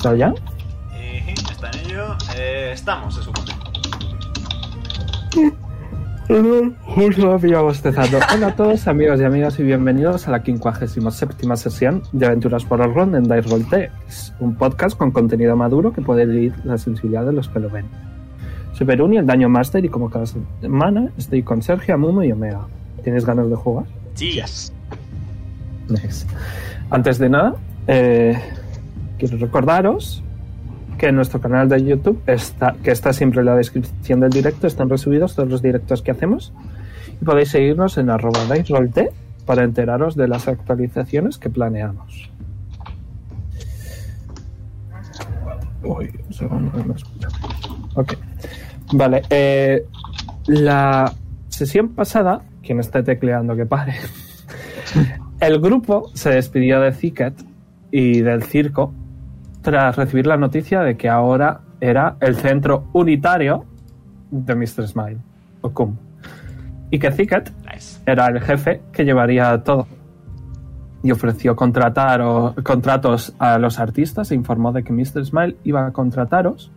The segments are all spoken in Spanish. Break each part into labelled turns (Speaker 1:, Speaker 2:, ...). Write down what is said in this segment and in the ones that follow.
Speaker 1: ¿Está ya?
Speaker 2: Eh, está en ello. Eh, estamos, se supone.
Speaker 1: Julio había bostezado. Hola a todos, amigos y amigas, y bienvenidos a la 57 sesión de Aventuras por el Ron en Dice Roll Tales, un podcast con contenido maduro que puede herir la sensibilidad de los que lo ven. Soy Peruni, el Daño Master, y como cada semana estoy con Sergio, Amumo y Omega. ¿Tienes ganas de jugar?
Speaker 2: Sí.
Speaker 1: Nice. Antes de nada, eh, quiero recordaros que en nuestro canal de YouTube, está, que está siempre en la descripción del directo, están resubidos todos los directos que hacemos. Y podéis seguirnos en arroba DiceRollT para enteraros de las actualizaciones que planeamos. Uy, un segundo, que no escucho. Ok. Vale. eh, la sesión pasada, quien está tecleando que pare, el grupo se despidió de Zicket y del circo tras recibir la noticia de que ahora era el centro unitario de Mr. Smile, o Cum, y que Zicket
Speaker 2: Nice.
Speaker 1: era el jefe que llevaría todo. Y ofreció contratar o- contratos a los artistas e informó de que Mr. Smile iba a contrataros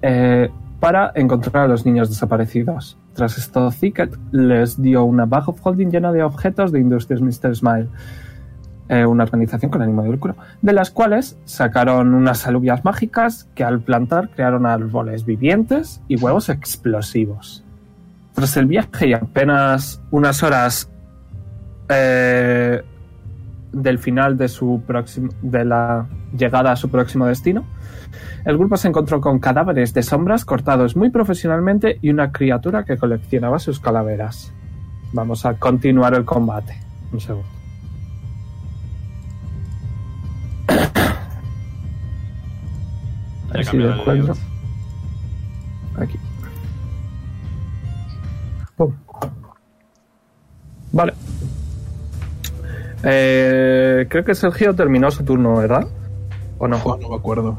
Speaker 1: eh, para encontrar a los niños desaparecidos. Tras esto, Zicket les dio una bag of holding llena de objetos de Industrias Mr. Smile, eh, una organización con ánimo de lucro, de las cuales sacaron unas alubias mágicas que al plantar crearon árboles vivientes y huevos explosivos. Tras el viaje y apenas unas horas eh, del final de su próximo de la llegada a su próximo destino, el grupo se encontró con cadáveres de sombras cortados muy profesionalmente y una criatura que coleccionaba sus calaveras. Vamos a continuar el combate. Un segundo.
Speaker 2: Ya
Speaker 1: Así
Speaker 2: cambió
Speaker 1: de
Speaker 2: el
Speaker 1: acuerdo.
Speaker 2: layout.
Speaker 1: Aquí. Pum. Vale. Eh, creo que Sergio terminó su turno, ¿verdad? ¿O no?
Speaker 3: Joder, no me acuerdo.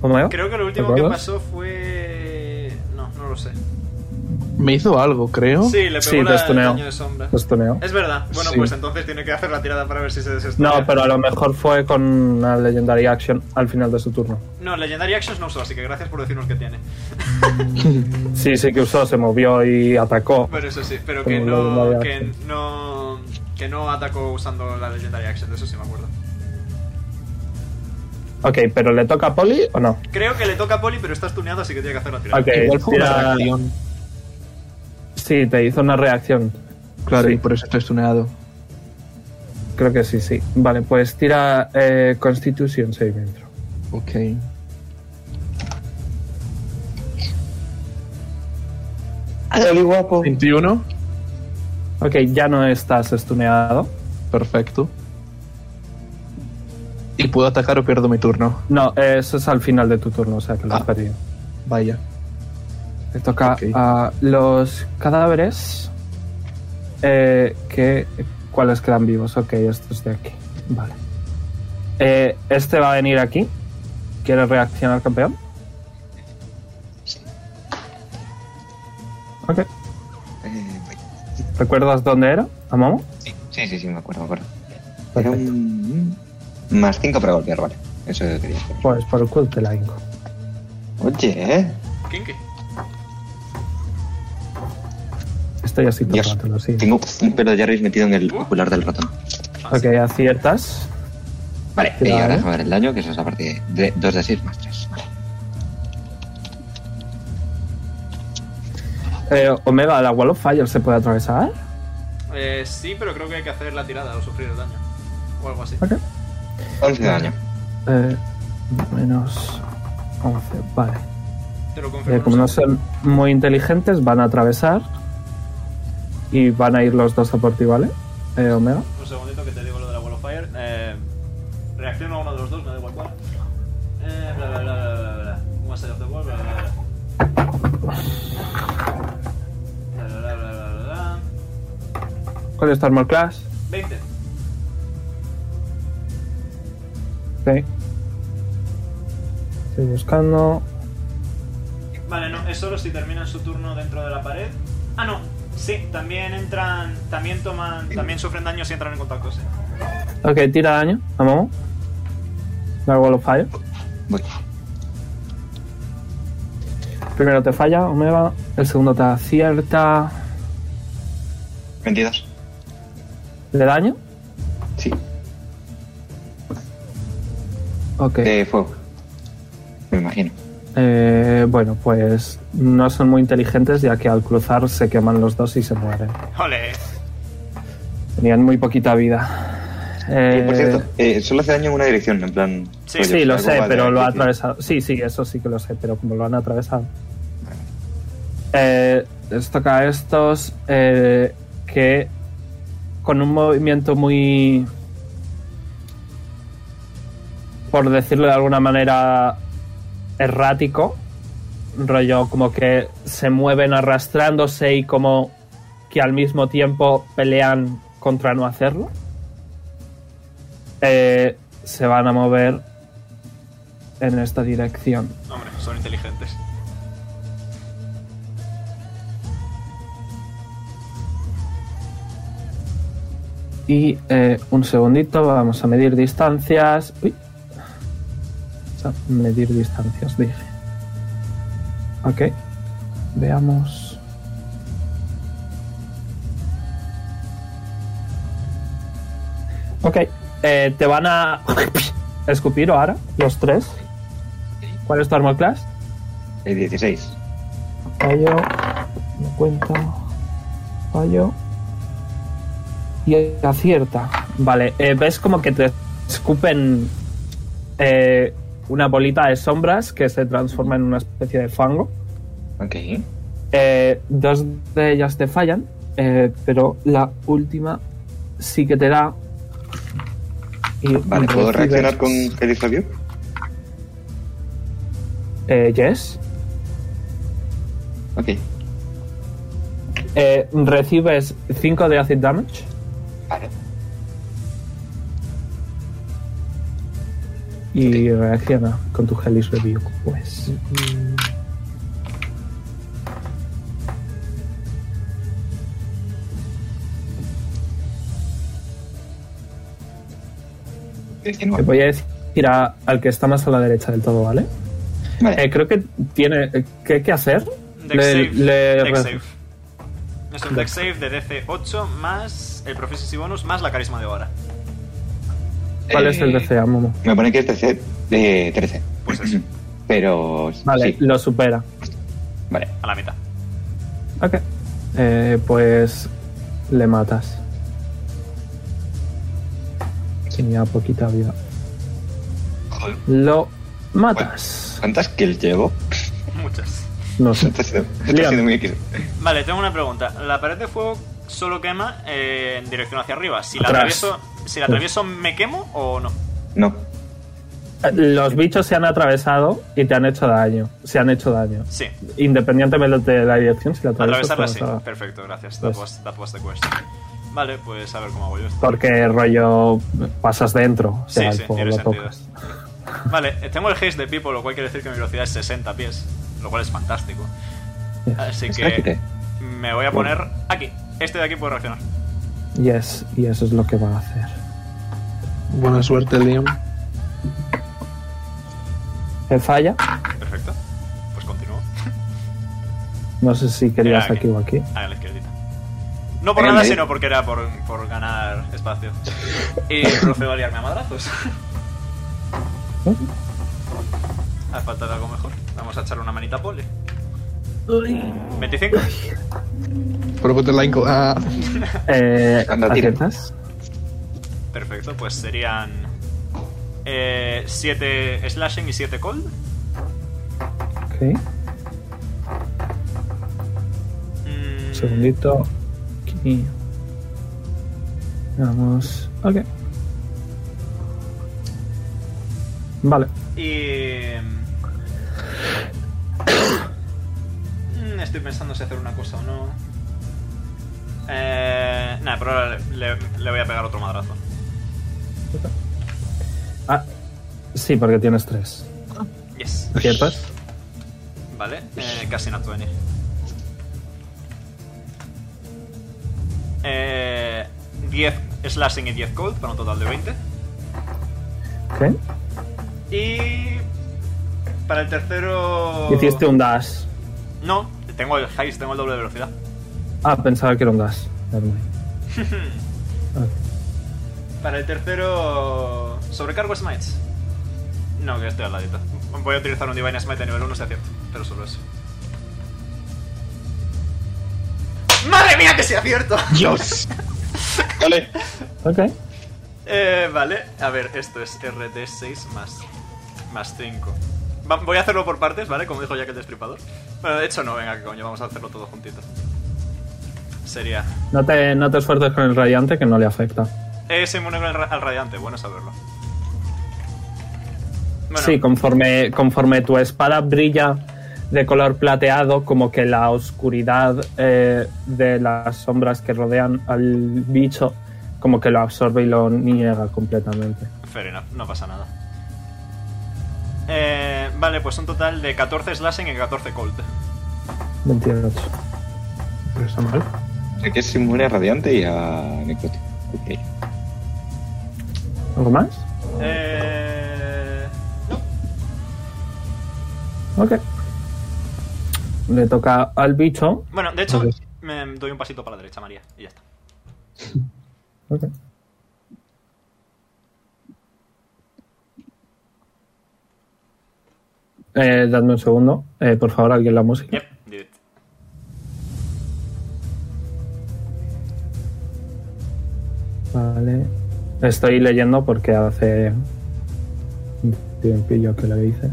Speaker 1: ¿Cómo era?
Speaker 2: Creo que lo
Speaker 1: ¿Te
Speaker 2: último que
Speaker 1: acuerdas?
Speaker 2: pasó fue. No, no lo sé.
Speaker 3: Me hizo algo, creo.
Speaker 2: Sí, le pegó
Speaker 1: Sí,
Speaker 2: la- el
Speaker 1: testoneo.
Speaker 2: daño de sombra.
Speaker 1: Los tuneo.
Speaker 2: Es verdad. Bueno,
Speaker 3: Sí.
Speaker 2: pues entonces tiene que hacer la tirada para ver si se
Speaker 1: No,
Speaker 2: desestora.
Speaker 1: pero a lo mejor fue con una Legendary Action al final de su turno.
Speaker 2: No, Legendary Actions no usó, así que gracias por decirnos que tiene.
Speaker 1: Sí, sí que usó, se movió y atacó.
Speaker 2: Pero eso sí, pero que
Speaker 1: Como
Speaker 2: no.
Speaker 1: Legendary
Speaker 2: Que
Speaker 1: Action.
Speaker 2: no. Que no atacó usando la Legendary Action, de eso sí me acuerdo.
Speaker 1: Ok, pero ¿le toca a Poli o no?
Speaker 2: Creo que le toca a Poli, pero está tuneado, así que tiene que hacer la tirada.
Speaker 1: Ok,
Speaker 3: Igual fue una
Speaker 1: tira-
Speaker 3: reacción.
Speaker 1: Sí, te hizo una reacción.
Speaker 3: Claro,
Speaker 1: Sí.
Speaker 3: y por eso estoy stuneado.
Speaker 1: Creo que sí, sí. Vale, pues tira eh, Constitution Saving Throw.
Speaker 3: Ok.
Speaker 4: Ay, guapo.
Speaker 3: 21.
Speaker 1: Ok, ya no estás estuneado.
Speaker 3: Perfecto. Y puedo atacar o pierdo mi turno.
Speaker 1: No, eso es al final de tu turno, o sea que lo has
Speaker 3: Ah.
Speaker 1: perdido.
Speaker 3: Vaya.
Speaker 1: Te toca
Speaker 3: Ok.
Speaker 1: a los cadáveres. eh, que, ¿Cuáles quedan vivos? Ok, estos de aquí. Vale. Eh, este va a venir aquí. ¿Quieres reaccionar, campeón? Ok.
Speaker 4: Eh,
Speaker 1: ¿Recuerdas dónde era? ¿A Momo?
Speaker 4: sí, sí, sí, sí, me acuerdo, me acuerdo. Era un... Más 5 para golpear, vale. Eso quería hacer.
Speaker 1: Pues por el culo te la hinco.
Speaker 4: Oye, ¿eh?
Speaker 2: Kinky.
Speaker 1: Estoy así todo el
Speaker 4: Dios,
Speaker 1: rato, lo siento.
Speaker 4: tengo 5 de Jarvis metido en el
Speaker 1: Uh.
Speaker 4: ocular del ratón.
Speaker 1: Ok, aciertas.
Speaker 4: Vale, y
Speaker 1: Claro.
Speaker 4: ahora déjame ver el daño, que eso es la parte de 2 de 6 más 3. Vale.
Speaker 1: Eh, Omega, la Wall of Fire se puede atravesar.
Speaker 2: Eh, sí, pero creo que hay que hacer la tirada o sufrir el daño. O algo así.
Speaker 1: Ok.
Speaker 4: 11 de daño.
Speaker 1: Eh, menos 11, vale.
Speaker 2: Te lo confirmo.
Speaker 1: Eh, como no
Speaker 2: sé.
Speaker 1: son muy inteligentes, van a atravesar. Y van a ir los dos a por ti, ¿vale? Eh, Omega.
Speaker 2: Un segundito que te digo lo de la Wall of Fire. Eh, reacciono a uno de los dos, me da igual cuál. Eh, bla bla bla bla bla bla. One side of the wall, bla bla bla. Bla bla bla bla bla bla. bla.
Speaker 1: ¿Cuál es tu armor class?
Speaker 2: 20.
Speaker 1: Sí. Estoy buscando.
Speaker 2: Vale, no, es solo si terminan su turno dentro de la pared. Ah, no. Sí, también entran, también toman, también sufren daño si entran en contacto, sí.
Speaker 1: Ok, tira daño a Momo. Dark Wall of Fire.
Speaker 4: Voy.
Speaker 1: Primero te falla, Omega. El segundo te acierta.
Speaker 4: 22.
Speaker 1: ¿De daño?
Speaker 4: Sí.
Speaker 1: Ok.
Speaker 4: De Eh, fuego. Me imagino.
Speaker 1: Eh, bueno, pues no son muy inteligentes ya que al cruzar se queman los dos y se mueren.
Speaker 2: ¡Ole!
Speaker 1: Tenían muy poquita vida.
Speaker 4: Eh, por
Speaker 1: Eh,
Speaker 4: cierto, eh, solo hace daño en una dirección, en plan.
Speaker 2: Sí,
Speaker 5: Pues
Speaker 1: Sí, lo
Speaker 4: algo
Speaker 1: sé,
Speaker 4: va de
Speaker 1: pero lo ha
Speaker 4: dirección.
Speaker 1: atravesado. Sí, sí, eso sí que lo sé, pero como lo han atravesado. Eh, les toca a estos eh, que con un movimiento muy... por decirlo de alguna manera errático, rollo como que se mueven arrastrándose y como que al mismo tiempo pelean contra no hacerlo. Eh, se van a mover en esta dirección.
Speaker 2: Hombre, son inteligentes.
Speaker 1: Y eh, un segundito, vamos a medir distancias. Uy. Vamos a medir distancias, dije. Ok. Veamos. Ok. eh, Te van a escupir ahora, los tres. ¿Cuál es tu armor class?
Speaker 4: Eh, 16.
Speaker 1: Fallo. No cuenta. Fallo. Y acierta. Vale, eh, ves como que te escupen eh, una bolita de sombras que se transforma en una especie de fango.
Speaker 4: Ok.
Speaker 1: Eh, dos de ellas te fallan, eh, pero la última sí que te da. Y
Speaker 4: Vale, ¿puedo
Speaker 1: recibes-
Speaker 4: reaccionar con Helix Review?
Speaker 1: Eh, yes.
Speaker 4: Ok.
Speaker 1: Eh, recibes 5 de acid damage.
Speaker 4: Vale.
Speaker 1: Y reacciona con tu Hellish Review, pues. Le
Speaker 4: 19.
Speaker 1: voy a decir a- al que está más a la derecha del todo, ¿vale?
Speaker 4: Vale.
Speaker 1: Eh, creo que tiene. eh, ¿Qué, qué hacer?
Speaker 2: Dex save.
Speaker 1: le-
Speaker 2: Dex save. Es un dex save de DC 8 más el proficiency bonus más la carisma de ahora.
Speaker 1: ¿Cuál es el
Speaker 4: Eh,
Speaker 1: DC, Momo?
Speaker 4: Me pone que es DC de 13.
Speaker 2: Pues eso,
Speaker 4: Pero.
Speaker 1: Vale,
Speaker 4: sí.
Speaker 1: lo supera.
Speaker 4: Vale.
Speaker 2: a la mitad.
Speaker 1: Ok. Eh, pues. Le matas. Tenía poquita vida.
Speaker 4: Joder,
Speaker 1: Lo matas.
Speaker 4: ¿Cuántas kills llevo?
Speaker 2: Muchas.
Speaker 1: No sé.
Speaker 4: Esto ha sido, esto ha
Speaker 1: Liam.
Speaker 4: sido muy equis-
Speaker 2: Vale, tengo una pregunta. La pared de fuego solo quema eh, en dirección hacia arriba. Si la,
Speaker 1: Atrás.
Speaker 2: atravieso, si la atravieso, ¿me quemo o no?
Speaker 4: No.
Speaker 1: Eh, Los bichos se han atravesado y te han hecho daño. Se han hecho daño.
Speaker 2: Sí.
Speaker 1: Independientemente de la dirección, si la atraviesas.
Speaker 2: Atravesarla sí.
Speaker 1: te vas a-
Speaker 2: Perfecto, gracias. That
Speaker 1: Pues-
Speaker 2: was, that was the question. Vale, pues a ver cómo hago yo esto.
Speaker 1: Porque rollo pasas dentro. o
Speaker 2: Sí,
Speaker 1: sea,
Speaker 2: sí,
Speaker 1: el fuego
Speaker 2: tiene
Speaker 1: lo
Speaker 2: sentido.
Speaker 1: tocas.
Speaker 2: Vale, eh, tengo el haste de Pipo, lo cual quiere decir que mi velocidad es 60 pies, lo cual es fantástico. Así
Speaker 4: Espera,
Speaker 2: que
Speaker 4: quité.
Speaker 2: me voy a poner aquí. Este de aquí puede reaccionar.
Speaker 1: Yes, y eso es lo que va a hacer.
Speaker 3: Buena suerte, Liam.
Speaker 1: Te Eh, falla.
Speaker 2: Perfecto. Pues continúo.
Speaker 1: No sé si querías
Speaker 2: Era
Speaker 1: aquí o aquí.
Speaker 2: A la izquierdita. No por
Speaker 4: Venga,
Speaker 2: nada,
Speaker 4: ahí.
Speaker 2: sino porque era por, por ganar espacio. Y procedo a liarme a madrazos. ¿Eh? Ha falta de algo mejor. Vamos a echar una manita a pole. 25.
Speaker 3: Pero ponte la inco. Ah,
Speaker 1: Eh,
Speaker 4: Anda, tira.
Speaker 1: ¿Aciertas?
Speaker 2: Perfecto, pues serían 7 slashing y 7 cold.
Speaker 1: Ok.
Speaker 2: Mm,
Speaker 1: Segundito. Aquí. Vamos. Ok. Vale.
Speaker 2: Y... Mm, Estoy pensando si hacer una cosa o no. Eh, nada, pero ahora le, le voy a pegar otro madrazo.
Speaker 1: Ah, sí, porque tienes tres.
Speaker 2: Yes.
Speaker 1: ¿Aciertas?
Speaker 2: Vale, eh, casi no venir. Eh, 10 slashing y 10 cold, para un total de 20.
Speaker 1: Ok.
Speaker 2: Y. Para el tercero.
Speaker 1: Hiciste un dash.
Speaker 2: No, tengo el heist, tengo el doble de velocidad.
Speaker 1: Ah, pensaba que era un dash. Never mind. Ah,
Speaker 2: Para el tercero. Sobrecargo smites. No, que estoy al ladito. Voy a utilizar un Divine Smite de nivel 1 si acierto, pero solo eso. ¡Madre mía, que si acierto!
Speaker 3: Dios.
Speaker 5: Vale.
Speaker 1: Ok.
Speaker 2: Eh, vale, a ver, esto es RT6 más, más 5. Va- voy a hacerlo por partes, ¿vale? Como dijo Jack el Destripador. Bueno, de hecho no, venga, que coño, vamos a hacerlo todo juntito. Sería...
Speaker 1: No te, no te esfuerces con el radiante que no le afecta.
Speaker 2: Es inmune al, ra- al radiante, bueno saberlo. Bueno,
Speaker 1: Sí, conforme, conforme tu espada brilla de color plateado, como que la oscuridad eh, de las sombras que rodean al bicho, como que lo absorbe y lo niega completamente.
Speaker 2: fair enough, no pasa nada. Eh, vale, pues un total de 14 slashing y 14 cold.
Speaker 1: 28.
Speaker 3: No está mal.
Speaker 4: O sea que es inmune a radiante y a necrótico. Ok.
Speaker 1: ¿Algo más?
Speaker 2: Eh... No,
Speaker 1: Ok. Le toca al bicho.
Speaker 2: Bueno, de hecho,
Speaker 1: Ok.
Speaker 2: me doy un pasito para la derecha, María, y ya está.
Speaker 1: Ok. Eh, dadme un segundo. Eh, por favor, alguien la música.
Speaker 2: Yep, did it.
Speaker 1: Vale. Estoy leyendo porque hace un tiempillo que lo hice.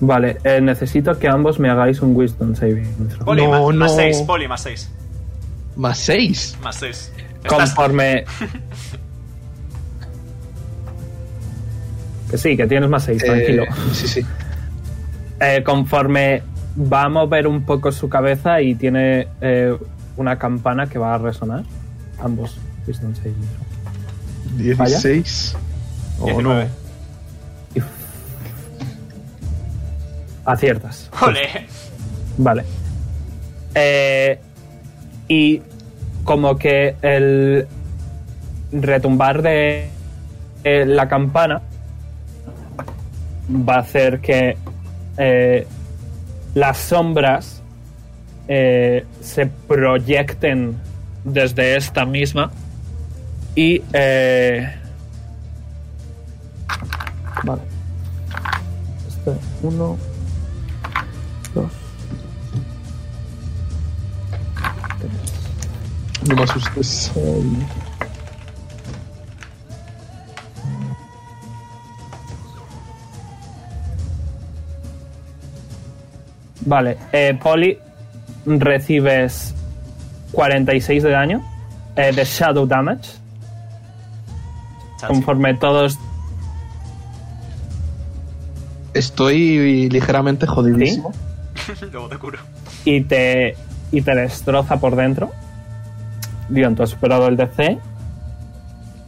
Speaker 1: Vale, eh, necesito que ambos me hagáis un Wisdom Saving. throw.
Speaker 2: Poli,
Speaker 3: No,
Speaker 2: ma- más,
Speaker 3: no.
Speaker 2: 6, poli, más 6.
Speaker 3: Más 6.
Speaker 2: Más 6.
Speaker 1: Conforme. que sí, que tienes más 6, tranquilo.
Speaker 3: Eh, Sí, sí.
Speaker 1: Eh, conforme va a mover un poco su cabeza y tiene eh, una campana que va a resonar. Ambos Wisdom Saving. throw.
Speaker 3: 16.
Speaker 1: O
Speaker 3: Oh,
Speaker 2: 19.
Speaker 1: no. Aciertas.
Speaker 2: Ole.
Speaker 1: Vale. Eh, y como que el retumbar de eh, la campana va a hacer que eh, las sombras eh, se proyecten desde esta misma y eh, vale este uno dos
Speaker 3: No me asustes.
Speaker 1: Vale, eh, Poli, recibes 46 de daño eh, de Shadow Damage.
Speaker 2: Chachi.
Speaker 1: Conforme todos.
Speaker 3: Estoy ligeramente jodidísimo.
Speaker 2: Luego te curo.
Speaker 1: Y te, y te destroza por dentro. Dion, tú has superado el DC.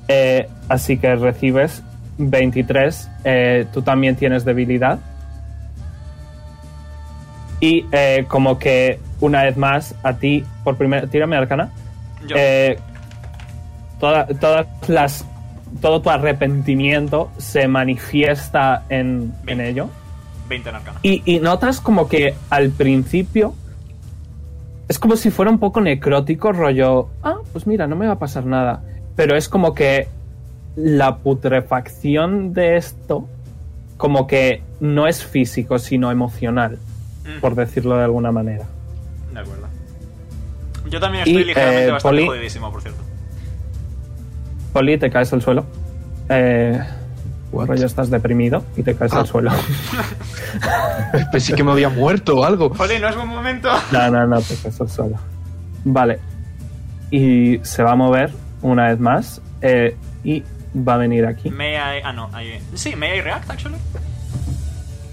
Speaker 1: Eh, así que recibes 23. Eh, tú también tienes debilidad. Y eh, como que una vez más, a ti, por primera. Tírame arcana.
Speaker 2: Yo.
Speaker 1: Eh, toda- todas las, todo tu arrepentimiento se manifiesta en, en ello.
Speaker 2: 20 en arcana.
Speaker 1: Y, y notas como que al principio es como si fuera un poco necrótico, rollo, ah, pues mira, no me va a pasar nada. Pero es como que la putrefacción de esto como que no es físico, sino emocional,
Speaker 2: Mm,
Speaker 1: por decirlo de alguna manera.
Speaker 2: De acuerdo. Yo también estoy
Speaker 1: Y,
Speaker 2: ligeramente
Speaker 1: eh,
Speaker 2: bastante
Speaker 1: poli-
Speaker 2: jodidísimo, por cierto.
Speaker 1: Poli, te caes al suelo. Eh,
Speaker 3: What?
Speaker 1: rollo, estás deprimido y te caes
Speaker 3: Ah.
Speaker 1: al suelo.
Speaker 3: Pensé que me había muerto o algo.
Speaker 2: Poli, no es buen momento.
Speaker 1: No, no, no, te caes al suelo. Vale. Y se va a mover una vez más eh, y va a venir aquí.
Speaker 2: May I. Ah, no, ahí. Sí, May I react, actually.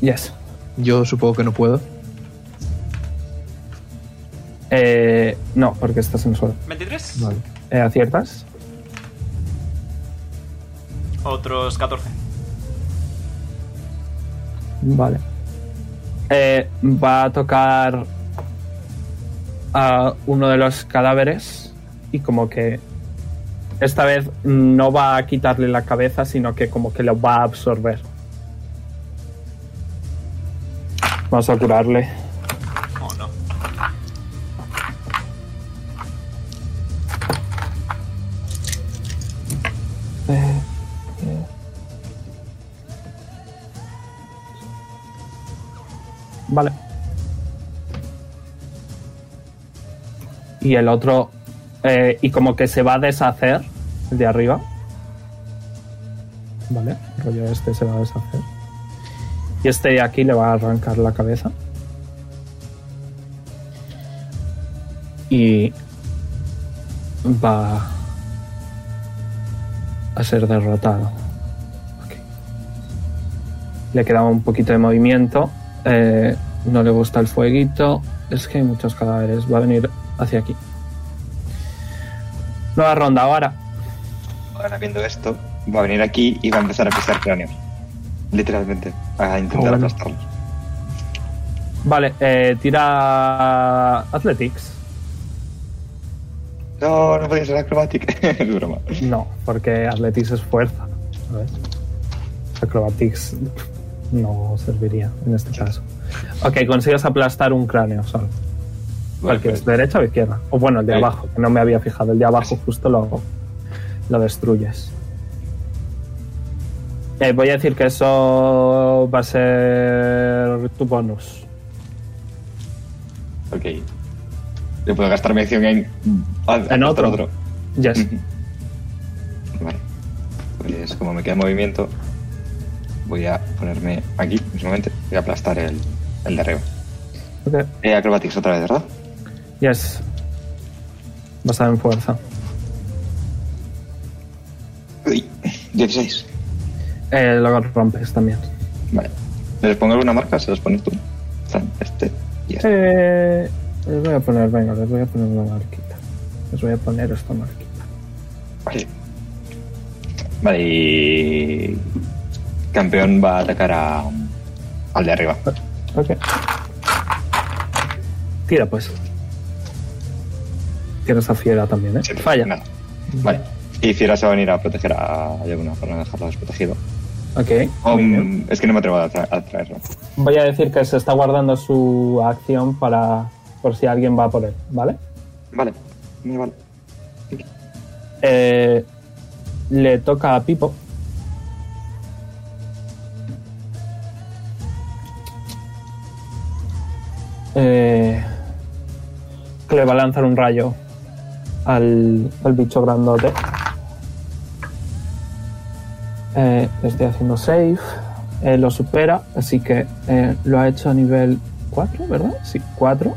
Speaker 1: Yes.
Speaker 3: Yo supongo que no puedo.
Speaker 1: Eh, no, porque estás en el suelo.
Speaker 2: 23.
Speaker 3: Vale.
Speaker 1: Eh, ¿Aciertas?
Speaker 2: Otros 14.
Speaker 1: Vale. Eh, va a tocar a uno de los cadáveres y como que Esta vez no va a quitarle la cabeza, sino que como que lo va a absorber. Vamos a curarle.
Speaker 2: Oh, no.
Speaker 1: Vale. Y el otro. eh, y como que se va a deshacer el de arriba. Vale, el rollo este se va a deshacer. Y este de aquí le va a arrancar la cabeza. Y. Va. A ser derrotado. Ok. Le quedaba un poquito de movimiento. Eh, no le gusta el fueguito. Es que hay muchos cadáveres. Va a venir hacia aquí. Nueva ronda ahora.
Speaker 5: Ahora viendo esto, va a venir aquí y va a empezar a pisar cráneos. Literalmente. A intentar
Speaker 1: Joder.
Speaker 5: aplastarlos.
Speaker 1: Vale, eh, tira Athletics.
Speaker 5: No, no podía ser acrobática. es broma.
Speaker 1: No, porque Athletics es fuerza. ¿sabes? Acrobatics no serviría en este caso. Ok, consigues aplastar un cráneo solo.
Speaker 5: Vale,
Speaker 1: Cualquier,
Speaker 5: pues,
Speaker 1: derecha o izquierda. O bueno, el de
Speaker 5: Sí.
Speaker 1: abajo, que no me había fijado. El de abajo justo lo, lo destruyes. Eh, voy a decir que eso va a ser tu bonus.
Speaker 5: Ok. Le puedo gastar mi acción en.
Speaker 1: En otro. Yes.
Speaker 5: Vale. Pues como me queda movimiento, voy a ponerme aquí mismamente. Voy a aplastar el, el de arriba.
Speaker 1: Ok.
Speaker 5: Eh, acrobatics otra vez, ¿verdad?
Speaker 1: Yes. Basada en fuerza.
Speaker 5: Uy, 16.
Speaker 1: Eh, luego rompes también.
Speaker 5: Vale. ¿Les pongo alguna marca? ¿Se las pones tú? Están este y este.
Speaker 1: Eh, les voy a poner, venga, les voy a poner una marquita. Les voy a poner esta marquita.
Speaker 5: Vale. Vale, y. Campeón va a atacar a. al de arriba.
Speaker 1: Ok. Tira pues. Tienes a fiera también, ¿eh?
Speaker 5: Sí,
Speaker 1: Falla.
Speaker 5: Nada. Vale. Y Fiera se va a venir a proteger a Yaguna para no dejarlo desprotegido.
Speaker 1: Ok.
Speaker 5: Um, es que no me atrevo a, tra- a traerlo.
Speaker 1: Voy a decir que se está guardando su acción para por si alguien va por él, ¿vale?
Speaker 5: Vale. Muy vale.
Speaker 1: Eh, le toca a Pipo. Eh, que le va a lanzar un rayo al, al bicho grandote. Eh, le estoy haciendo save. Eh, lo supera, así que eh, lo ha hecho a nivel 4, ¿verdad? Sí, 4.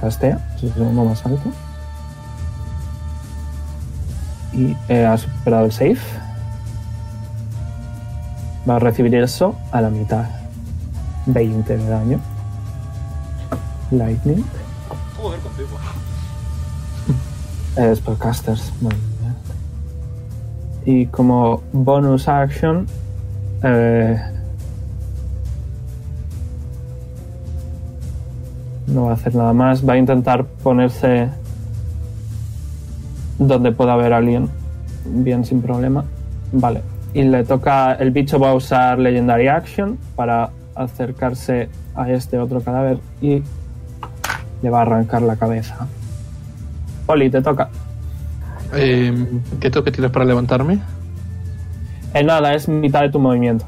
Speaker 1: Castea, es el segundo más alto. Y eh, ha superado el save. Va a recibir eso a la mitad. 20 de daño. Lightning.
Speaker 2: Joder contigo.
Speaker 1: Eh, spellcasters. madre mía. Y como bonus action. eh, no va a hacer nada más. Va a intentar ponerse donde pueda haber alguien. Bien, sin problema. Vale. Y le toca. El bicho va a usar Legendary Action para acercarse a este otro cadáver y le va a arrancar la cabeza. Oli, te toca.
Speaker 3: Eh, ¿Qué tengo que tirar para levantarme?
Speaker 1: Eh, nada, es mitad de tu movimiento.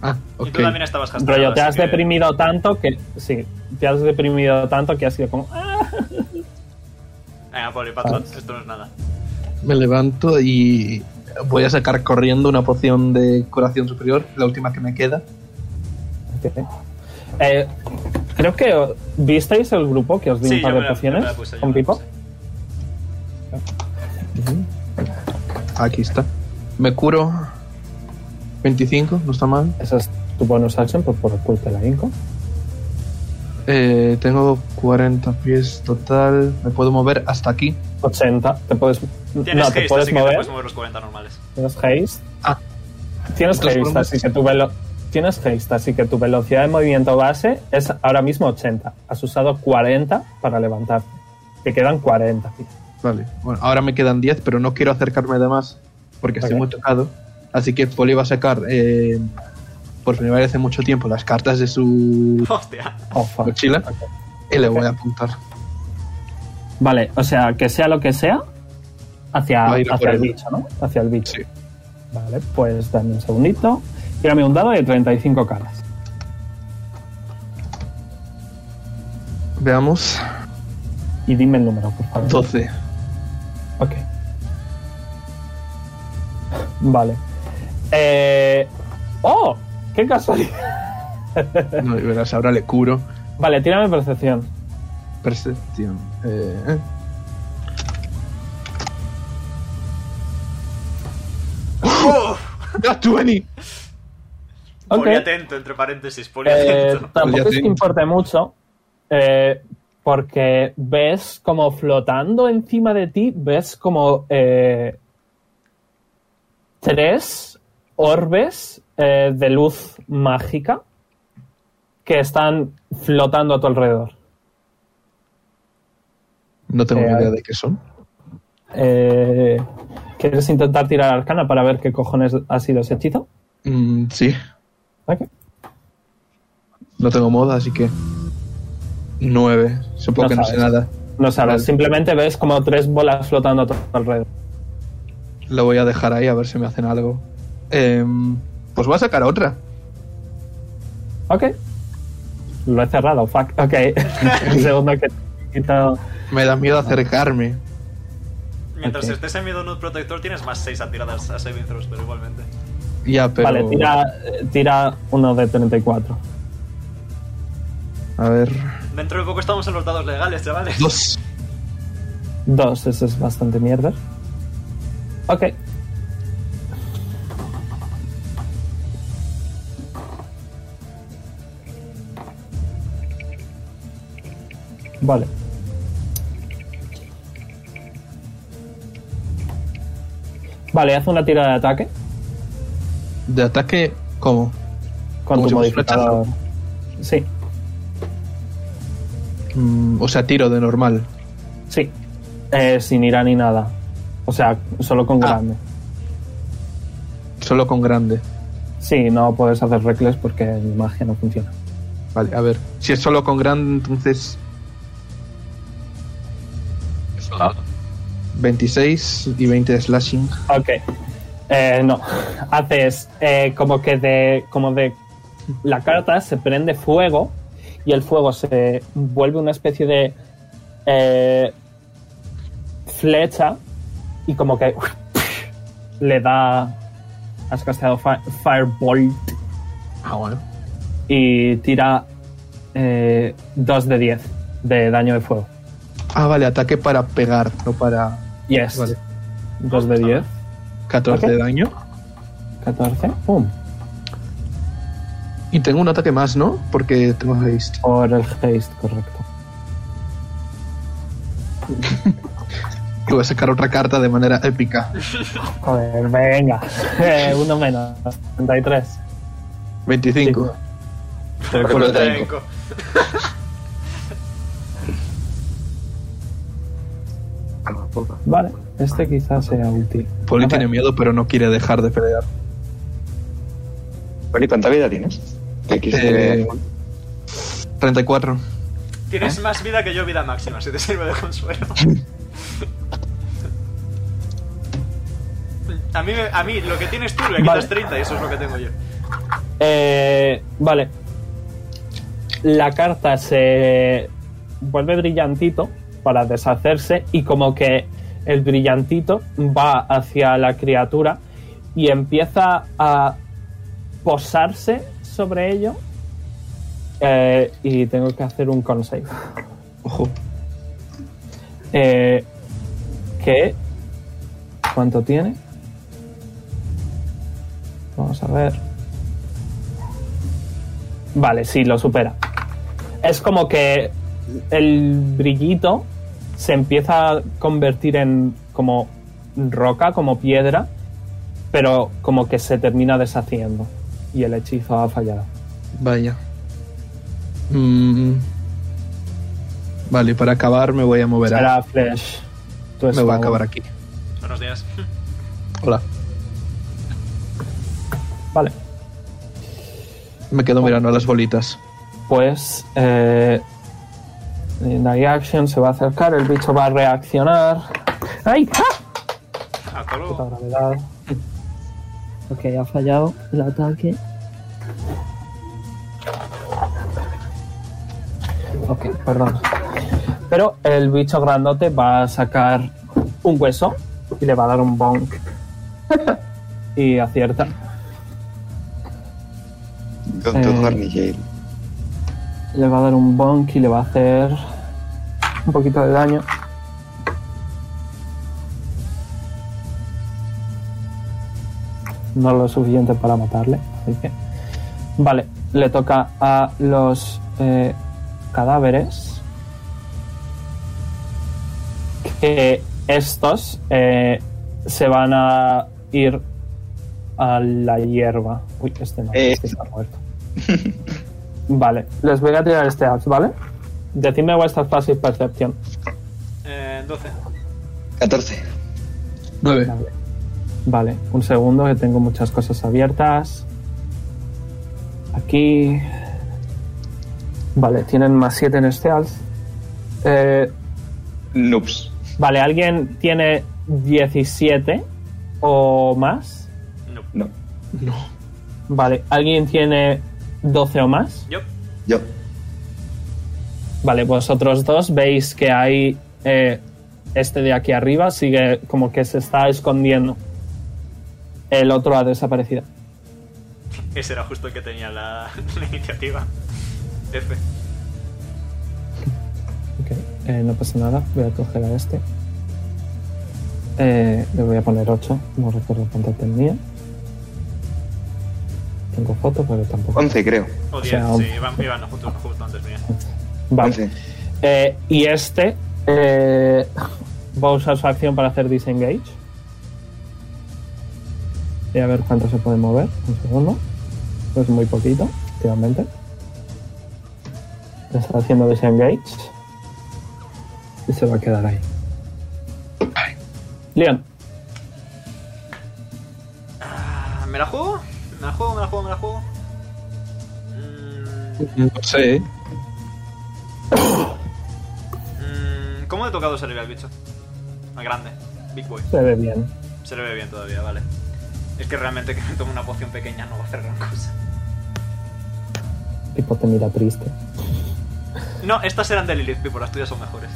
Speaker 3: Ah,
Speaker 2: Y
Speaker 3: ok.
Speaker 2: tú también estabas gastando.
Speaker 1: Rollo, te has deprimido tanto que. Sí, te has deprimido tanto que has sido como. "Ah".
Speaker 2: Venga, Poli, patrón, Eh, esto no es nada.
Speaker 3: Me levanto y voy a sacar corriendo una poción de curación superior, la última que me queda.
Speaker 1: Ok. Eh, creo que. o- ¿Visteis el grupo que os di
Speaker 2: Sí,
Speaker 1: un
Speaker 2: yo
Speaker 1: par
Speaker 2: me
Speaker 1: de
Speaker 2: la, yo me
Speaker 1: pociones
Speaker 2: la puse. yo
Speaker 1: con
Speaker 2: me la
Speaker 1: Pipo?
Speaker 2: puse.
Speaker 3: Aquí está. Me curo 25, no está mal.
Speaker 1: Esa es tu bonus action por, por oculta la Inco.
Speaker 3: Eh, tengo 40 pies total. Me puedo mover hasta aquí.
Speaker 1: 80. Te puedes.
Speaker 2: Tienes
Speaker 1: no, te
Speaker 2: haste,
Speaker 1: puedes
Speaker 2: así que te
Speaker 1: mover.
Speaker 2: puedes mover los 40 normales.
Speaker 1: Tienes haste.
Speaker 3: Ah.
Speaker 1: Tienes
Speaker 3: Entonces,
Speaker 1: haste,
Speaker 3: podemos-
Speaker 1: así que tu velo- Tienes haste, así que tu velocidad de movimiento base es ahora mismo 80. Has usado 40 para levantarte. Te quedan 40. tío.
Speaker 3: Vale. Bueno, ahora me quedan 10, pero no quiero acercarme de más porque estoy
Speaker 1: Ok.
Speaker 3: muy tocado. Así que Poli va a sacar eh, por primera vez hace mucho tiempo las cartas de su
Speaker 2: Hostia.
Speaker 6: Oh, fuck.
Speaker 3: mochila y le voy a apuntar.
Speaker 1: Vale, o sea, que sea lo que sea, hacia,
Speaker 3: Va a ir a
Speaker 1: hacia
Speaker 3: por
Speaker 1: el
Speaker 3: él.
Speaker 1: bicho, ¿no? Hacia el bicho.
Speaker 3: Sí.
Speaker 1: Vale, pues dame un segundo.
Speaker 6: Segundito. Tírame un dado de 35 caras.
Speaker 3: Veamos.
Speaker 1: Y dime el número, por favor.
Speaker 3: 12.
Speaker 1: Ok. Vale. Eh... ¡Oh! ¡Qué casualidad!
Speaker 3: No, y verás, ahora le curo.
Speaker 1: Vale, tírame percepción.
Speaker 3: Percepción. Eh,
Speaker 2: ¡Uf!
Speaker 3: ¡Got 20!
Speaker 1: Ok.
Speaker 2: Poli atento, entre paréntesis, poli
Speaker 1: Eh,
Speaker 2: atento.
Speaker 3: Pues ya
Speaker 1: tampoco es que
Speaker 3: tengo.
Speaker 1: importe mucho, eh, porque ves como flotando encima de ti, ves como eh, tres orbes eh, de luz mágica que están flotando a tu alrededor.
Speaker 3: No tengo
Speaker 1: Eh,
Speaker 3: ni idea
Speaker 1: ahí.
Speaker 3: de qué son.
Speaker 1: Eh, ¿Quieres intentar tirar arcana para ver qué cojones ha sido ese hechizo?
Speaker 3: Mm, sí,
Speaker 1: Ok.
Speaker 3: no tengo moda, así que. 9. Supongo
Speaker 1: No
Speaker 3: que no sé
Speaker 1: sabes.
Speaker 3: nada.
Speaker 1: No sabes,
Speaker 3: Vale.
Speaker 1: simplemente ves como tres bolas flotando a tu alrededor.
Speaker 3: Lo voy a dejar ahí a ver si me hacen algo. Em, pues voy a sacar otra.
Speaker 1: Ok. Lo he cerrado, fuck. Ok. El segundo que he quitado.
Speaker 3: Me da miedo acercarme.
Speaker 2: Mientras
Speaker 1: ok.
Speaker 2: estés en mi donut protector, tienes más 6 a tirar a saving throws, pero igualmente.
Speaker 3: Ya, pero.
Speaker 1: Vale, tira, eh, tira uno de 34.
Speaker 3: A ver.
Speaker 2: Dentro de poco estamos en los dados legales, chavales.
Speaker 3: Dos.
Speaker 1: Dos, eso es bastante mierda. Ok. Vale. Vale, haz una tira de ataque
Speaker 3: De ataque, ¿cómo?
Speaker 1: con
Speaker 3: Como
Speaker 1: tu
Speaker 3: si fuese un
Speaker 1: modificador. Sí,
Speaker 3: Mm, o sea, tiro de normal.
Speaker 1: sí. Eh, sin ira ni nada. O sea, solo con
Speaker 3: Ah.
Speaker 1: grande.
Speaker 3: Solo con grande.
Speaker 1: Sí, no puedes hacer recles porque mi magia no funciona.
Speaker 3: Vale, a ver. Si es solo con grande, entonces. 26 y 20 de slashing.
Speaker 1: Ok. Eh, no. Haces eh, como que de. como de. La carta se prende fuego y el fuego se vuelve una especie de eh, flecha y como que le da. Has casteado fi- Firebolt
Speaker 3: Ah, bueno.
Speaker 1: y tira 2 de 10 de daño de fuego.
Speaker 3: Ah, vale, ataque para pegar, no para.
Speaker 1: Yes.
Speaker 3: Vale.
Speaker 1: 2 de 10.
Speaker 3: 14
Speaker 1: Ok.
Speaker 3: de daño.
Speaker 1: 14. Pum.
Speaker 3: Y tengo un ataque más, ¿no? Porque tengo haste.
Speaker 1: Por el haste, correcto.
Speaker 3: Y Voy a sacar otra carta de manera épica.
Speaker 1: Joder, venga. Eh, uno menos. 33.
Speaker 3: 25.
Speaker 2: Pero
Speaker 3: con
Speaker 2: lo
Speaker 3: el
Speaker 2: tengo.
Speaker 1: Vale, este quizás sea útil.
Speaker 3: Poli
Speaker 1: Ok.
Speaker 3: tiene miedo, pero no quiere dejar de pelear.
Speaker 5: Poli, ¿cuánta vida tienes? Que aquí se te ve-
Speaker 3: Eh, 34.
Speaker 1: ¿Eh?
Speaker 2: Tienes más vida que yo, vida máxima, si te sirve de consuelo. A mí, me- a mí lo que tienes tú le quitas
Speaker 1: Vale.
Speaker 2: 30 y eso es lo que tengo yo.
Speaker 1: Eh, vale. La carta se vuelve brillantito para deshacerse y como que el brillantito va hacia la criatura y empieza a posarse sobre ello. Eh, y tengo que hacer un con save.
Speaker 3: Ojo.
Speaker 1: Eh, ¿Qué? ¿Cuánto tiene? Vamos a ver. Vale, sí, lo supera. Es como que el brillito se empieza a convertir en como roca, como piedra, pero como que se termina deshaciendo. Y el hechizo ha fallado.
Speaker 3: Vaya. Mm. Vale, para acabar me voy a mover a.
Speaker 1: Será Flesh. tu
Speaker 3: Me voy a
Speaker 1: estómago.
Speaker 3: acabar aquí.
Speaker 2: Buenos días.
Speaker 3: Hola.
Speaker 1: Vale.
Speaker 3: Me quedo mirando a las bolitas.
Speaker 1: Pues eh, Legendary Action se va a acercar, el bicho va a reaccionar. ¡Ay! ¡Ah!
Speaker 2: Hasta
Speaker 1: Puta
Speaker 2: luego.
Speaker 1: gravedad.
Speaker 7: Ok, ha fallado el ataque.
Speaker 1: Ok, perdón. Pero el bicho grandote va a sacar un hueso y le va a dar un bonk. y acierta.
Speaker 4: Con tu
Speaker 1: Eh.
Speaker 4: hornillero.
Speaker 1: Le va a dar un bonk y le va a hacer un poquito de daño. No lo suficiente para matarle. así que- Vale, le toca a los eh, cadáveres. Que estos eh, se van a ir a la hierba. Uy, este no,
Speaker 4: Eh.
Speaker 1: este está muerto. Vale, les voy a tirar este axe, ¿vale? Decidme vuestra fácil percepción.
Speaker 2: Eh, 12.
Speaker 4: 14.
Speaker 3: 9.
Speaker 1: Vale, un segundo que tengo muchas cosas abiertas. Aquí. Vale, tienen más 7 en este alz. Eh,
Speaker 4: Noobs.
Speaker 1: vale, ¿alguien tiene 17 o más?
Speaker 2: No.
Speaker 4: No.
Speaker 1: Vale, ¿alguien tiene 12 o más?
Speaker 2: Yo.
Speaker 4: Yo.
Speaker 1: Vale, vosotros dos veis que hay. eh, este de aquí arriba sigue como que se está escondiendo. El otro ha desaparecido.
Speaker 2: Ese era justo el que tenía la, la iniciativa. F.
Speaker 1: Ok, eh, no pasa nada. Voy a coger a este. Eh, le voy a poner 8. No recuerdo cuánto tenía. Tengo foto, pero tampoco.
Speaker 4: 11, creo.
Speaker 2: O 10.
Speaker 1: sea,
Speaker 2: sí, iban, iban justo, justo antes mía.
Speaker 1: Vale.
Speaker 4: 11.
Speaker 1: Eh, y este eh, va a usar su acción para hacer disengage. Voy a ver cuánto se puede mover. Un segundo. Es muy poquito, efectivamente. Está haciendo disengage. Y se va a quedar ahí. Leon,
Speaker 2: Ah, ¿Me la juego? ¿Me la juego? ¿Me la juego? ¿Me la juego? Mm,
Speaker 3: No sé. ¿eh?
Speaker 2: mm, ¿Cómo le he tocado salir al bicho? Al grande. Big boy.
Speaker 1: se ve bien.
Speaker 2: Se le ve bien todavía, vale. Es que realmente que me tome una poción pequeña no va a hacer gran cosa.
Speaker 1: Tipo te mira triste.
Speaker 2: No, estas eran de Lilith, Pipo, las tuyas son mejores.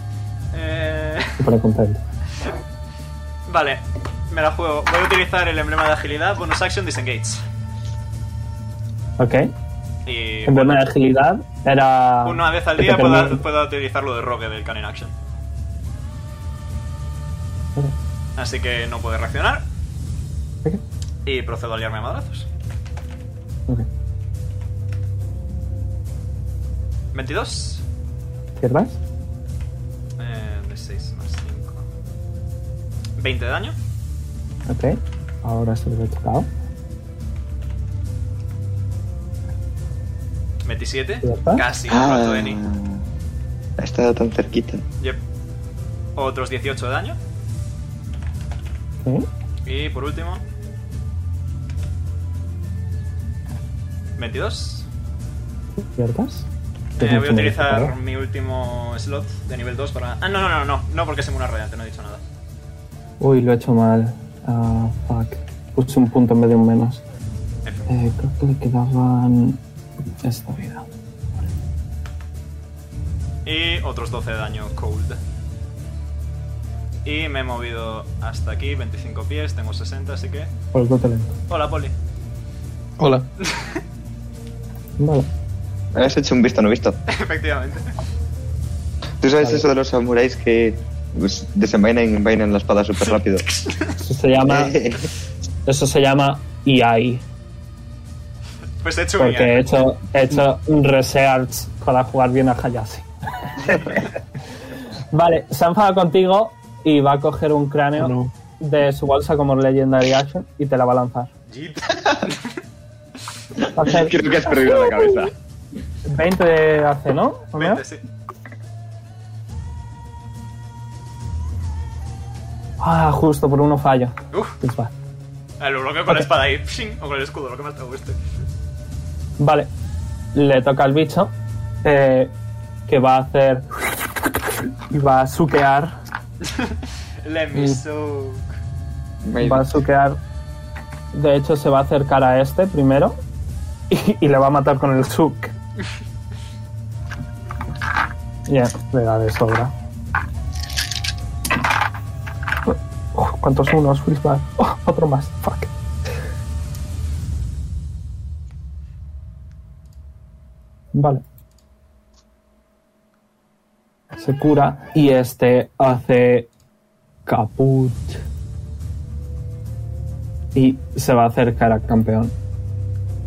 Speaker 2: Eh,
Speaker 1: Súper contento.
Speaker 2: vale, me la juego. Voy a utilizar el emblema de agilidad, bonus action, disengage.
Speaker 1: Ok.
Speaker 2: Y
Speaker 1: En tema de agilidad Este era.
Speaker 2: una vez al
Speaker 1: que te
Speaker 2: día
Speaker 1: permite-
Speaker 2: puedo, puedo utilizar lo de Rogue del Cannon Action. Así que no puede reaccionar
Speaker 1: Ok.
Speaker 2: y procedo a liarme a madrazos.
Speaker 1: Ok.
Speaker 2: 22.
Speaker 1: ¿Cierras?
Speaker 2: Eh, de 6 más 5. 20 de daño.
Speaker 1: Ok, ahora se lo he tocado.
Speaker 2: 27.
Speaker 1: ¿Ya está?
Speaker 2: Casi, un rato
Speaker 4: Ah.
Speaker 2: de ni.
Speaker 4: ha estado tan cerquita.
Speaker 2: Yep. Otros 18 de daño.
Speaker 1: Ok,
Speaker 2: Y por último. 22.
Speaker 1: ¿Ciertas?
Speaker 2: Eh, voy a
Speaker 1: Claro.
Speaker 2: utilizar mi último slot de nivel 2 para. Ah, no, no, no, no, no, porque es una radiante, no he dicho nada.
Speaker 1: Uy, lo he hecho mal. Ah, fuck. Puse un punto en vez de un menos.
Speaker 2: F.
Speaker 1: Eh, creo que le quedaban. esta vida.
Speaker 2: Y otros 12 de daño cold. Y me he movido hasta aquí, 25 pies, tengo 60, así que.
Speaker 1: Por el lento.
Speaker 2: Hola, Poli.
Speaker 3: Hola.
Speaker 1: Vale.
Speaker 4: Me Has hecho un visto, no visto.
Speaker 2: Efectivamente.
Speaker 4: ¿Tú sabes
Speaker 1: Vale.
Speaker 4: eso de los samuráis que pues, desenvainan y envainan la espada súper rápido?
Speaker 1: Eso se llama. Eso se llama EI.
Speaker 2: Pues he hecho un
Speaker 1: Porque he
Speaker 2: IAC.
Speaker 1: hecho, he hecho un research para jugar bien a Hayashi. vale, se ha enfadado contigo y va a coger un cráneo
Speaker 3: No.
Speaker 1: de su bolsa como Legendary Action y te la va a lanzar.
Speaker 2: Jeet.
Speaker 1: Va a hacer
Speaker 4: Creo que has perdido la cabeza.
Speaker 1: 20 de AC, ¿no? Homero?
Speaker 2: 20, sí.
Speaker 1: Ah, justo por uno falla.
Speaker 2: Uf,
Speaker 1: Pues va.
Speaker 2: Ah, lo bloqueo con la espada ahí. pshing, O con el escudo, lo que más te guste.
Speaker 1: Vale. Le toca al bicho. eh, que va a hacer. Y va a suquear.
Speaker 2: Let
Speaker 1: Mm.
Speaker 2: me soak.
Speaker 5: Maybe.
Speaker 1: Va a suquear. De hecho, se va a acercar a este primero. Y, y le va a matar con el suk. Ya, le da de sobra. Oh, ¿Cuántos unos, Frisbee? Oh, otro más. Fuck. Vale. Se cura y este hace caput. Y se va a acercar al campeón.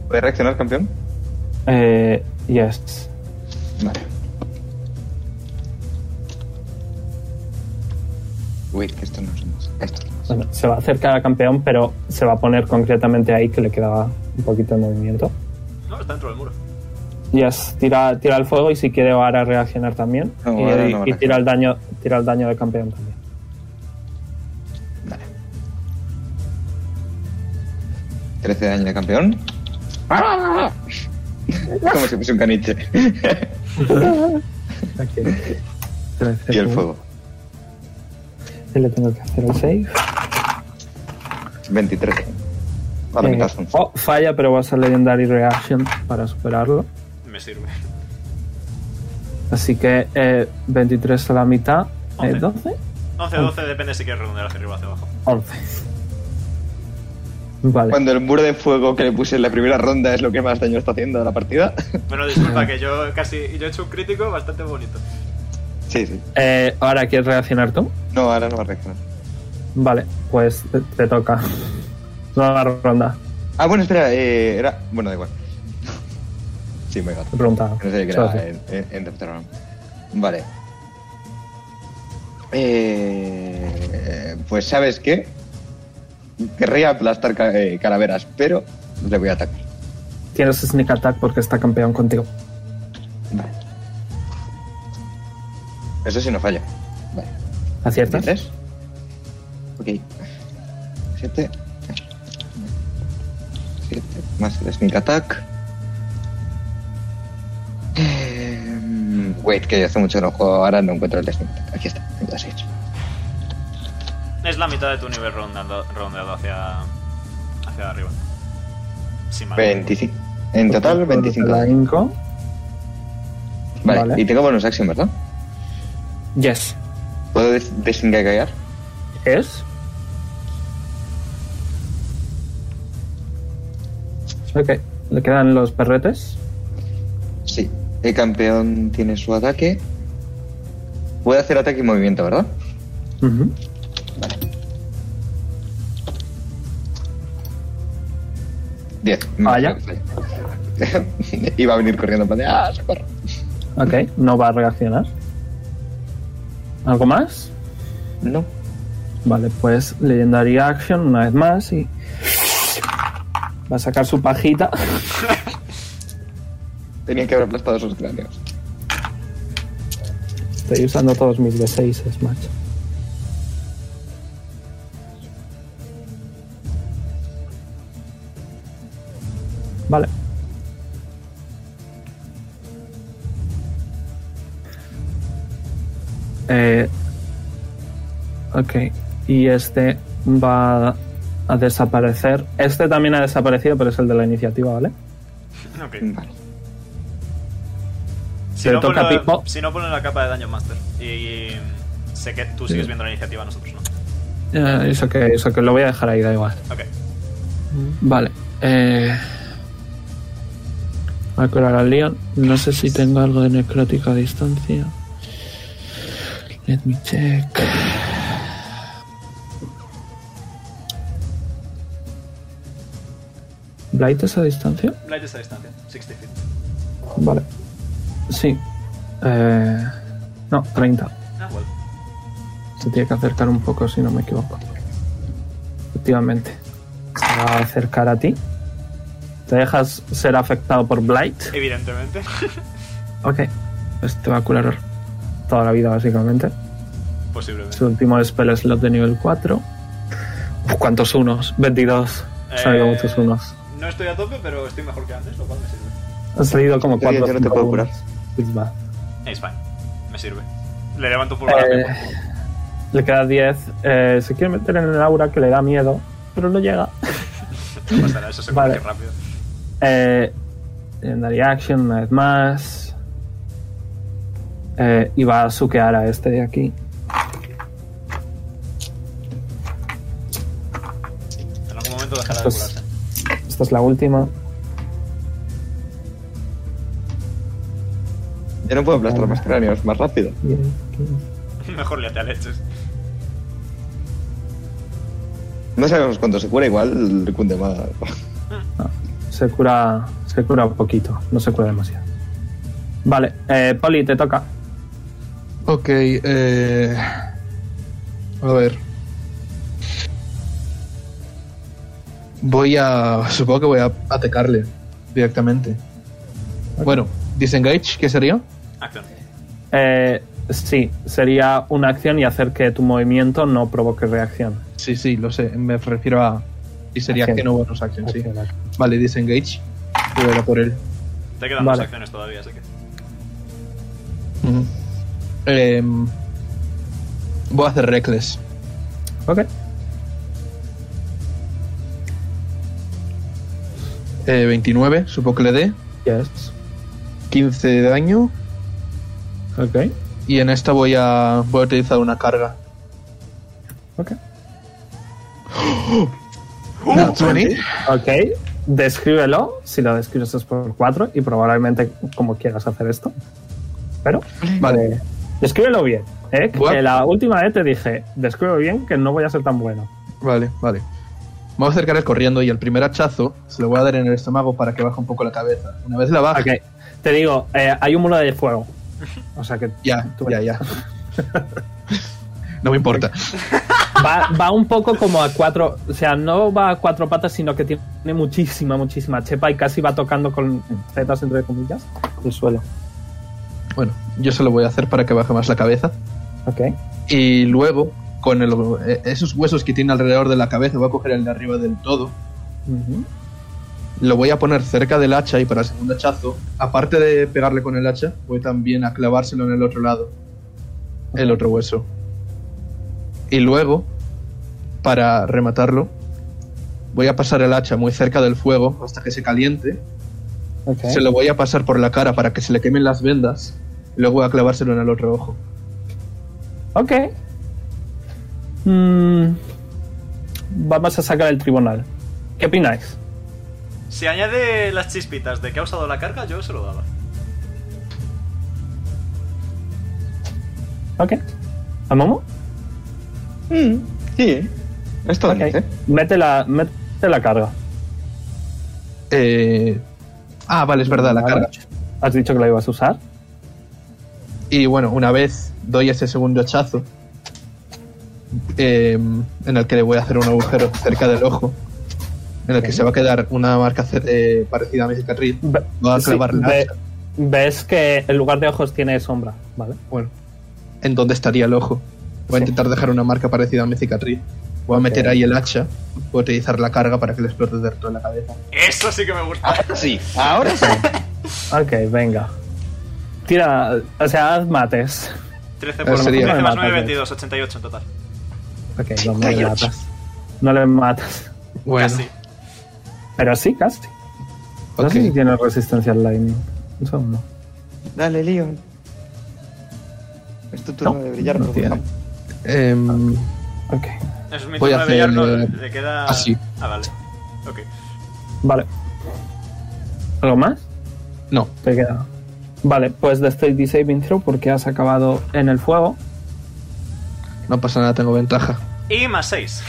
Speaker 5: ¿Puedes reaccionar, campeón?
Speaker 1: Eh, yes.
Speaker 5: Vale. Uy, que esto no es más. Esto no es
Speaker 1: Bueno, se va a acercar al campeón, pero se va a poner concretamente ahí que le quedaba un poquito de movimiento.
Speaker 2: No, está dentro del muro.
Speaker 1: Yes, tira, tira el fuego y si quiere ahora reaccionar también.
Speaker 5: No,
Speaker 1: y
Speaker 5: ahora no
Speaker 1: y
Speaker 5: reacciona.
Speaker 1: tira el daño, tira el daño del campeón también.
Speaker 5: Vale. 13 de daño de campeón. Como si fuese un caniche. y el fuego.
Speaker 1: Y le tengo que hacer el save.
Speaker 5: 23. A la
Speaker 1: Eh,
Speaker 5: mitad son.
Speaker 1: oh, falla, pero va a ser Legendary Reaction para superarlo.
Speaker 2: Me sirve.
Speaker 1: Así que eh, 23 a la mitad. Eh,
Speaker 2: Once.
Speaker 1: 12.
Speaker 2: 11, 12, depende si quieres redondear hacia arriba o hacia abajo.
Speaker 1: 11. Vale.
Speaker 5: Cuando el muro de fuego que le puse en la primera ronda es lo que más daño está haciendo a la partida.
Speaker 2: Bueno, disculpa que yo casi. Yo he hecho un crítico bastante bonito.
Speaker 5: sí, sí.
Speaker 1: Eh, ahora quieres reaccionar tú.
Speaker 5: No, ahora no va a reaccionar.
Speaker 1: Vale, pues te, te toca. Nueva ronda.
Speaker 5: Ah, bueno, espera, eh, era. Bueno, da igual. sí, me gato.
Speaker 1: Te preguntaba.
Speaker 5: No sé qué
Speaker 1: Solo
Speaker 5: era eh,
Speaker 1: así.
Speaker 5: en, en, en Deuteronomio. Vale. Eh, pues sabes qué? Querría aplastar ca- eh, calaveras, pero le voy a atacar.
Speaker 1: Tienes sneak attack porque está campeón contigo.
Speaker 5: Vale. Eso sí no falla. Vale.
Speaker 1: ¿Aciertas?
Speaker 5: ¿Tres? Ok. Siete. Siete. Más el sneak attack. Em, Wait, que hace mucho que no juego ahora, no encuentro el sneak attack. Aquí está, ya se ha hecho.
Speaker 2: Es la mitad de tu nivel redondeado, redondeado hacia. hacia arriba. Sin mal.
Speaker 5: 25. En total, 25.
Speaker 1: La
Speaker 5: Vale,
Speaker 1: inco. Vale.
Speaker 5: y tengo bonus action, ¿verdad?
Speaker 1: Yes.
Speaker 5: ¿Puedo des desengagar?
Speaker 1: ¿Es? Ok. Le quedan los perretes.
Speaker 5: Sí. El campeón tiene su ataque. Puede hacer ataque y movimiento, ¿verdad?
Speaker 1: Ujú.
Speaker 5: Vale. 10.
Speaker 1: Vaya.
Speaker 5: Iba a venir corriendo en plan de, ¡Ah, socorro!
Speaker 1: Ok. No va a reaccionar. ¿Algo más?
Speaker 5: No.
Speaker 1: Vale, pues Legendary Action una vez más y. Va a sacar su pajita.
Speaker 5: Tenía que haber aplastado sus cráneos.
Speaker 1: Estoy usando todos mis D6, es macho. Vale. Eh, ok. Y este va a desaparecer. Este también ha desaparecido, pero es el de la iniciativa, ¿vale?
Speaker 2: Ok.
Speaker 5: Vale.
Speaker 1: Mm.
Speaker 2: Si
Speaker 1: Pero
Speaker 2: no,
Speaker 1: toca
Speaker 2: ponlo-
Speaker 1: Pipo.
Speaker 2: si no, ponlo en la capa de daño master. Y. Sé que tú sigues viendo la iniciativa, nosotros no.
Speaker 1: Eh, eso, que, eso que lo voy a dejar ahí, da igual.
Speaker 2: Ok.
Speaker 1: Vale. Eh, voy a curar al Leon. No sé si tengo algo de necrótica a distancia. Let me check. ¿Blight es a distancia?
Speaker 2: Blight está a distancia, 60 feet.
Speaker 1: Vale. Sí. Eh, no, 30.
Speaker 2: Ah, bueno.
Speaker 1: Se tiene que acercar un poco, si no me equivoco. Efectivamente. Se va a acercar a ti. Te dejas ser afectado por Blight.
Speaker 2: Evidentemente.
Speaker 1: Ok. Pues te va a curar toda la vida, básicamente.
Speaker 2: Posiblemente.
Speaker 1: Su último spell slot de nivel 4. Uf, ¿Cuántos unos? 22. He salido
Speaker 2: Eh,
Speaker 1: muchos unos.
Speaker 2: No estoy a tope, pero estoy mejor que antes, lo cual me sirve.
Speaker 1: Han salido como
Speaker 4: Yo- yo
Speaker 1: 4
Speaker 4: no te puedo curar.
Speaker 2: Es fine. Me sirve. Le levanto un pulgar.
Speaker 1: Eh, le queda 10. Eh, se quiere meter en el aura que le da miedo, pero no llega.
Speaker 2: No pasará, eso se
Speaker 1: vale.
Speaker 2: consigue rápido.
Speaker 1: Eh, Legendary Action, una vez más. Eh, y va a suquear a este de aquí.
Speaker 2: En algún momento dejará de
Speaker 1: Pues-
Speaker 2: curarse.
Speaker 1: Esta es la última.
Speaker 4: Yo no puedo aplastar más cráneos más rápido.
Speaker 2: Mejor le a leches.
Speaker 4: No sabemos cuánto se cura, igual cunde más.
Speaker 1: Se cura, se cura un poquito, no se cura demasiado. Vale, eh, Poli, te toca.
Speaker 3: Ok, eh, a ver. Voy a. Supongo que voy a atacarle directamente. Bueno, disengage, ¿qué sería?
Speaker 2: Acción.
Speaker 1: Eh, sí, sería una acción y hacer que tu movimiento no provoque reacción.
Speaker 3: Sí, sí, lo sé. Me refiero a. Y sería
Speaker 1: Acción.
Speaker 3: que no bonus action, sí.
Speaker 1: Acción, acción.
Speaker 3: Vale, disengage. Voy a ir a por él.
Speaker 2: Te quedan
Speaker 1: Vale.
Speaker 2: dos acciones todavía, así que.
Speaker 3: Ujú. Em, voy a hacer reckless.
Speaker 1: Ok.
Speaker 3: Eh, 29, supongo que le dé.
Speaker 1: Yes.
Speaker 3: 15 de daño.
Speaker 1: Ok.
Speaker 3: Y en esta voy a, voy a utilizar una carga.
Speaker 1: Ok.
Speaker 3: Nat 20.
Speaker 1: Ok. Descríbelo. Si lo describes es por 4 y probablemente como quieras hacer esto. Pero. eh,
Speaker 3: Vale.
Speaker 1: Descríbelo bien. ¿eh?
Speaker 3: What?
Speaker 1: Que la última vez te dije, descríbelo bien que no voy a ser tan bueno.
Speaker 3: Vale, vale. Me voy a acercar corriendo y el primer hachazo se lo voy a dar en el estómago para que baje un poco la cabeza. Una vez la baje,
Speaker 1: Ok. Te digo, eh, hay un muro de fuego. O sea que
Speaker 3: ya,
Speaker 1: Tú-
Speaker 3: ya, ya. no me importa.
Speaker 1: va, va un poco como a cuatro. O sea, no va a cuatro patas, sino que tiene muchísima, muchísima chepa y casi va tocando con zetas, entre comillas, el suelo.
Speaker 3: Bueno, yo se lo voy a hacer para que baje más la cabeza.
Speaker 1: Ok.
Speaker 3: Y luego, con el- eh, esos huesos que tiene alrededor de la cabeza, voy a coger el de arriba del todo.
Speaker 1: Ujú.
Speaker 3: Lo voy a poner cerca del hacha y para el segundo hachazo, aparte de pegarle con el hacha, voy también a clavárselo en el otro lado. El otro hueso. Y luego, para rematarlo, voy a pasar el hacha muy cerca del fuego hasta que se caliente.
Speaker 1: Ok.
Speaker 3: Se lo voy a pasar por la cara para que se le quemen las vendas. y Luego voy a clavárselo en el otro ojo.
Speaker 1: Ok. Mm, vamos a sacar el tribunal. ¿Qué opináis?
Speaker 2: Si añade las chispitas de que ha usado la carga, yo se lo daba.
Speaker 1: Ok. ¿A Momo?
Speaker 4: Mm, sí, esto ¿eh?
Speaker 1: Ok. Mete la, mete la carga.
Speaker 3: Eh, Ah, vale, es verdad, la carga.
Speaker 1: ¿Has dicho que la ibas a usar?
Speaker 3: Y bueno, una vez doy ese segundo hachazo, eh, en el que le voy a hacer un agujero cerca del ojo, en el que se va a quedar una marca ce- eh, parecida a mi cicatriz.
Speaker 1: Ve-
Speaker 3: Voy a clavar la
Speaker 1: ve-
Speaker 3: hacha.
Speaker 1: ves que en lugar de ojos tiene sombra, ¿vale?
Speaker 3: Bueno, en donde estaría el ojo. Voy a
Speaker 1: Sí.
Speaker 3: intentar dejar una marca parecida a mi cicatriz. Voy a meter ahí el hacha. Voy a utilizar la carga para que le explote dentro de la cabeza.
Speaker 2: Eso sí que me gusta.
Speaker 4: Ah, Sí, ahora sí.
Speaker 1: Ok, venga. Tira, o sea, haz mates.
Speaker 2: 13
Speaker 3: Ah,
Speaker 2: por
Speaker 3: sería-
Speaker 2: 13 más 9,
Speaker 1: Vale.
Speaker 2: 22, 88 en total.
Speaker 1: Ok, no, no le matas. No le matas.
Speaker 3: Bueno,
Speaker 2: Casi.
Speaker 1: Pero sí, casi. No
Speaker 3: ok.
Speaker 1: sé si tiene resistencia al lightning. Un segundo.
Speaker 4: Dale, Leon. Es tu turno de brillar,
Speaker 1: no
Speaker 4: por
Speaker 1: tiene.
Speaker 4: favor.
Speaker 3: Em,
Speaker 1: Ok.
Speaker 2: Es mi
Speaker 3: Voy a
Speaker 2: turno de brillar, no,
Speaker 3: hacer, eh,
Speaker 2: le queda.
Speaker 3: así.
Speaker 2: Ah, vale. Ok.
Speaker 1: Vale. ¿Algo más?
Speaker 3: no,
Speaker 1: Te queda. Vale, pues de State Saving Throw porque has acabado en el fuego.
Speaker 3: no pasa nada, tengo ventaja.
Speaker 2: Y más 6.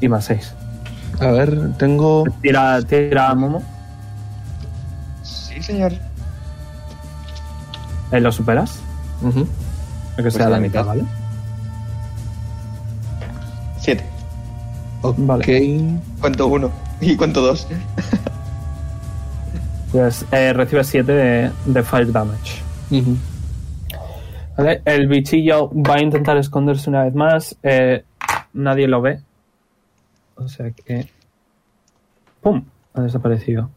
Speaker 1: Y más 6.
Speaker 3: A ver, tengo.
Speaker 1: Tira, tira a Momo.
Speaker 4: Sí, señor.
Speaker 1: Eh, ¿Lo superas?
Speaker 3: Ujú.
Speaker 1: Que sea Pues la mitad, ¿vale?
Speaker 4: Siete.
Speaker 3: Ok.
Speaker 1: Vale.
Speaker 4: Cuento uno y cuento dos.
Speaker 1: Pues eh, recibes 7 de, de fire damage.
Speaker 3: Ujú.
Speaker 5: ¿Vale?
Speaker 1: El bichillo va a intentar esconderse una vez más. eh, nadie lo ve. O sea que. ¡Pum! Ha desaparecido.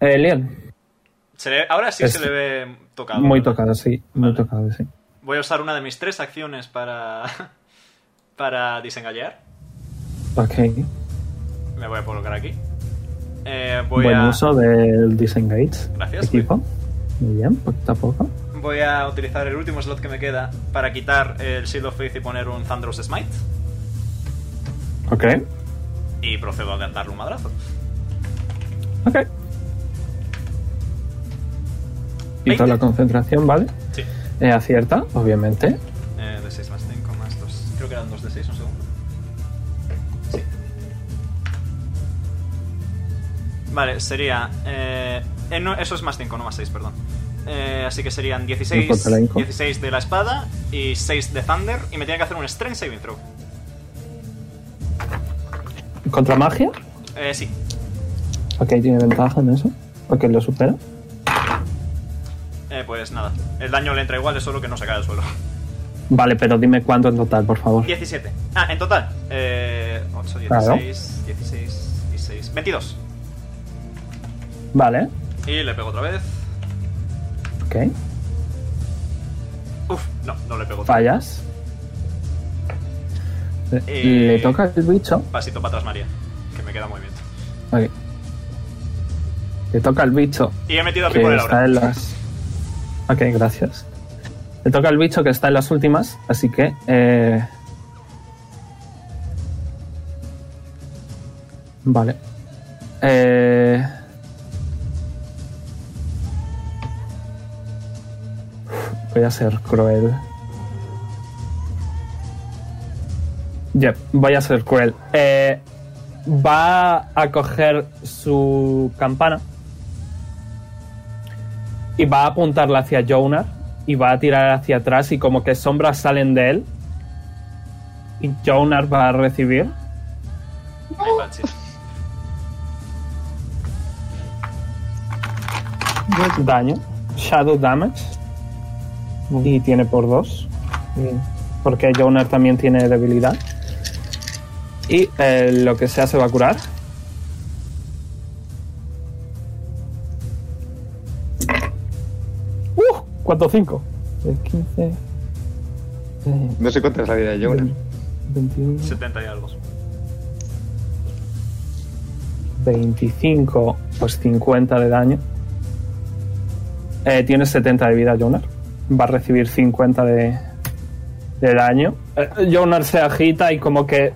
Speaker 1: Eh, Leon.
Speaker 2: Se le- ahora sí
Speaker 1: Es
Speaker 2: se le ve tocado.
Speaker 1: Muy
Speaker 2: ¿vale?
Speaker 1: tocado, sí. Muy tocado, sí.
Speaker 2: Voy a usar una de mis tres acciones para. para desengallar.
Speaker 1: Ok.
Speaker 2: Me voy a colocar aquí. Eh, voy
Speaker 1: Buen
Speaker 2: a.
Speaker 1: uso del disengage.
Speaker 2: Gracias,
Speaker 1: Equipo. Muy bien, pues poquito a poco.
Speaker 2: Voy a utilizar el último slot que me queda para quitar el Shield of Faith y poner un Thunderous Smite.
Speaker 1: Ok.
Speaker 2: Y procedo a darle un madrazo.
Speaker 1: Ok. Quito
Speaker 2: 20.
Speaker 1: la concentración, ¿vale?
Speaker 2: Sí.
Speaker 1: Eh, acierta, obviamente.
Speaker 2: Eh, de 6 más 5 más 2. Creo que eran 2 de 6, un segundo. Sí. Vale, sería. Eh, eh, no, eso es más 5, no más 6, perdón. Eh, así que serían
Speaker 1: No importa,
Speaker 2: 16,
Speaker 1: la inco.
Speaker 2: 16 de la espada y 6 de Thunder. Y me tiene que hacer un Strength Saving Throw.
Speaker 1: ¿Contra magia?
Speaker 2: Eh, sí.
Speaker 1: Ok, tiene ventaja en eso. Ok, lo supera.
Speaker 2: Eh, pues nada. El daño le entra igual, es solo que no se cae al suelo.
Speaker 1: Vale, pero dime cuánto en total, por favor.
Speaker 2: 17. Ah, en total. Eh, 8, 16,
Speaker 1: Claro.
Speaker 2: 16 y 6. 22.
Speaker 1: Vale,
Speaker 2: Y le pego otra vez.
Speaker 1: ok.
Speaker 2: Uf, no, no le pego otra vez.
Speaker 1: Fallas. Le-
Speaker 2: Eh.
Speaker 1: Le toca el bicho.
Speaker 2: Pasito para atrás, María. Que me queda movimiento.
Speaker 1: Ok. Le toca el bicho
Speaker 2: Y he metido a
Speaker 1: que
Speaker 2: Picorel
Speaker 1: está
Speaker 2: ahora.
Speaker 1: en las. Ok, gracias. Le toca el bicho que está en las últimas, así que. eh, Vale. Eh, Voy a ser cruel. Yep, voy a ser cruel. Eh, va a coger su campana y va a apuntarla hacia Jonar y va a tirar hacia atrás y como que sombras salen de él. Y Jonar va a recibir.
Speaker 2: Ahí va, Ah, sí.
Speaker 1: daño, Shadow Damage. Y tiene por dos. Porque Jonar también tiene debilidad. Y eh, lo que sea se va a curar. ¡Uh! 4-5. 15. eh,
Speaker 4: No sé cuánta es la vida de Jonah.
Speaker 1: 21.
Speaker 2: 70 y algo.
Speaker 1: 25, pues 50 de daño. Eh, tienes 70 de vida, Jonar. Va a recibir 50 de, de daño. Eh, Jonar se agita y como que eh,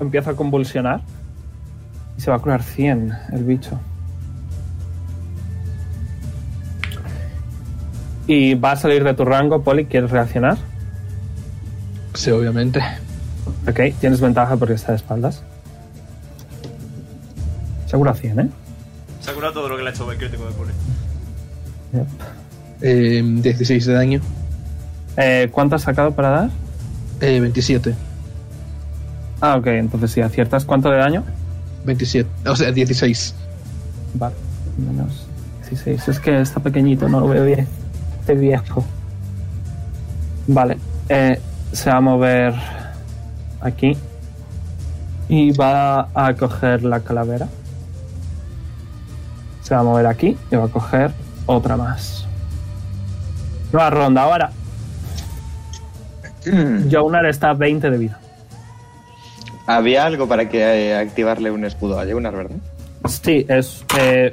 Speaker 1: empieza a convulsionar. Y se va a curar 100 el bicho. Y va a salir de tu rango, Poli. ¿Quieres reaccionar?
Speaker 3: Sí, obviamente.
Speaker 1: Ok, tienes ventaja porque está de espaldas. Segura 100, ¿eh?
Speaker 2: Se ha curado todo lo que le ha hecho el crítico de Puri.
Speaker 1: Yep.
Speaker 3: Eh, 16 de daño.
Speaker 1: Eh, ¿Cuánto has sacado para dar?
Speaker 3: Eh, 27.
Speaker 1: Ah, ok, entonces si aciertas, ¿cuánto de daño?
Speaker 3: 27. O sea, 16.
Speaker 1: Vale, menos 16. Es que está pequeñito, no lo veo bien. Este viejo. Vale, eh, se va a mover aquí. Y va a coger la calavera. Se va a mover aquí y va a coger otra más. Nueva ronda ahora. Jonar está a 20 de vida.
Speaker 4: Había algo para que eh, activarle un escudo a Jonar, ¿verdad?
Speaker 1: Sí, es. eh,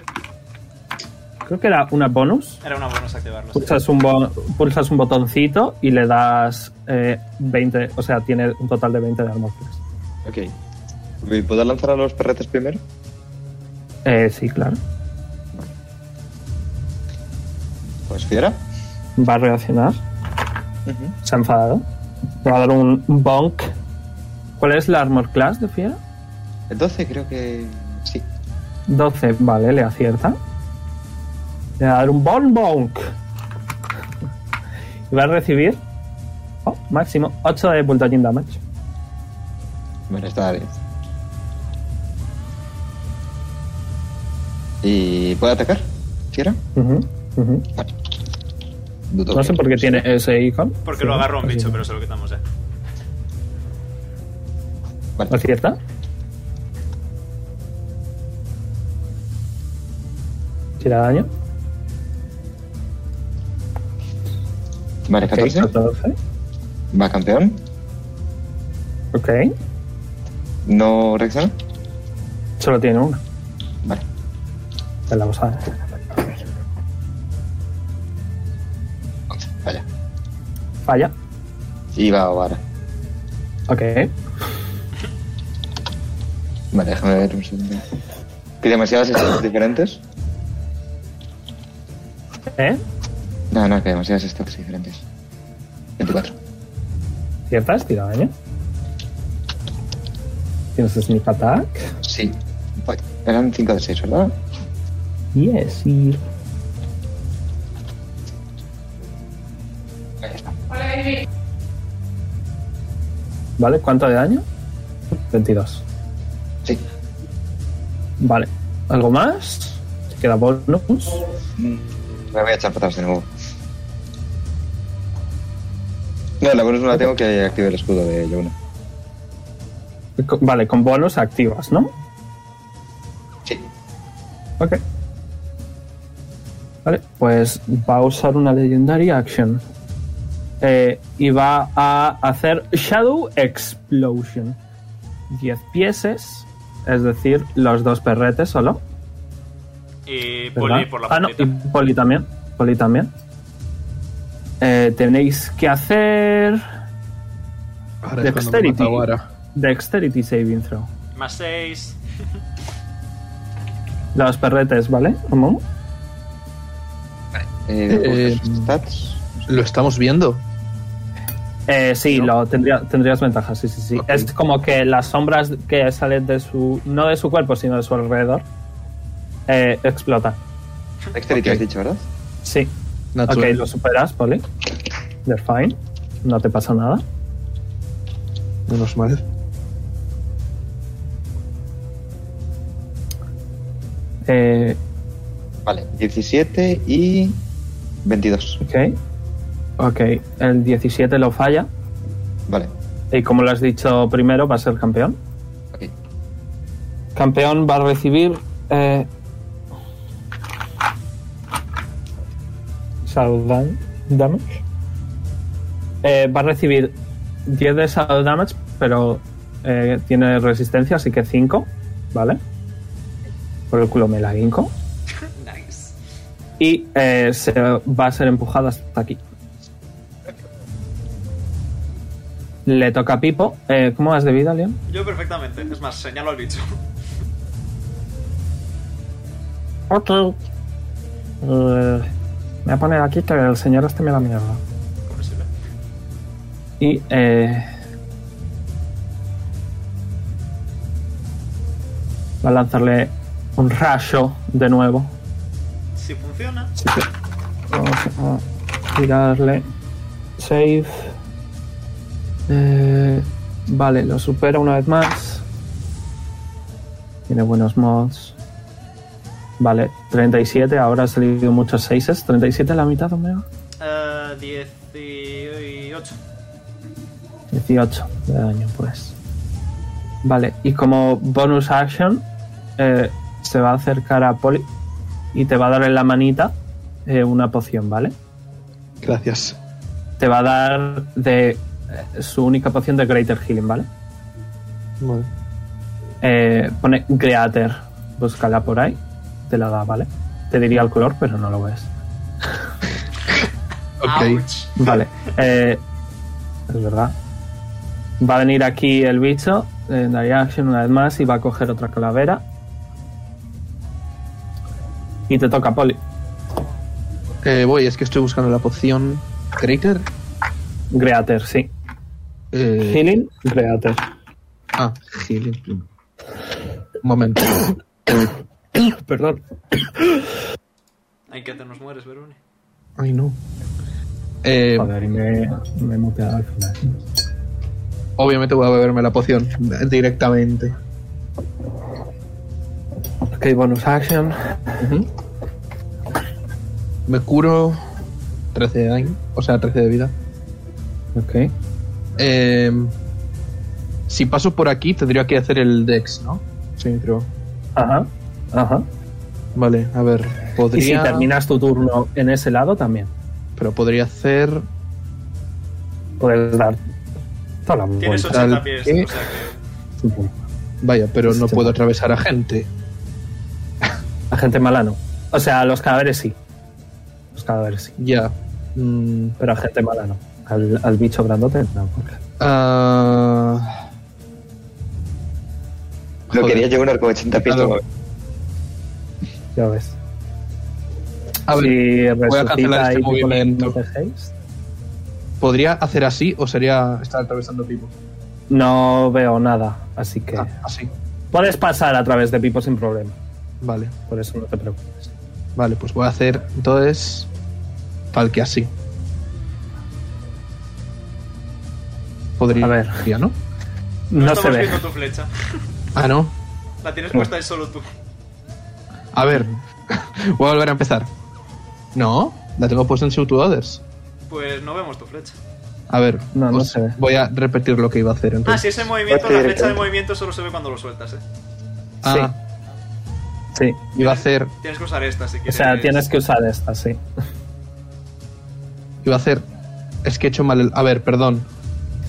Speaker 1: creo que era una bonus.
Speaker 2: Era una bonus activarlo. sí.
Speaker 1: Pulsas un, bo- pulsas un botoncito y le das eh, 20. O sea, tiene un total de 20 de armor class.
Speaker 4: Ok. ¿Y ¿Puedo lanzar a los perretes primero?
Speaker 1: Eh, sí, claro.
Speaker 4: Pues fiera.
Speaker 1: Va a reaccionar.
Speaker 4: Ujú.
Speaker 1: Se ha enfadado. Le va a dar un bonk. ¿Cuál es la armor class de Fiera?
Speaker 4: El 12 creo que sí.
Speaker 1: 12, vale, le acierta. Le va a dar un bon bonk. Y va a recibir. oh, máximo 8 de bulldogging damage.
Speaker 4: Bueno, está bien. ¿Y puedo atacar? ¿Fiera?
Speaker 1: Ujú, ujú.
Speaker 4: Dudo
Speaker 1: No sé
Speaker 4: que-
Speaker 1: por qué tiene ese icono.
Speaker 2: Porque
Speaker 1: Sí,
Speaker 2: lo agarró un
Speaker 1: así
Speaker 2: bicho,
Speaker 1: no.
Speaker 2: pero se lo quitamos ya.
Speaker 4: Vale.
Speaker 1: ¿Acierta? ¿Tira daño?
Speaker 4: Vale, 14.
Speaker 1: Ok, 14.
Speaker 4: Va campeón.
Speaker 1: Ok.
Speaker 4: No reacciona.
Speaker 1: Solo tiene una.
Speaker 4: Vale.
Speaker 1: Te la usada.
Speaker 4: Vaya.
Speaker 1: Falla.
Speaker 4: Y va ahora.
Speaker 1: Ok. Eh,
Speaker 4: Vale, déjame ver un segundo. Que demasiadas estas diferentes.
Speaker 1: ¿Eh?
Speaker 4: No, no, que demasiadas stocks diferentes. 24.
Speaker 1: ¿Ciertas? Tira daño. Tienes sneak attack.
Speaker 4: Sí. Vale. Eran 5 de 6, ¿verdad?
Speaker 1: Yes, y.
Speaker 4: Ahí está.
Speaker 1: ¿Vale? ¿Cuánto de daño? 22.
Speaker 4: Sí.
Speaker 1: Vale. ¿Algo más? ¿Te queda bonus?
Speaker 4: Mm, Me voy a echar para atrás de nuevo. No, la bonus no la tengo que activar el escudo de Yona.
Speaker 1: Co- Vale, con bonus activas, ¿no?
Speaker 4: Sí.
Speaker 1: Ok. Vale, pues va a usar una Legendary Action. Eh, y va a hacer Shadow Explosion. 10 pieses, es decir, los dos perretes solo.
Speaker 2: Y
Speaker 1: ¿verdad?
Speaker 2: Poli por la
Speaker 1: Ah, no,
Speaker 2: puntita.
Speaker 1: y Poli también. Poli también. Eh, tenéis que hacer
Speaker 3: Ahora es cuando me
Speaker 1: Dexterity.
Speaker 3: mata Wara.
Speaker 1: Dexterity Saving Throw.
Speaker 2: Más 6.
Speaker 1: Los perretes, ¿vale? ¿Cómo?
Speaker 4: Eh, después de
Speaker 3: Eh,
Speaker 4: sus stats.
Speaker 3: Lo estamos viendo.
Speaker 1: Eh, sí, lo tendría, tendrías ventaja, sí, sí, sí.
Speaker 3: Ok.
Speaker 1: Es como que las sombras que salen de su. no de su cuerpo, sino de su alrededor. eh, explotan.
Speaker 4: Dexterity
Speaker 3: ok.
Speaker 4: has dicho, ¿verdad?
Speaker 1: Sí.
Speaker 3: Natural.
Speaker 1: Ok, lo superas, Poli. They're fine. No te pasa nada.
Speaker 3: Menos mal.
Speaker 1: Eh,
Speaker 4: Vale. 17 y 22.
Speaker 1: ok. Ok, el 17 lo falla.
Speaker 4: Vale.
Speaker 1: Y como lo has dicho primero, va a ser campeón.
Speaker 4: Ok.
Speaker 1: Campeón va a recibir. Eh, Shadow dam- Damage. Eh, va a recibir 10 de Shadow Damage, pero eh, tiene resistencia, así que 5. ¿Vale? Por el culo me la hinco.
Speaker 2: Nice.
Speaker 1: Y eh, se va a ser empujada hasta aquí. Le toca a Pipo. Eh, ¿Cómo vas de vida, Leon?
Speaker 2: Yo perfectamente. Es más, señalo al bicho.
Speaker 1: Ok. Eh, me voy a poner aquí que el señor este me la mierda.
Speaker 2: Comprensible.
Speaker 1: Y eh, va a lanzarle un rayo de nuevo.
Speaker 2: Si funciona,
Speaker 1: Vamos a tirarle. Save. Eh, vale, lo supera una vez más. Tiene buenos mods. Vale, 37. Ahora ha salido muchos 6s. 37 la mitad, Omega.
Speaker 2: eh, 18.
Speaker 1: 18 de daño, pues. Vale, y como bonus action, eh, se va a acercar a Poli y te va a dar en la manita eh, una poción, ¿vale?
Speaker 3: Gracias.
Speaker 1: te va a dar de eh, su única poción de Greater Healing, ¿vale?
Speaker 3: Vale.
Speaker 1: Eh, pone Greater, búscala por ahí, te la da, ¿vale? Te diría el color, pero no lo ves.
Speaker 3: Ok.
Speaker 2: Ouch.
Speaker 1: Vale, eh, es verdad. Va a venir aquí el bicho, en Action una vez más, y va a coger otra calavera. Y te toca, Poli.
Speaker 3: Eh, voy, es que estoy buscando la poción. Crater.
Speaker 1: Greater, sí.
Speaker 3: Eh,
Speaker 1: Healing, Greater.
Speaker 3: Ah, healing. Plume. Un momento.
Speaker 1: Perdón.
Speaker 2: Hay que te nos mueres, Verone.
Speaker 3: Ay, no. Eh,
Speaker 1: Joder, y me, me he muteado al final.
Speaker 3: obviamente voy a beberme la poción directamente.
Speaker 1: Ok, bonus action.
Speaker 3: Me curo 13 de daño, o sea, 13 de vida.
Speaker 1: Ok.
Speaker 3: Eh, si paso por aquí, tendría que hacer el Dex, ¿no? Sí, creo.
Speaker 1: Ajá. Ajá.
Speaker 3: Vale, a ver. Podría.
Speaker 1: Y si terminas tu turno en ese lado también.
Speaker 3: Pero podría hacer.
Speaker 1: Puedes dar toda la
Speaker 2: Tienes
Speaker 1: vuelta.
Speaker 2: 80 pies,
Speaker 3: ¿Qué?
Speaker 2: o sea que.
Speaker 1: supongo.
Speaker 3: Vaya, pero no
Speaker 1: Hostia.
Speaker 3: puedo atravesar a gente.
Speaker 1: La gente mala no. O sea, los cadáveres sí. Los cadáveres sí.
Speaker 3: Ya. Mm,
Speaker 1: Pero a gente mala no. Al, al bicho grandote no.
Speaker 3: ah,
Speaker 4: Lo
Speaker 3: Joder.
Speaker 4: quería llevar con 80 pies.
Speaker 3: Claro.
Speaker 4: como-
Speaker 1: Ya ves.
Speaker 3: a ver,
Speaker 1: si
Speaker 3: a cancelar
Speaker 1: resucita
Speaker 3: este
Speaker 1: y tipo,
Speaker 3: movimiento.
Speaker 1: no protegéis,
Speaker 3: ¿podría hacer así o sería estar atravesando Pipo?
Speaker 1: No veo nada, así que.
Speaker 3: Ah, así.
Speaker 1: Puedes pasar a través de Pipo sin problema.
Speaker 3: Vale,
Speaker 1: Por eso no te preocupes.
Speaker 3: vale, pues voy a hacer entonces. Tal que así. Podría.
Speaker 1: A ver.
Speaker 3: podría, ¿no?
Speaker 1: No, se
Speaker 2: estamos
Speaker 1: ve.
Speaker 2: viendo tu flecha.
Speaker 3: Ah, no.
Speaker 2: La tienes puesta ahí solo tú.
Speaker 3: A ver. voy a volver a empezar. No, la tengo puesta en Shoot to Others.
Speaker 2: Pues no vemos tu flecha.
Speaker 3: A ver,
Speaker 1: No, no se ve.
Speaker 3: voy a repetir lo que iba a hacer
Speaker 2: Ah,
Speaker 3: entonces.
Speaker 2: si ese movimiento,
Speaker 4: Parte
Speaker 2: la flecha de
Speaker 4: directamente.
Speaker 2: movimiento solo se ve cuando lo sueltas, eh.
Speaker 3: Ah,
Speaker 1: Sí.
Speaker 3: iba a hacer
Speaker 2: Tienes que usar esta si
Speaker 1: O
Speaker 2: quieres.
Speaker 3: Eh,
Speaker 1: sea, tienes que usar esta, sí.
Speaker 3: Iba a hacer. Es que he hecho mal el. A ver, perdón.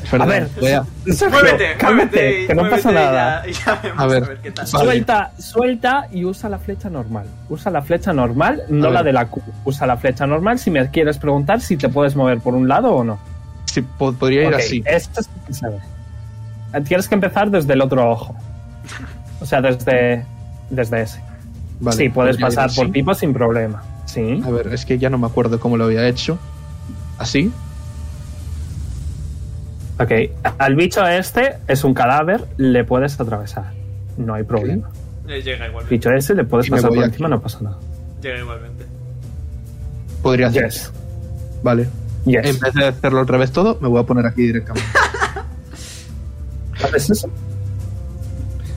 Speaker 3: Perdón,
Speaker 1: A ver.
Speaker 3: voy a-
Speaker 2: Muévete,
Speaker 1: cálmate,
Speaker 2: muévete. y-
Speaker 1: que no
Speaker 2: muévete
Speaker 1: pasa
Speaker 2: y
Speaker 1: nada.
Speaker 2: Ya, y ya vemos
Speaker 3: A ver.
Speaker 2: qué tal.
Speaker 3: Vale.
Speaker 1: Suelta, suelta y usa la flecha normal. Usa la flecha normal, no
Speaker 3: A
Speaker 1: la
Speaker 3: ver.
Speaker 1: de la Q. Usa la flecha normal si me quieres preguntar si te puedes mover por un lado o no.
Speaker 3: si po- podría ir
Speaker 1: Ok,
Speaker 3: así.
Speaker 1: esto es lo que se ve. Eh, Tienes que empezar desde el otro ojo. O sea, desde, desde ese.
Speaker 3: Vale, pues
Speaker 1: sí, puedes
Speaker 3: podría ir
Speaker 1: pasar por
Speaker 3: así.
Speaker 1: Pipo sin problema. Sí.
Speaker 3: A ver, es que ya no me acuerdo cómo lo había hecho. Así.
Speaker 1: Ok. Al bicho este es un cadáver, le puedes atravesar. No hay problema.
Speaker 2: Eh, Llega igualmente.
Speaker 1: Bicho ese le puedes
Speaker 3: Y me
Speaker 1: pasar
Speaker 3: voy
Speaker 1: por
Speaker 3: aquí.
Speaker 1: encima, no pasa nada.
Speaker 2: Llega igualmente.
Speaker 3: Podría hacer.
Speaker 1: Yes.
Speaker 3: Vale.
Speaker 1: Yes.
Speaker 3: En vez de hacerlo otra vez todo, me voy a poner aquí directamente.
Speaker 1: ¿Haces eso?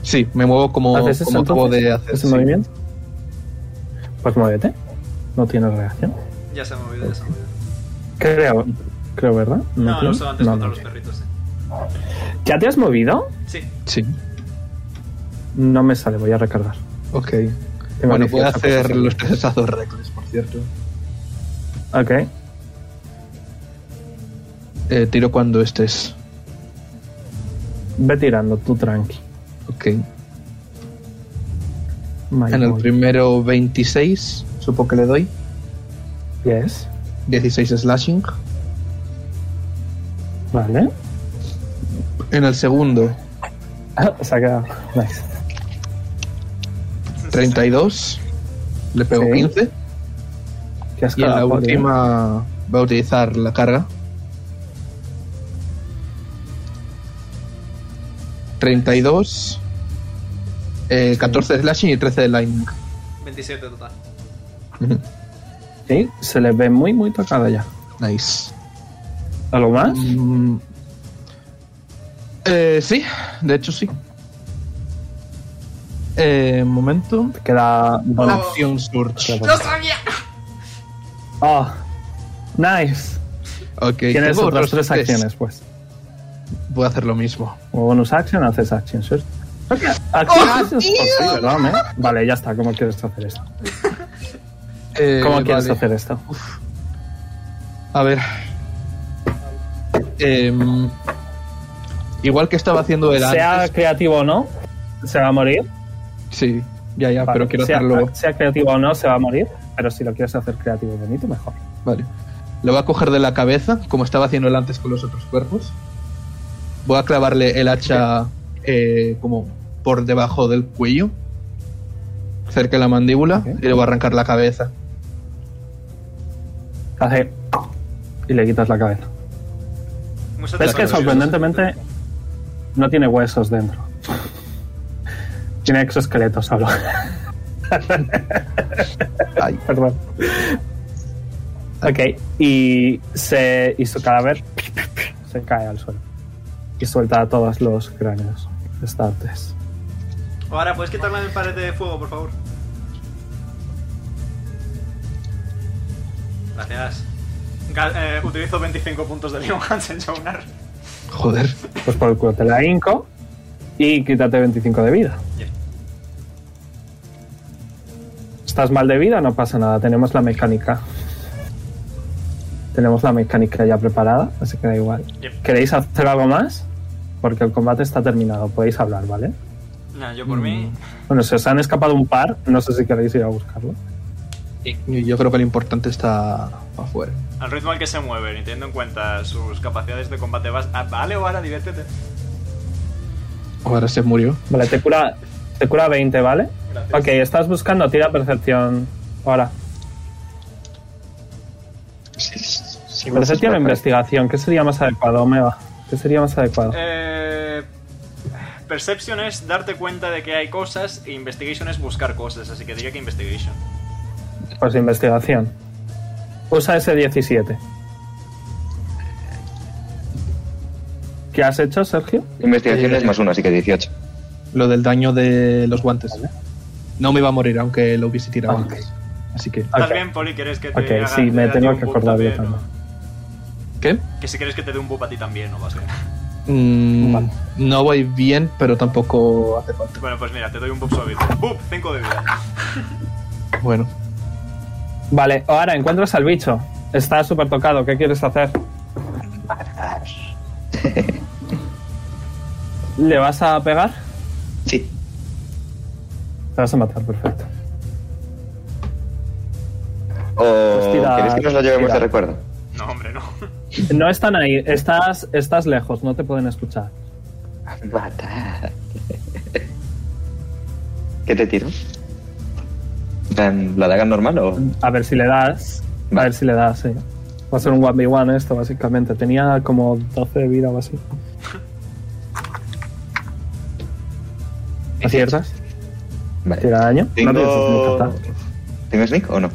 Speaker 3: sí, me muevo como, como
Speaker 1: ¿Haces eso
Speaker 3: acabo
Speaker 1: entonces?
Speaker 3: de hacer.
Speaker 1: ¿Ese
Speaker 3: sí.
Speaker 1: movimiento? Pues muévete. No tienes reacción.
Speaker 2: Ya se ha movido, ya se ha movido.
Speaker 1: Creo, creo, ¿verdad?
Speaker 2: No, lo
Speaker 1: tienes?
Speaker 2: usaba antes
Speaker 1: No,
Speaker 2: contra
Speaker 1: no.
Speaker 2: los perritos. eh.
Speaker 1: ¿Ya te has movido?
Speaker 2: Sí,
Speaker 3: Sí.
Speaker 1: No me sale, voy a recargar.
Speaker 3: Ok.
Speaker 1: Tengo
Speaker 3: bueno,
Speaker 1: 18
Speaker 3: puedo hacer
Speaker 1: cosas.
Speaker 3: los tres hechazos reckless, por cierto.
Speaker 1: Ok.
Speaker 3: Eh, tiro cuando estés.
Speaker 1: Ve tirando, tú tranqui.
Speaker 3: Ok.
Speaker 1: My
Speaker 3: En el
Speaker 1: God.
Speaker 3: primero 26, supongo que le doy.
Speaker 1: Yes.
Speaker 3: 16 slashing.
Speaker 1: Vale.
Speaker 3: En el segundo
Speaker 1: Ah, Se ha quedado. Nice.
Speaker 3: 32. Le pego
Speaker 1: Sí.
Speaker 3: 15.
Speaker 1: Que has
Speaker 3: Y en la
Speaker 1: cagado, tío.
Speaker 3: última voy a utilizar la carga. 32. eh, 14 de slashing y 13 de lightning.
Speaker 2: 27 total.
Speaker 1: ¿eh? Sí, se le ve muy, muy tocada ya.
Speaker 3: Nice.
Speaker 1: ¿Algo más?
Speaker 3: Mm. Eh, sí, de hecho sí. Eh, un momento.
Speaker 1: Te
Speaker 3: Oh.
Speaker 1: queda.
Speaker 2: Ah.
Speaker 3: Acción Surge.
Speaker 2: ¡Lo sabía!
Speaker 1: Oh. Nice.
Speaker 3: Ok,
Speaker 1: Tienes
Speaker 3: Eh, tengo
Speaker 1: otras tres
Speaker 3: tres.
Speaker 1: acciones, pues.
Speaker 3: Voy a hacer lo mismo.
Speaker 1: O bonus action, haces action search. Creo que
Speaker 3: ¡Oh,
Speaker 1: Action search es por ti, ¿verdad, me? ¿eh? Vale, ya está. ¿Cómo quieres hacer esto?
Speaker 3: Eh,
Speaker 1: ¿Cómo quieres
Speaker 3: vale.
Speaker 1: hacer esto?
Speaker 3: A ver. Em, igual que estaba haciendo el
Speaker 1: Sea
Speaker 3: antes.
Speaker 1: creativo o no, se va a morir.
Speaker 3: Sí, ya, ya,
Speaker 1: Vale,
Speaker 3: pero quiero
Speaker 1: sea,
Speaker 3: hacerlo.
Speaker 1: sea creativo o no, se va a morir. Pero si lo quieres hacer creativo y bonito, mejor.
Speaker 3: Vale. Lo voy a coger de la cabeza, como estaba haciendo el antes con los otros cuerpos. Voy a clavarle el hacha eh, como por debajo del cuello, cerca de la mandíbula,
Speaker 1: Ok.
Speaker 3: y le voy a arrancar la cabeza.
Speaker 1: Hace. Y le quitas la cabeza. Es
Speaker 2: Mucho
Speaker 1: que
Speaker 2: tecnología.
Speaker 1: sorprendentemente no tiene huesos dentro. Tiene exoesqueleto solo.
Speaker 3: Ay.
Speaker 1: Perdón. Ok, y, se, y su cadáver se cae al suelo. Y suelta a todos los cráneos restantes.
Speaker 2: Ahora, ¿puedes quitarme la pared de fuego, por favor? Gracias. Ga- eh, utilizo 25 puntos de Leon Hansen Jonar.
Speaker 3: Joder.
Speaker 1: Pues por el culo te la hinco y quítate 25 de vida.
Speaker 2: Bien.
Speaker 1: Estás mal de vida, no pasa nada. Tenemos la mecánica. Tenemos la mecánica ya preparada, así que da igual.
Speaker 2: Yep.
Speaker 1: ¿Queréis hacer algo más? Porque el combate está terminado, podéis hablar, ¿vale?
Speaker 2: Nah, yo por mí.
Speaker 1: Bueno, se os han escapado un par, no sé si queréis ir a buscarlo.
Speaker 3: Y Yo creo que lo importante está afuera.
Speaker 2: Al ritmo al que se mueven y teniendo en cuenta sus capacidades de combate, vas. ah, vale, o ahora diviértete.
Speaker 3: Ahora se murió.
Speaker 1: Vale, te cura, te cura 20, ¿vale?
Speaker 2: Gracias.
Speaker 1: Ok, estás buscando, tira percepción ahora.
Speaker 4: Sí, sí, sí,
Speaker 1: Percepción o
Speaker 4: me parece.
Speaker 1: investigación, ¿qué sería más adecuado, Omega? ¿Qué sería más adecuado?
Speaker 2: Eh, perception es darte cuenta de que hay cosas e investigation es buscar cosas, así que diría que investigation.
Speaker 1: Pues investigación. Usa ese 17.
Speaker 4: Eh,
Speaker 1: ¿Qué has hecho, Sergio?
Speaker 4: Investigación es más uno, así que 18.
Speaker 3: Lo del daño de los guantes. No me iba a morir, aunque lo hubiese tirado
Speaker 1: Ah,
Speaker 3: antes. Así que.
Speaker 1: Ok.
Speaker 2: ¿Estás bien, Poli? ¿Quieres que te
Speaker 1: Ok,
Speaker 2: haga-
Speaker 1: sí,
Speaker 2: te
Speaker 1: me
Speaker 2: dé a ti
Speaker 1: tengo
Speaker 2: un
Speaker 1: que
Speaker 2: boop
Speaker 1: acordar yo
Speaker 2: también,
Speaker 1: también.
Speaker 2: o-
Speaker 3: ¿Qué?
Speaker 2: Que si quieres que te dé un boop a ti también, o más bien.
Speaker 3: Mm,
Speaker 1: Vale.
Speaker 3: No voy bien, pero tampoco hace falta.
Speaker 2: Bueno, pues mira, te doy un boop suavito. ¡Boop! 5 de vida.
Speaker 3: Bueno,
Speaker 1: Vale, ahora encuentras al bicho. Está súper tocado, ¿qué quieres hacer? ¿Le vas a pegar?
Speaker 4: Sí.
Speaker 1: Te vas a matar, perfecto.
Speaker 4: ¿O
Speaker 1: Pues tira-
Speaker 4: queréis que nos lo llevemos
Speaker 1: tira.
Speaker 4: de recuerdo?
Speaker 2: No, hombre, no.
Speaker 1: No están ahí, estás, estás lejos, no te pueden escuchar.
Speaker 4: Matar. ¿Qué te tiro? En plan, ¿La daga normal o.?
Speaker 1: A ver si le das. A
Speaker 4: Vale.
Speaker 1: ver si le das, sí. Va a ser un 1v1 esto, básicamente. Tenía como 12 de vida o así. ¿Aciertas?
Speaker 4: Vale.
Speaker 1: ¿Tira daño? No,
Speaker 4: Tengo...
Speaker 1: piensas
Speaker 4: ¿Tengo sneak o no?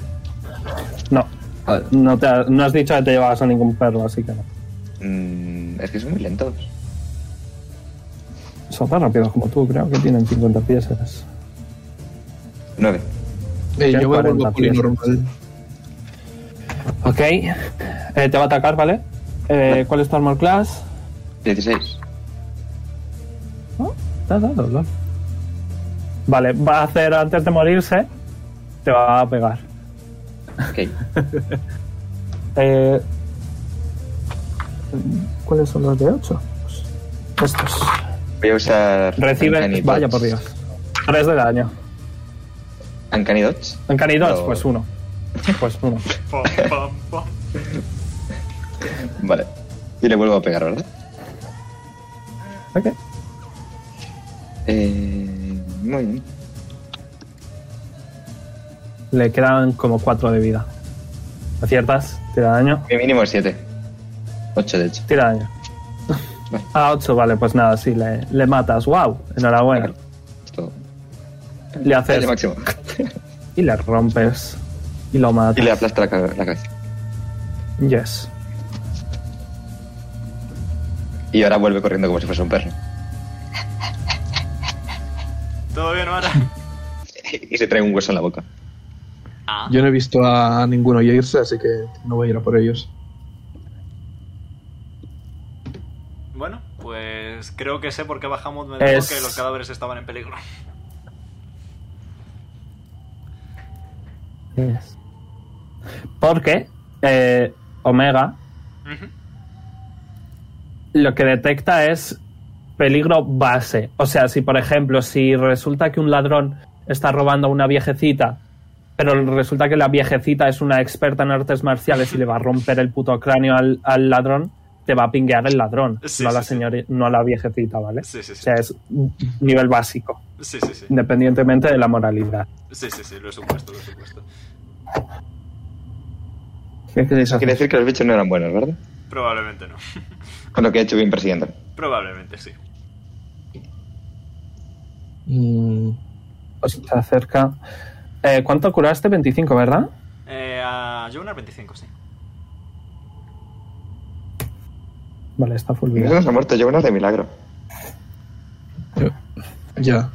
Speaker 1: no, no, te ha- no has dicho que te llevabas a ningún perro, así que no.
Speaker 4: Mm, es que son muy lentos.
Speaker 1: Son tan rápidos como tú, creo que tienen 50 piezas.
Speaker 4: 9.
Speaker 3: Eh, yo me
Speaker 1: 40
Speaker 3: vuelvo polinormal.
Speaker 1: Ok. Eh, te va a atacar, ¿vale? Eh, ¿Cuál es tu armor class?
Speaker 4: 16.
Speaker 1: Oh, te has dado, lol. Vale, va a hacer antes de morirse. Te va a pegar.
Speaker 4: Ok.
Speaker 1: Eh, ¿Cuáles son los de 8? Estos.
Speaker 4: Voy a usar.
Speaker 1: Recibe.
Speaker 4: Uncanny
Speaker 1: Vaya
Speaker 4: Dodge.
Speaker 1: por Dios. 3 de daño.
Speaker 4: Uncanny Dodge.
Speaker 1: En Canidots,
Speaker 4: No.
Speaker 1: pues uno. Pues uno.
Speaker 2: Pam, pam, pam.
Speaker 4: Vale. Y le vuelvo a pegar, ¿verdad?
Speaker 1: Ok.
Speaker 4: Eh, muy bien.
Speaker 1: Le quedan como 4 de vida. Aciertas, tira daño.
Speaker 4: Mi mínimo es 7. 8, de hecho.
Speaker 1: Tira daño.
Speaker 4: Vale.
Speaker 1: Ah, 8, vale, pues nada, sí, le, le matas. ¡Wow! Enhorabuena.
Speaker 4: Esto.
Speaker 1: Le
Speaker 4: Daño
Speaker 1: haces.
Speaker 4: máximo.
Speaker 1: Y le rompes. Y lo
Speaker 4: Y
Speaker 1: matas.
Speaker 4: le aplasta la, ca- la cabeza.
Speaker 1: Yes.
Speaker 4: Y ahora vuelve corriendo como si fuese un perro.
Speaker 2: ¿Todo bien, Mara?
Speaker 4: Y se trae un hueso en la boca.
Speaker 2: Ah.
Speaker 3: Yo no he visto a ninguno ya irse, así que no voy a ir a por ellos.
Speaker 2: Bueno, pues creo que sé por qué bajamos. Me dijo
Speaker 1: Es-
Speaker 2: que los cadáveres estaban en peligro.
Speaker 1: Yes. Porque eh, Omega
Speaker 2: Ujú.
Speaker 1: lo que detecta es peligro base. O sea, si por ejemplo, si resulta que un ladrón está robando a una viejecita, pero resulta que la viejecita es una experta en artes marciales y le va a romper el puto cráneo al, al ladrón, te va a pinguear el ladrón,
Speaker 2: Sí,
Speaker 1: no, a la
Speaker 2: sí, Mm. sí.
Speaker 1: señori- no a la viejecita, ¿vale?
Speaker 2: Sí, sí, sí.
Speaker 1: O sea, es un nivel básico,
Speaker 2: Sí, sí, sí.
Speaker 1: independientemente de la moralidad.
Speaker 2: Sí, sí, sí, lo he supuesto, lo he supuesto.
Speaker 1: ¿Qué queréis hacer?
Speaker 4: Quiere decir que los bichos no eran buenos, ¿verdad?
Speaker 2: Probablemente no.
Speaker 4: Con lo que he hecho bien persiguiendo.
Speaker 2: Probablemente sí.
Speaker 3: Mm,
Speaker 1: Pues se acerca. Eh, ¿Cuánto curaste? 25, ¿verdad?
Speaker 2: Eh, a Jonar 25, sí.
Speaker 1: Vale, está full vida.
Speaker 4: Eso nos ha muerto, yo unas de milagro.
Speaker 3: ya.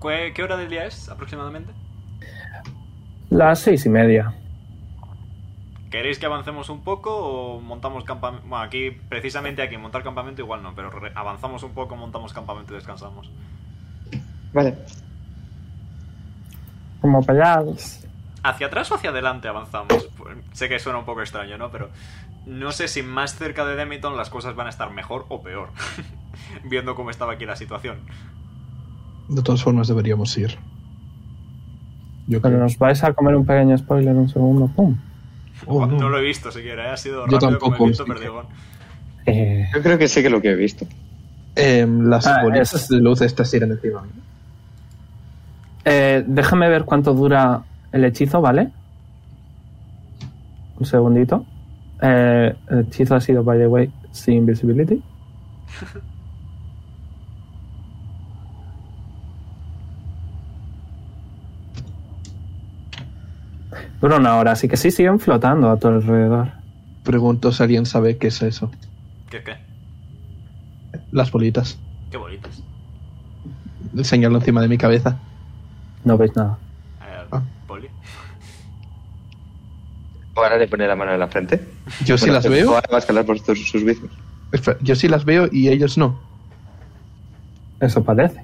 Speaker 2: ¿Qué, qué hora del día es aproximadamente?
Speaker 1: Las seis y media.
Speaker 2: ¿Queréis que avancemos un poco o montamos campamento? Bueno, aquí, precisamente aquí, montar campamento igual no, pero re- avanzamos un poco, montamos campamento y descansamos.
Speaker 4: Vale.
Speaker 1: Como payas.
Speaker 2: ¿Hacia atrás o hacia adelante avanzamos? Pues, sé que suena un poco extraño, ¿no? Pero no sé si más cerca de Demiton las cosas van a estar mejor o peor, viendo cómo estaba aquí la situación.
Speaker 3: De todas formas, deberíamos ir. Yo
Speaker 1: Pero
Speaker 3: creo.
Speaker 1: nos vais a comer un pequeño spoiler un segundo. Pum.
Speaker 3: Oh,
Speaker 2: no.
Speaker 3: no.
Speaker 2: lo he visto siquiera, ¿eh? ha sido
Speaker 3: Yo
Speaker 2: rápido como
Speaker 3: tampoco,
Speaker 2: el viento
Speaker 3: sí.
Speaker 2: perdigón.
Speaker 1: Eh,
Speaker 4: Yo creo que sé que lo que he visto.
Speaker 3: Em, las
Speaker 1: Ah,
Speaker 3: bolitas
Speaker 1: es-
Speaker 3: de luz estas tiran encima.
Speaker 1: eh, déjame ver cuánto dura el hechizo, ¿vale? Un segundito. Eh, el hechizo ha sido, by the way, sin invisibility. Dura una hora, así que sí siguen flotando a tu alrededor.
Speaker 3: Pregunto si alguien sabe qué es eso.
Speaker 2: ¿Qué, qué?
Speaker 3: Las bolitas.
Speaker 2: Qué bolitas.
Speaker 3: Señalo encima de mi cabeza.
Speaker 1: No veis nada.
Speaker 2: Eh,
Speaker 3: Ah.
Speaker 2: Poli.
Speaker 4: Ahora le pone la mano en la frente.
Speaker 3: Yo sí
Speaker 4: Bueno,
Speaker 3: las
Speaker 4: pero
Speaker 3: veo.
Speaker 4: Ahora va a escalar por todos sus bíceps.
Speaker 3: Espera, Yo sí las veo y ellos no.
Speaker 1: Eso parece.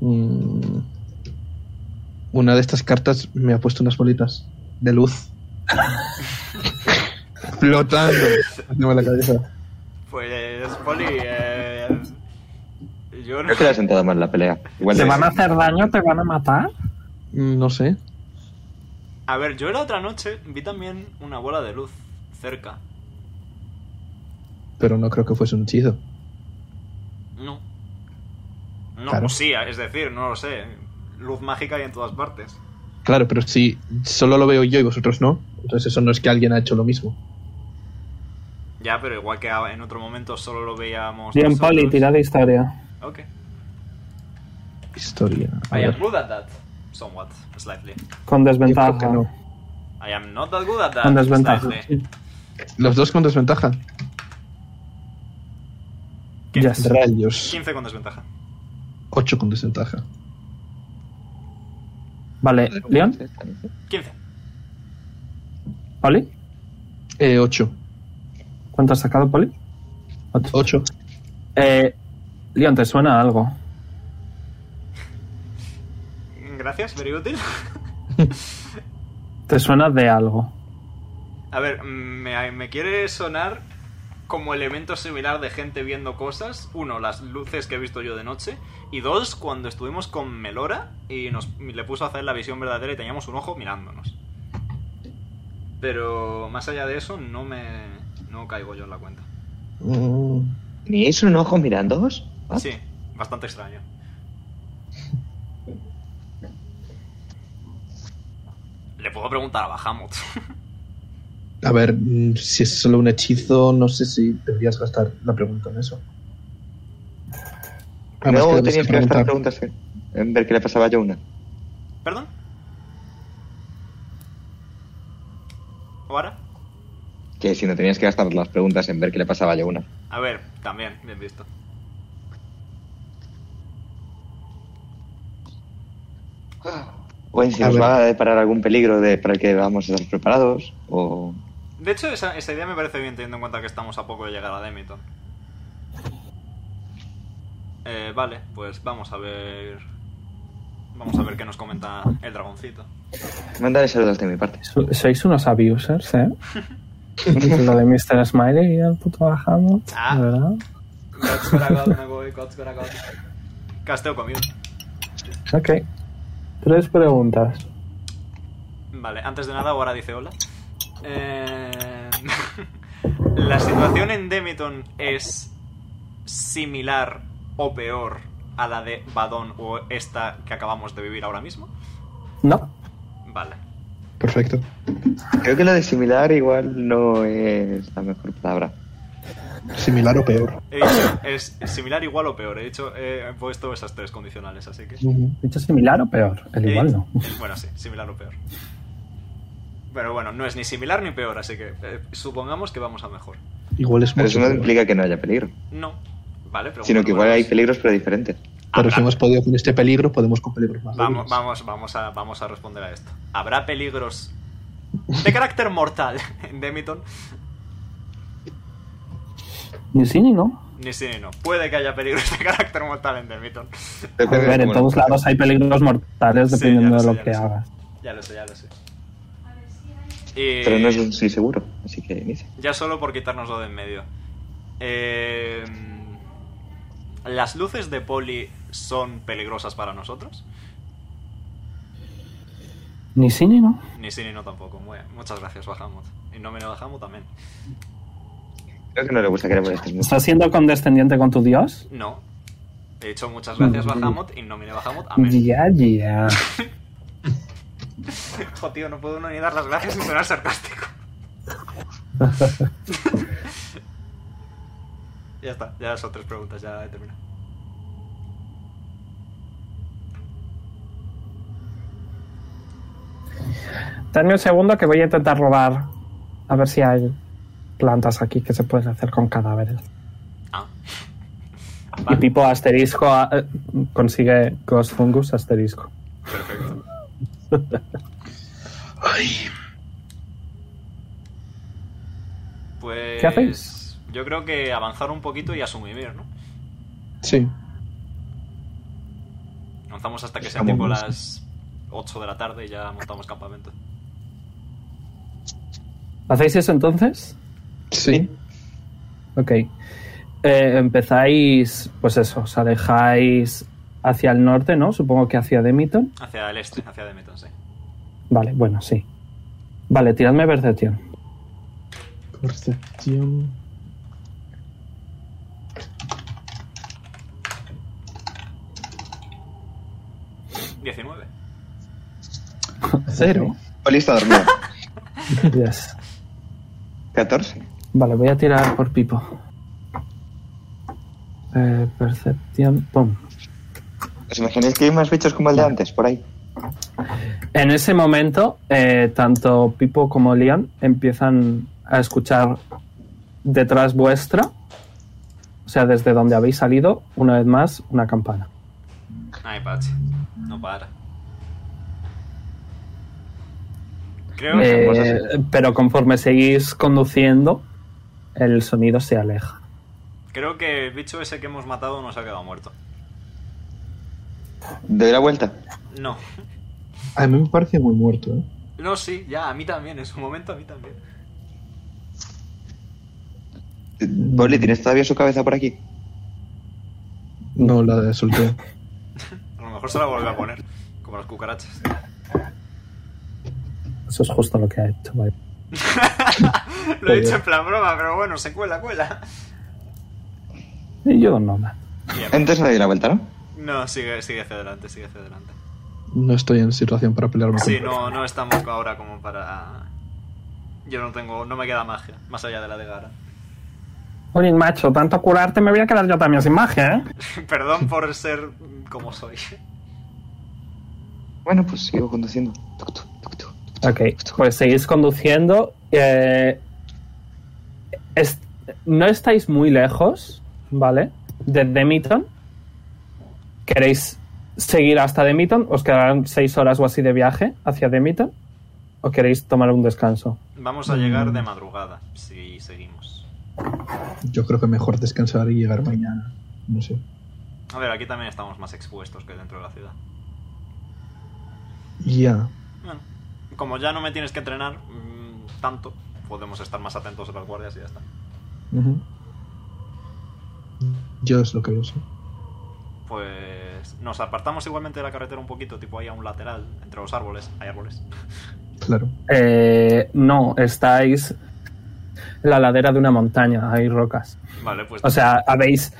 Speaker 3: Mm. Una de estas cartas me ha puesto unas bolitas de luz. Flotando. Encima de la cabeza.
Speaker 2: Pues, Poli, eh, yo no...
Speaker 4: Creo que le ha sentado mal la pelea. Igual
Speaker 1: ¿Te
Speaker 4: le-
Speaker 1: van a hacer daño? ¿Te van a matar?
Speaker 3: Mm, No sé.
Speaker 2: A ver, yo la otra noche vi también una bola de luz cerca.
Speaker 3: Pero no creo que fuese un hechizo.
Speaker 2: No. No,
Speaker 3: Claro.
Speaker 2: sí, es decir, no lo sé. Luz mágica hay en todas partes.
Speaker 3: Claro, pero si solo lo veo yo y vosotros no, entonces eso no es que alguien ha hecho lo mismo.
Speaker 2: Ya, pero igual que en otro momento solo lo veíamos.
Speaker 1: Bien,
Speaker 2: nosotros.
Speaker 1: Poli, tira de historia.
Speaker 2: Ok.
Speaker 3: Historia. A
Speaker 2: I am
Speaker 3: ver.
Speaker 2: good at that. Somewhat, slightly.
Speaker 1: Con
Speaker 3: Yo
Speaker 1: desventaja.
Speaker 3: creo que no.
Speaker 2: I am not that good at that.
Speaker 1: Con desventaja.
Speaker 2: slightly.
Speaker 3: Los dos con desventaja.
Speaker 1: Yes.
Speaker 3: Rayos.
Speaker 2: 15 con desventaja.
Speaker 3: 8 con desventaja.
Speaker 1: Vale, Leon,
Speaker 2: 15.
Speaker 1: Poli,
Speaker 3: Eh, 8.
Speaker 1: ¿cuánto has sacado, Poli?
Speaker 3: 8.
Speaker 1: Eh, Leon, ¿te suena algo?
Speaker 2: Gracias, very útil.
Speaker 1: ¿Te suena de algo?
Speaker 2: A ver, me, me quiere sonar como elemento similar de gente viendo cosas. Uno, las luces que he visto yo de noche. Y dos, cuando estuvimos con Melora y nos y le puso a hacer la visión verdadera y teníamos un ojo mirándonos. Pero más allá de eso, no me. No caigo yo en la cuenta.
Speaker 3: Mm,
Speaker 4: ¿Teníais un ojo mirándoos? Ah,
Speaker 2: Sí, bastante extraño. Le puedo preguntar a Bahamut.
Speaker 3: A ver, mm, si es solo un hechizo, no sé si deberías gastar la pregunta en eso. Además,
Speaker 4: Luego
Speaker 3: tenemos
Speaker 4: tenías que
Speaker 3: preguntar.
Speaker 4: gastar preguntas en- en ver qué le pasaba a Jonah.
Speaker 2: ¿Perdón? ¿O ahora?
Speaker 4: Que si no tenías que gastar las preguntas en ver qué le pasaba a Jonah.
Speaker 2: A ver, también, bien visto.
Speaker 4: O en si
Speaker 3: A
Speaker 4: nos
Speaker 3: ver.
Speaker 4: va a deparar algún peligro de, para el que vamos a estar preparados. O.
Speaker 2: De hecho, esa, esa idea me parece bien teniendo en cuenta que estamos a poco de llegar a Demiton. Eh, vale, pues vamos a ver... Vamos a ver qué nos comenta el dragoncito.
Speaker 4: Mandar saludos de mi parte.
Speaker 1: So- Sois unos abusers, ¿eh? Lo de Mr. Smiley y el puto Bahamut,
Speaker 2: Ah.
Speaker 1: de ¿verdad?
Speaker 2: Casteo conmigo.
Speaker 1: Ok. Tres preguntas.
Speaker 2: Vale, antes de nada, ahora dice hola. Eh, La situación en Demiton es similar o peor a la de Badon o esta que acabamos de vivir ahora mismo.
Speaker 1: No.
Speaker 2: Vale.
Speaker 3: Perfecto.
Speaker 4: Creo que lo de similar igual no es la mejor palabra.
Speaker 3: Similar o peor.
Speaker 2: He dicho, es similar, igual o peor. He dicho, eh, he puesto esas tres condicionales, así que.
Speaker 1: ¿De hecho similar o peor? El
Speaker 2: he
Speaker 1: igual
Speaker 2: dicho-
Speaker 1: no.
Speaker 2: Bueno, sí, similar o peor. Pero bueno, no es ni similar ni peor, así que eh, supongamos que vamos a mejor.
Speaker 3: Igual es
Speaker 4: Pero
Speaker 3: mucho.
Speaker 4: eso no
Speaker 3: peor.
Speaker 4: implica que no haya peligro.
Speaker 2: No. Vale, pero
Speaker 4: Sino que igual hay peligros pero diferentes.
Speaker 3: Pero si hemos podido con este peligro, podemos con peligros más.
Speaker 2: Vamos,
Speaker 3: duros.
Speaker 2: vamos, vamos a, vamos a responder a esto. ¿Habrá peligros de carácter mortal en Demiton?
Speaker 1: Ni sí ni no.
Speaker 2: Ni sí ni no. Puede que haya peligros de carácter mortal en Demiton.
Speaker 1: A ver, en todos lados hay peligros mortales
Speaker 2: Sí,
Speaker 1: dependiendo
Speaker 2: ya lo sé,
Speaker 1: de lo
Speaker 2: ya
Speaker 1: que
Speaker 2: lo sé.
Speaker 1: hagas.
Speaker 2: Ya lo sé, ya lo sé. Y
Speaker 4: Pero no es un sí seguro, así que inicia.
Speaker 2: ya solo por quitárnoslo de en medio. Eh, ¿Las luces de Poli son peligrosas para nosotros?
Speaker 1: Ni sí ni no.
Speaker 2: Ni sí ni no tampoco. Muy- muchas gracias, Bahamut. Y no me lo Bahamut también.
Speaker 4: Creo que no le gusta que le molesten mucho.
Speaker 1: ¿Estás siendo condescendiente con tu dios?
Speaker 2: No. He dicho muchas gracias,
Speaker 1: Mm.
Speaker 2: Bahamut, y no me Bahamut. Amén.
Speaker 1: Ya, ya.
Speaker 2: Hijo, tío, no puedo uno ni dar las gracias sin sonar sarcástico. ya está, ya son tres preguntas, ya he terminado.
Speaker 5: Dame un segundo que voy a intentar robar. A ver si hay plantas aquí que se pueden hacer con cadáveres.
Speaker 2: Ah.
Speaker 5: Y Pipo asterisco
Speaker 1: ah,
Speaker 5: a- eh, consigue Ghost Fungus asterisco.
Speaker 2: Perfecto. Pues.
Speaker 5: ¿Qué hacéis?
Speaker 2: Yo creo que avanzar un poquito y asumir, ¿no?
Speaker 3: Sí.
Speaker 2: Avanzamos hasta que sean tipo
Speaker 4: Estamos listos.
Speaker 2: las 8 de la tarde y ya montamos campamento.
Speaker 1: ¿Hacéis eso entonces?
Speaker 3: Sí.
Speaker 1: Ok. Eh, empezáis, pues eso, os alejáis hacia el norte, ¿no? Supongo que hacia Demiton.
Speaker 2: Hacia el este, hacia Demiton, sí.
Speaker 1: Vale, bueno, sí. Vale, tiradme percepción.
Speaker 3: Percepción.
Speaker 2: ¿19?
Speaker 3: Cero.
Speaker 4: Poli está dormido.
Speaker 1: Yes.
Speaker 4: 14.
Speaker 1: Vale, voy a tirar por Pipo. Eh, percepción. Pum.
Speaker 4: ¿Os imagináis que hay más bichos como el de antes por ahí?
Speaker 1: En ese momento, eh, tanto Pipo como Liam empiezan a escuchar detrás vuestra, o sea, desde donde habéis salido, una vez más, una campana.
Speaker 2: Ay, Pachi. No para. Creo que
Speaker 1: Eh,
Speaker 4: cosas
Speaker 1: pero conforme seguís conduciendo, el sonido se aleja.
Speaker 2: Creo que el bicho ese que hemos matado nos ha quedado muerto.
Speaker 4: Doy la vuelta.
Speaker 2: No.
Speaker 3: A mí me parece muy muerto, ¿eh?
Speaker 2: No, sí, ya, a mí también, en su momento a mí también.
Speaker 4: Poli, ¿tienes todavía su cabeza por aquí?
Speaker 3: No, la de soltero.
Speaker 2: A lo mejor se la vuelve a poner, como las cucarachas.
Speaker 1: Eso es justo lo que ha hecho. vale.
Speaker 2: Lo he dicho en plan broma, pero bueno, se cuela, cuela.
Speaker 1: Y yo no nada.
Speaker 2: Bien.
Speaker 4: Entonces no doy la vuelta, ¿no?
Speaker 2: No, sigue, sigue hacia adelante, sigue hacia adelante.
Speaker 3: No estoy en situación para pelearme
Speaker 2: Sí,
Speaker 3: con
Speaker 2: no, no estamos ahora como para... Yo no tengo, no me queda magia, más allá de la de Gara.
Speaker 5: Jolín, macho, tanto curarte me voy a quedar yo también sin magia, ¿eh?
Speaker 2: Perdón por ser como soy.
Speaker 4: Bueno, pues sigo conduciendo. Tuc, tuc, tuc, tuc.
Speaker 1: Ok, pues seguís conduciendo. eh, es- no estáis muy lejos, ¿vale? De Demiton. ¿Queréis seguir hasta Demiton? ¿Os quedarán seis horas o así de viaje hacia Demiton? ¿O queréis tomar un descanso?
Speaker 2: Vamos a llegar de madrugada, si seguimos.
Speaker 3: Yo creo que mejor descansar y llegar mañana. No sé.
Speaker 2: A ver, aquí también estamos más expuestos que dentro de la ciudad.
Speaker 3: Ya.
Speaker 2: Bueno, como ya no me tienes que entrenar mm, tanto, podemos estar más atentos a las guardias y ya está.
Speaker 3: Ujú. Yo es lo que veo, sí.
Speaker 2: Pues nos apartamos igualmente de la carretera un poquito, tipo ahí a un lateral, entre los árboles. Hay árboles.
Speaker 3: Claro.
Speaker 1: Eh, no, estáis en la ladera de una montaña, hay rocas.
Speaker 2: Vale, pues
Speaker 1: O sea, habéis.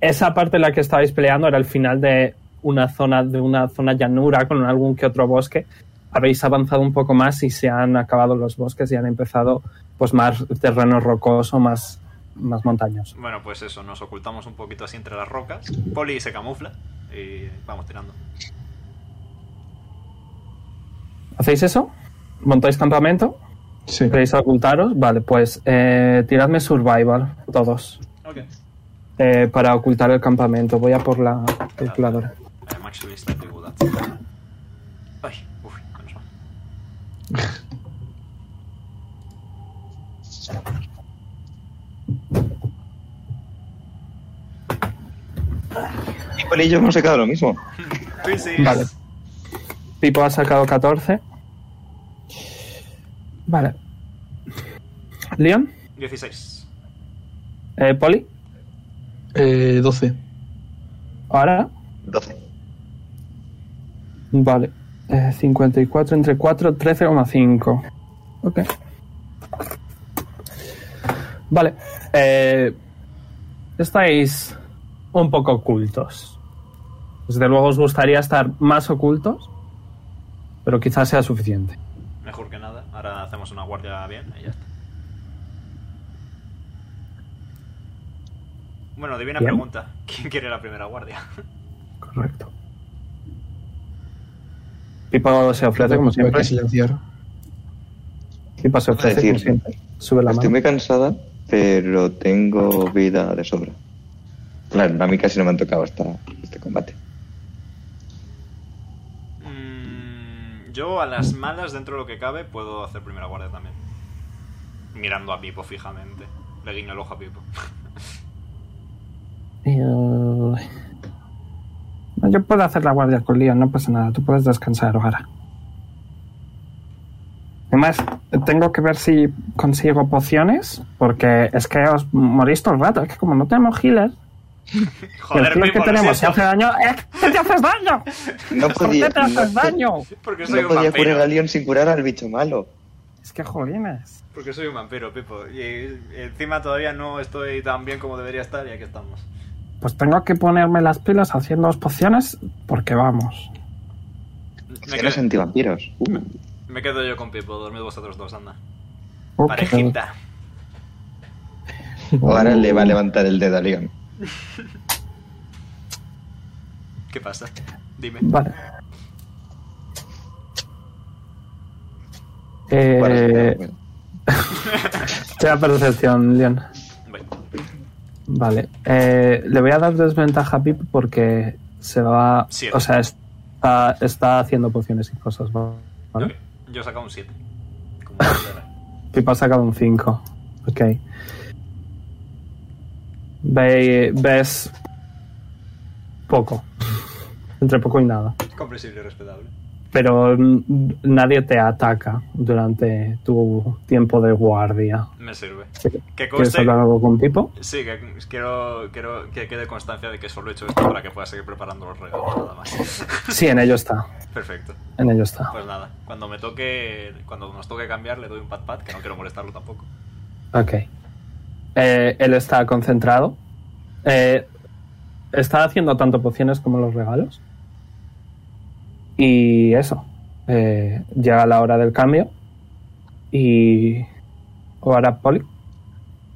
Speaker 1: Esa parte en la que estabais peleando era el final de una zona, de una zona llanura con algún que otro bosque. Habéis avanzado un poco más y se han acabado los bosques y han empezado pues más terreno rocoso, más, más montañoso.
Speaker 2: bueno, pues eso, nos ocultamos un poquito así entre las rocas. Poli se camufla y vamos tirando.
Speaker 1: ¿Hacéis eso? ¿Montáis campamento?
Speaker 3: Sí.
Speaker 1: ¿Queréis ocultaros? Vale, pues eh, tiradme survival, todos.
Speaker 2: Ok.
Speaker 1: eh, para ocultar el campamento. Voy a por la Calculadora.
Speaker 2: I'm actually slightly good at Ay, uff, menos mal.
Speaker 4: People y yo hemos sacado lo mismo.
Speaker 2: Twinsies.
Speaker 1: Vale. Pipo ha sacado 14. Vale. Leon,
Speaker 2: 16.
Speaker 1: eh, Poli,
Speaker 3: Eh, 12.
Speaker 1: ahora.
Speaker 4: 12.
Speaker 1: Vale. Eh, 54 entre 4, 13,5. Ok. Vale. Eh, estáis un poco ocultos. Desde luego os gustaría estar más ocultos, pero quizás sea suficiente.
Speaker 2: Mejor que nada. Ahora hacemos una guardia bien y ya está. Bueno, divina
Speaker 1: Bien.
Speaker 2: pregunta. ¿Quién quiere la primera guardia?
Speaker 1: Correcto. Pipo se ofrece como
Speaker 3: Me voy
Speaker 1: siempre.
Speaker 3: a silenciar.
Speaker 1: Pipo se ofrece como
Speaker 4: Decir.
Speaker 1: siempre. Sube la
Speaker 4: Estoy
Speaker 1: mano.
Speaker 4: muy cansada, pero tengo vida de sobra. Claro, a mí casi no me han tocado hasta este combate.
Speaker 2: Mm, yo a las malas, dentro de lo que cabe, puedo hacer primera guardia también. Mirando a Pipo fijamente. Le guiño el ojo a Pipo.
Speaker 1: No, Eh, Yo puedo hacer la guardia con Leon, no pasa nada. Tú puedes descansar ahora. Además, tengo que ver si consigo pociones, porque es que os morís todo el rato. Es que como no tenemos healer,
Speaker 2: Joder,
Speaker 1: el healer
Speaker 2: Pipo,
Speaker 1: que
Speaker 2: lo
Speaker 1: tenemos se
Speaker 2: siento.
Speaker 1: hace daño. ¡Es que te haces daño!
Speaker 4: No
Speaker 1: ¿Por qué
Speaker 4: podía,
Speaker 1: te haces
Speaker 4: no,
Speaker 1: daño?
Speaker 2: Porque soy
Speaker 4: no
Speaker 2: un
Speaker 4: podía
Speaker 2: vampiro.
Speaker 4: curar a Leon sin curar al bicho malo.
Speaker 1: Es que jolines.
Speaker 2: Porque soy un vampiro, Pipo. Y encima todavía no estoy tan bien como debería estar y aquí estamos.
Speaker 1: Pues tengo que ponerme las pilas haciendo pociones, porque vamos.
Speaker 4: Es
Speaker 2: Me
Speaker 4: que no es
Speaker 2: quedo,
Speaker 4: antivampiros. Uh,
Speaker 2: me quedo yo con Pipo, dormid vosotros dos, anda.
Speaker 1: Ok.
Speaker 2: Parejita.
Speaker 4: ahora le va a levantar el dedo a Leon.
Speaker 2: ¿Qué pasa? Dime.
Speaker 1: Vale. Eh,
Speaker 4: Bueno, espera, bueno.
Speaker 1: tira percepción, Leon.
Speaker 2: Voy.
Speaker 1: Vale. Eh, le voy a dar desventaja a Pip porque se va.
Speaker 2: Siete.
Speaker 1: O sea, está, está haciendo pociones y cosas. ¿vale?
Speaker 2: Ok, Yo he sacado un 7. Como debe ser.
Speaker 1: Pip ha sacado un 5. Ok. Ve- ves. Poco. Entre poco y nada.
Speaker 2: Comprensible y respetable.
Speaker 1: Pero mm, nadie te ataca durante tu tiempo de guardia.
Speaker 2: Me sirve. Que
Speaker 1: ¿Quieres
Speaker 2: conste.
Speaker 1: hablar algo con Pipo?
Speaker 2: Sí, que quiero, quiero que quede constancia de que solo he hecho esto para que pueda seguir preparando los regalos, nada más.
Speaker 1: Sí, en ello está.
Speaker 2: Perfecto.
Speaker 1: En ello está.
Speaker 2: Pues nada, cuando me toque, cuando nos toque cambiar, le doy un pat pat, que no quiero molestarlo tampoco.
Speaker 1: Ok. Eh, él está concentrado. Eh, está haciendo tanto pociones como los regalos. Y eso. Eh, llega la hora del cambio. Y. Ahora, Poli.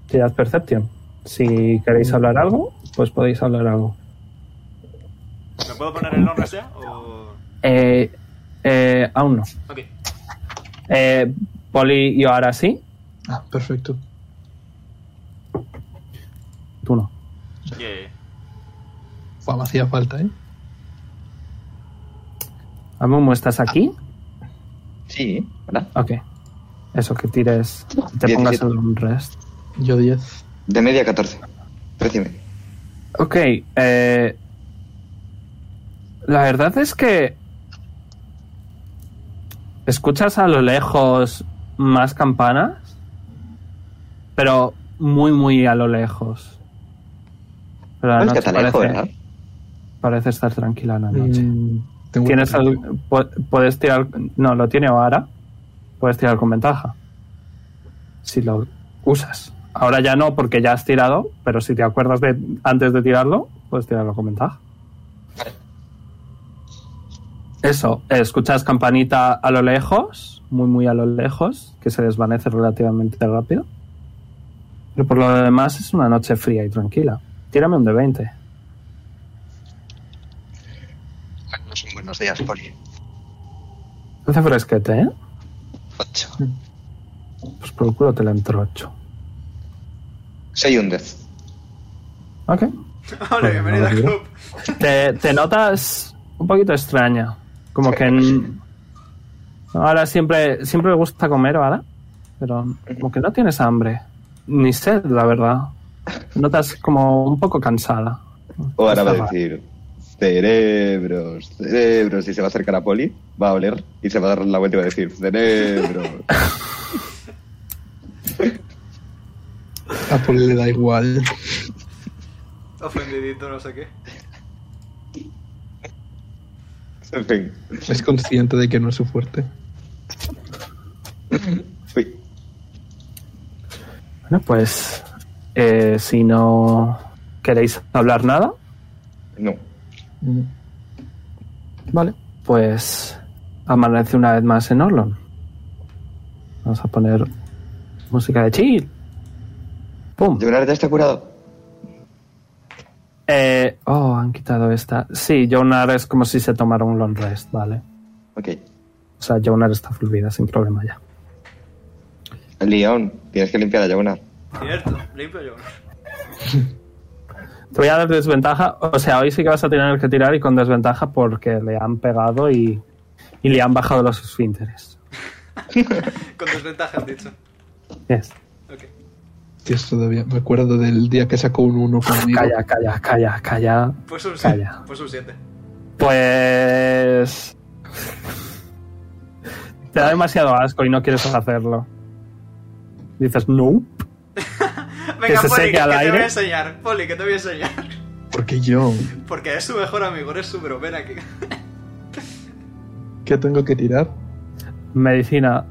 Speaker 1: Tirad Percepción. Si queréis hablar algo, pues podéis hablar algo.
Speaker 2: ¿Me puedo poner el honor ya? O...
Speaker 1: Eh, eh, aún no.
Speaker 2: Ok.
Speaker 1: Eh, Poli y ahora sí.
Speaker 3: Ah, perfecto.
Speaker 1: Tú no.
Speaker 2: Yeah.
Speaker 3: Fua, me hacía falta, ¿eh?
Speaker 1: Amumu, ¿estás aquí?
Speaker 4: Sí, ¿verdad?
Speaker 1: Ok. Eso, que tires. Te pongas
Speaker 4: Diecisiete.
Speaker 1: en un rest.
Speaker 3: Yo 10.
Speaker 4: De media 14. 13 y medio.
Speaker 1: Ok. eh, la verdad es que. Escuchas a lo lejos más campanas. Pero muy, muy a lo lejos. Pero la
Speaker 4: Bueno,
Speaker 1: noche
Speaker 4: es que Pues está lejos,
Speaker 1: Ah, parece,
Speaker 4: ¿verdad?
Speaker 1: parece estar tranquila
Speaker 3: Mm,
Speaker 1: la noche.
Speaker 3: Eh, tengo
Speaker 1: ¿Tienes
Speaker 3: un-
Speaker 1: al- pu- puedes tirar. No, lo tiene ahora. Puedes tirar con ventaja. Si lo usas. Ahora ya no, porque ya has tirado, pero si te acuerdas de antes de tirarlo, puedes tirarlo con ventaja. Eso, eh, escuchas campanita a lo lejos, muy muy a lo lejos, que se desvanece relativamente rápido. Pero por lo demás es una noche fría y tranquila. Tírame un de 20.
Speaker 4: No son buenos días, Poli.
Speaker 1: Hace fresquete, ¿eh?
Speaker 4: 8.
Speaker 1: Pues por el culo te la entrocho.
Speaker 4: Soy un 10.
Speaker 1: Ok.
Speaker 2: Hola,
Speaker 1: Pues,
Speaker 2: bienvenida al
Speaker 8: Madre mía.
Speaker 2: club.
Speaker 1: Te, te notas un poquito extraña. Como que. n- Ahora siempre, siempre le gusta comer, ¿vale? Pero como que no tienes hambre. Ni sed, la verdad. Notas como un poco cansada.
Speaker 4: O ahora va a
Speaker 1: Está
Speaker 4: decir cerebros, cerebros. Y se va a acercar a Poli, va a oler y se va a dar la vuelta y va a decir cerebros.
Speaker 3: A Poli le da igual.
Speaker 2: Ofendidito, no sé qué.
Speaker 4: en fin.
Speaker 3: Es consciente de que no es su fuerte.
Speaker 4: Uy.
Speaker 1: Bueno, pues. eh, si no queréis hablar nada,
Speaker 4: No.
Speaker 1: Vale. Pues amanece una vez más en Orlon. Vamos a poner música de chill. Pum.
Speaker 4: Llorar ya está curado.
Speaker 1: Eh, oh, han quitado esta. Sí, Jonar es como si se tomara un long rest, ¿vale?
Speaker 4: Ok.
Speaker 1: O sea, Jonar está full vida sin problema ya.
Speaker 4: León, tienes que limpiar a Jonar.
Speaker 2: Cierto, limpio yo.
Speaker 1: Te voy a dar desventaja. O sea, hoy sí que vas a tener que tirar y con desventaja porque le han pegado y, y le han bajado los esfínteres.
Speaker 2: Con desventaja has dicho.
Speaker 1: Yes.
Speaker 2: Ok.
Speaker 3: Dios, todavía me acuerdo del día que sacó un 1 conmigo.
Speaker 1: Calla, calla, calla, calla.
Speaker 2: Pues un 7.
Speaker 1: Calla.
Speaker 2: Pues un 7.
Speaker 1: Pues. Te da demasiado asco y no quieres hacerlo. Dices, no.
Speaker 2: Venga,
Speaker 1: se
Speaker 2: Poli,
Speaker 1: seque
Speaker 2: que,
Speaker 1: al
Speaker 2: que te
Speaker 1: aire.
Speaker 2: voy a enseñar. Poli, que te voy a enseñar.
Speaker 3: Porque yo,
Speaker 2: Porque es su mejor amigo, eres su bro. Ven aquí.
Speaker 3: ¿qué tengo que tirar?
Speaker 1: Medicina.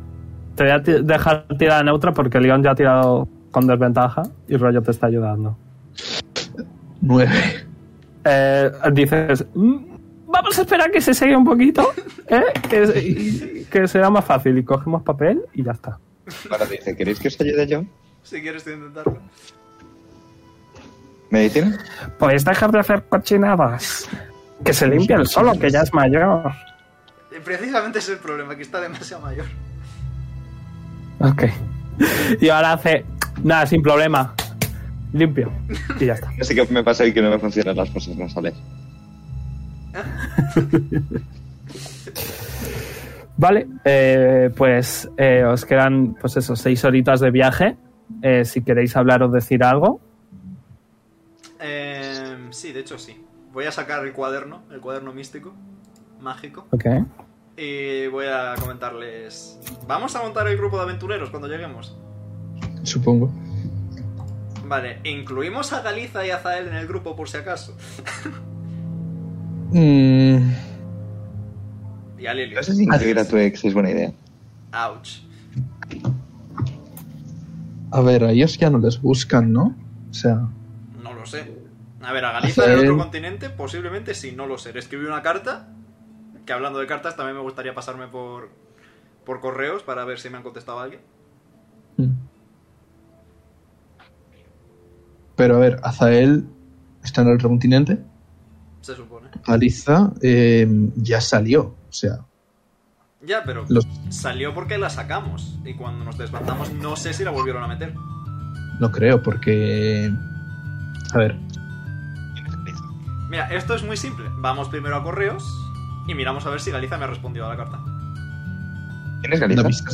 Speaker 1: Te voy a ti- dejar tirada neutra porque León ya ha tirado con desventaja y Rollo te está ayudando.
Speaker 3: 9.
Speaker 1: Eh, dices, "Mm, vamos a esperar que se seque un poquito, ¿eh? que, se- y- que será más fácil. Y cogemos papel y ya está.
Speaker 4: Ahora te dice, ¿queréis que os ayude yo?
Speaker 2: Si quieres tú intentarlo.
Speaker 4: ¿Medicina?
Speaker 1: Podéis dejar de hacer cochinadas. Que se limpie el solo, que ya es mayor.
Speaker 2: Y Eh, Precisamente ese es el problema, que está demasiado mayor.
Speaker 1: Ok. Y ahora hace. Nada, sin problema. Limpio. Y ya está.
Speaker 4: Así que me pasa hoy que no me funcionan las cosas nasales.
Speaker 1: Vale, eh, pues eh, os quedan, pues eso, seis horitas de viaje. Eh, si queréis hablar o decir algo.
Speaker 2: Eh, sí, de hecho sí. Voy a sacar el cuaderno, el cuaderno místico, mágico.
Speaker 1: Ok.
Speaker 2: Y voy a comentarles. Vamos a montar el grupo de aventureros cuando lleguemos.
Speaker 3: Supongo.
Speaker 2: Vale, incluimos a Galiza y a Zael en el grupo por si acaso.
Speaker 3: Mm,
Speaker 2: Y a Lili.
Speaker 4: No sé si incluir a tu ex es buena idea.
Speaker 2: Ouch.
Speaker 3: a ver, a ellos ya no les buscan, ¿no? O sea,
Speaker 2: No lo sé. A ver, a Galiza del
Speaker 3: Zael.
Speaker 2: otro continente, posiblemente sí, no lo sé. Le escribí una carta. Que hablando de cartas, también me gustaría pasarme por, por correos para ver si me han contestado alguien.
Speaker 3: mm. Pero a ver, Azael está en el otro continente.
Speaker 2: Se supone.
Speaker 3: Aliza eh, ya salió. O sea,
Speaker 2: Ya, pero
Speaker 3: los,
Speaker 2: salió porque la sacamos. Y cuando nos desbandamos, no sé si la volvieron a meter.
Speaker 3: no creo, porque. A ver,
Speaker 2: Mira, esto es muy simple. Vamos primero a correos y miramos a ver si Galiza me ha respondido a la carta.
Speaker 4: ¿Tienes
Speaker 3: una
Speaker 4: Galiza?
Speaker 3: vista.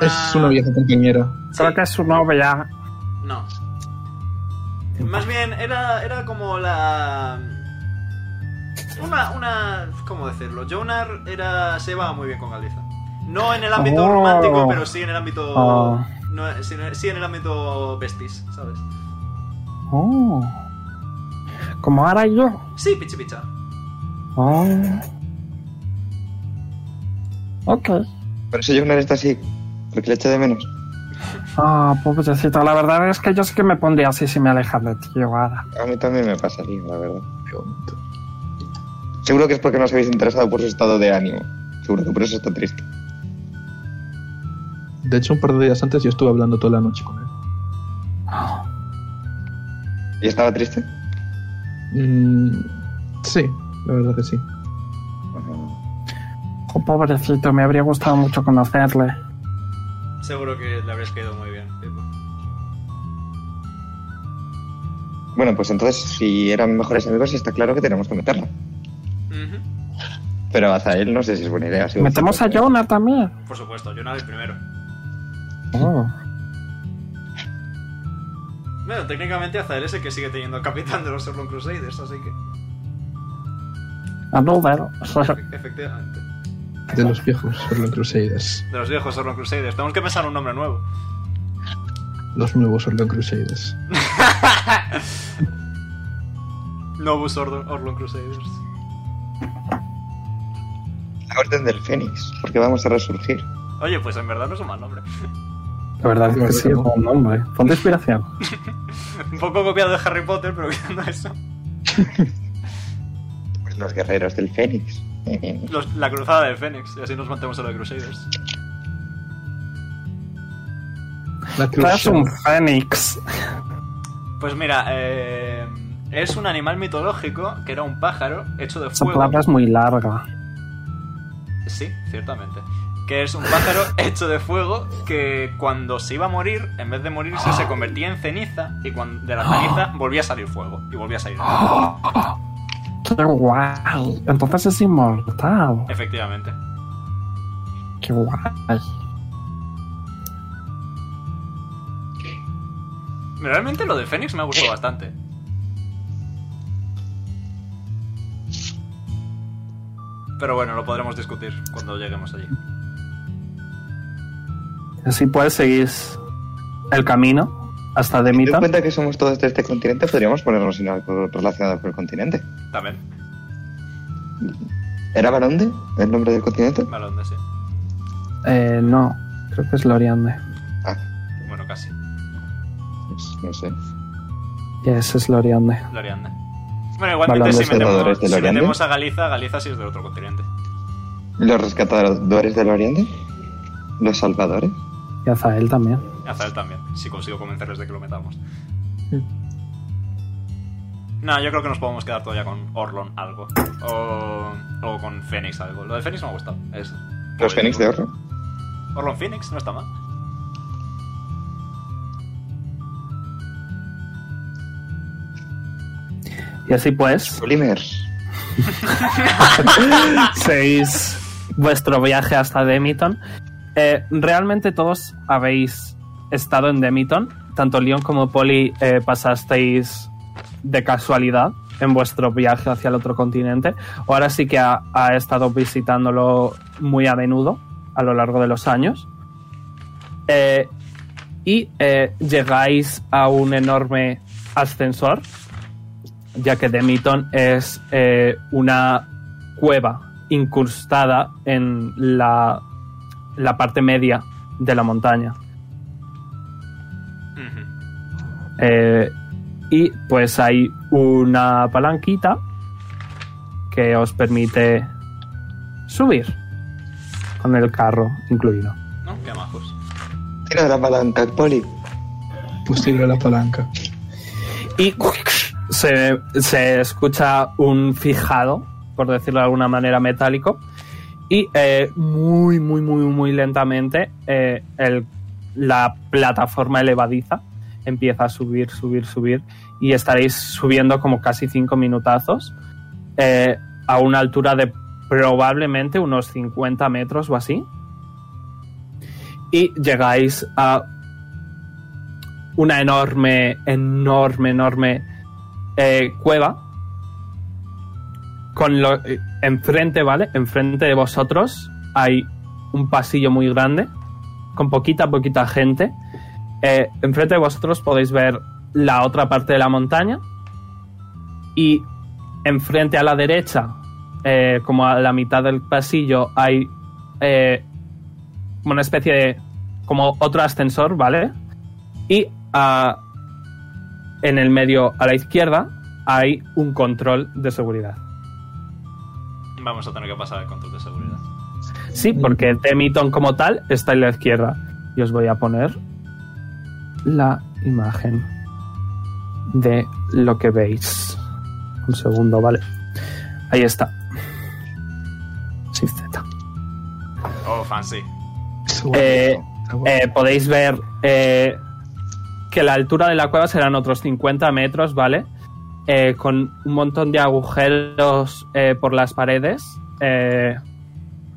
Speaker 3: Es una vieja compañera.
Speaker 2: sí,
Speaker 1: Creo que es su novia.
Speaker 2: No. Más bien, era, era como la. Una, una. ¿Cómo decirlo? Jonar era, se va muy bien con Galiza. No en el ámbito
Speaker 1: Oh.
Speaker 2: romántico, pero sí en el ámbito.
Speaker 1: Oh.
Speaker 2: no, sí, sí en el ámbito besties, ¿sabes?
Speaker 1: Oh. Como ahora yo.
Speaker 2: Sí, pichi picha.
Speaker 1: Oh. Ok.
Speaker 4: Por eso Jonar está así, porque le echo de menos.
Speaker 1: Ah, pobrecito. La verdad es que yo sí que me pondría así si me alejas de ti ahora.
Speaker 4: A mí también me pasaría, la verdad.
Speaker 3: Qué bonito.
Speaker 4: Seguro que es porque no os habéis interesado por su estado de ánimo. Seguro que por eso está triste.
Speaker 3: De hecho, un par de días antes yo estuve hablando toda la noche con él.
Speaker 1: Oh,
Speaker 4: ¿Y estaba triste?
Speaker 3: Mm, sí, la verdad que sí.
Speaker 1: Oh, pobrecito, me habría gustado mucho conocerle.
Speaker 2: Seguro que le habréis caído muy bien, Pipo.
Speaker 4: Bueno, pues entonces, si eran mejores amigos, está claro que tenemos que meterla.
Speaker 2: Ujú.
Speaker 4: Pero hasta él no sé si es buena idea. así que-
Speaker 1: Metemos a Jonah también.
Speaker 2: Por supuesto, yo nada el primero.
Speaker 1: Oh.
Speaker 3: Ah,
Speaker 2: Bueno, técnicamente Azael es el que sigue teniendo al capitán de los Serlon Crusaders, así que.
Speaker 1: A Nobel.
Speaker 2: efe- Efectivamente.
Speaker 3: De los viejos Orlon Crusaders.
Speaker 2: De los viejos Serlon Crusaders. Tenemos que pensar un nombre nuevo.
Speaker 3: Los nuevos Orlon Crusaders.
Speaker 2: Novus Ordo- Orlon Crusaders.
Speaker 4: La orden del Fénix, porque vamos a resurgir.
Speaker 2: Oye, pues en verdad no es un mal nombre.
Speaker 1: La verdad es que sí, es un nombre. Ponte inspiración.
Speaker 2: Un poco copiado de Harry Potter, pero quitando eso.
Speaker 4: Pues los guerreros del Fénix.
Speaker 2: Los- la cruzada del Fénix, y así nos mantemos a lo de Crusaders.
Speaker 3: La
Speaker 1: Es
Speaker 3: Crusade.
Speaker 1: un fénix.
Speaker 2: Pues mira, eh, es un animal mitológico que era un pájaro hecho de
Speaker 1: Esa
Speaker 2: fuego.
Speaker 1: palabra es muy larga.
Speaker 2: Sí, ciertamente. Que es un pájaro hecho de fuego que cuando se iba a morir, en vez de morirse, se convertía en ceniza y cuando, de la ceniza volvía a salir fuego y volvía a salir.
Speaker 1: ¡Qué guay! Entonces es inmortal.
Speaker 2: Efectivamente.
Speaker 1: ¡Qué guay!
Speaker 2: Realmente lo de Fénix me ha gustado bastante. Pero bueno, lo podremos discutir cuando lleguemos allí.
Speaker 1: Así puedes seguir el camino hasta
Speaker 4: Ten en
Speaker 1: Demita.
Speaker 4: cuenta que somos todos de este continente, podríamos ponernos en algo relacionado con el continente.
Speaker 2: También,
Speaker 4: ¿Era Baronde el nombre del continente?
Speaker 2: Malonde, sí.
Speaker 1: Eh, no, creo que es Loriande.
Speaker 4: Ah,
Speaker 2: Bueno, casi.
Speaker 4: pues, no sé.
Speaker 1: Yes, es Loriande.
Speaker 2: Loriande. Bueno, igualmente
Speaker 1: Balón de
Speaker 2: si metemos,
Speaker 4: cerradores de
Speaker 2: si
Speaker 4: Loriande.
Speaker 2: metemos a Galiza, Galiza sí es del otro continente.
Speaker 4: ¿Los rescatadores del Oriente? ¿Los salvadores?
Speaker 1: Y Azael también.
Speaker 2: Y Azael también, si consigo convencerles de que lo metamos.
Speaker 4: Hmm.
Speaker 2: No, yo creo que nos podemos quedar todavía con Orlon algo. O, o con Fénix algo. Lo de Fénix me ha gustado. Es
Speaker 4: ¿Los Fénix de Oro?
Speaker 2: Orlon Phoenix, no está mal.
Speaker 1: Y así pues,
Speaker 4: Polymers.
Speaker 1: seguís vuestro viaje hasta Demiton. Eh, realmente todos habéis estado en Demiton. Tanto Leon como Polly eh, pasasteis de casualidad en vuestro viaje hacia el otro continente. Ahora sí que ha, ha estado visitándolo muy a menudo a lo largo de los años. Eh, y eh, llegáis a un enorme ascensor, ya que Demiton es eh, una cueva incrustada en la, la parte media de la montaña.
Speaker 2: Ujú.
Speaker 1: Eh, y pues hay una palanquita que os permite subir con el carro incluido.
Speaker 2: ¿No? Qué
Speaker 1: Pues,
Speaker 2: majos.
Speaker 4: Tira de la palanca, Poli.
Speaker 3: Pues tiro la palanca.
Speaker 1: Y se, se escucha un fijado, por decirlo de alguna manera, metálico. Y eh, muy, muy, muy, muy lentamente eh, el- la plataforma elevadiza empieza a subir, subir, subir. Y estaréis subiendo como casi cinco minutazos eh, a una altura de probablemente unos 50 metros o así. Y llegáis a una enorme, enorme, enorme eh, cueva. Con lo, eh, enfrente, ¿vale? Enfrente de vosotros hay un pasillo muy grande, con poquita, poquita gente. Eh, enfrente de vosotros podéis ver la otra parte de la montaña. Y enfrente a la derecha, eh, como a la mitad del pasillo, hay eh, como una especie de... como otro ascensor, ¿vale? Y ah, en el medio a la izquierda hay un control de seguridad.
Speaker 2: Vamos a tener que pasar el control de seguridad.
Speaker 1: Sí, porque Demiton como tal está en la izquierda. Y os voy a poner la imagen de lo que veis. Un segundo, vale. Ahí está. Sí, Z.
Speaker 2: Oh, fancy.
Speaker 3: Subo.
Speaker 1: Eh,
Speaker 3: Subo.
Speaker 1: Eh, podéis ver eh, que la altura de la cueva serán otros 50 metros, ¿vale? Eh, con un montón de agujeros eh, por las paredes. eh,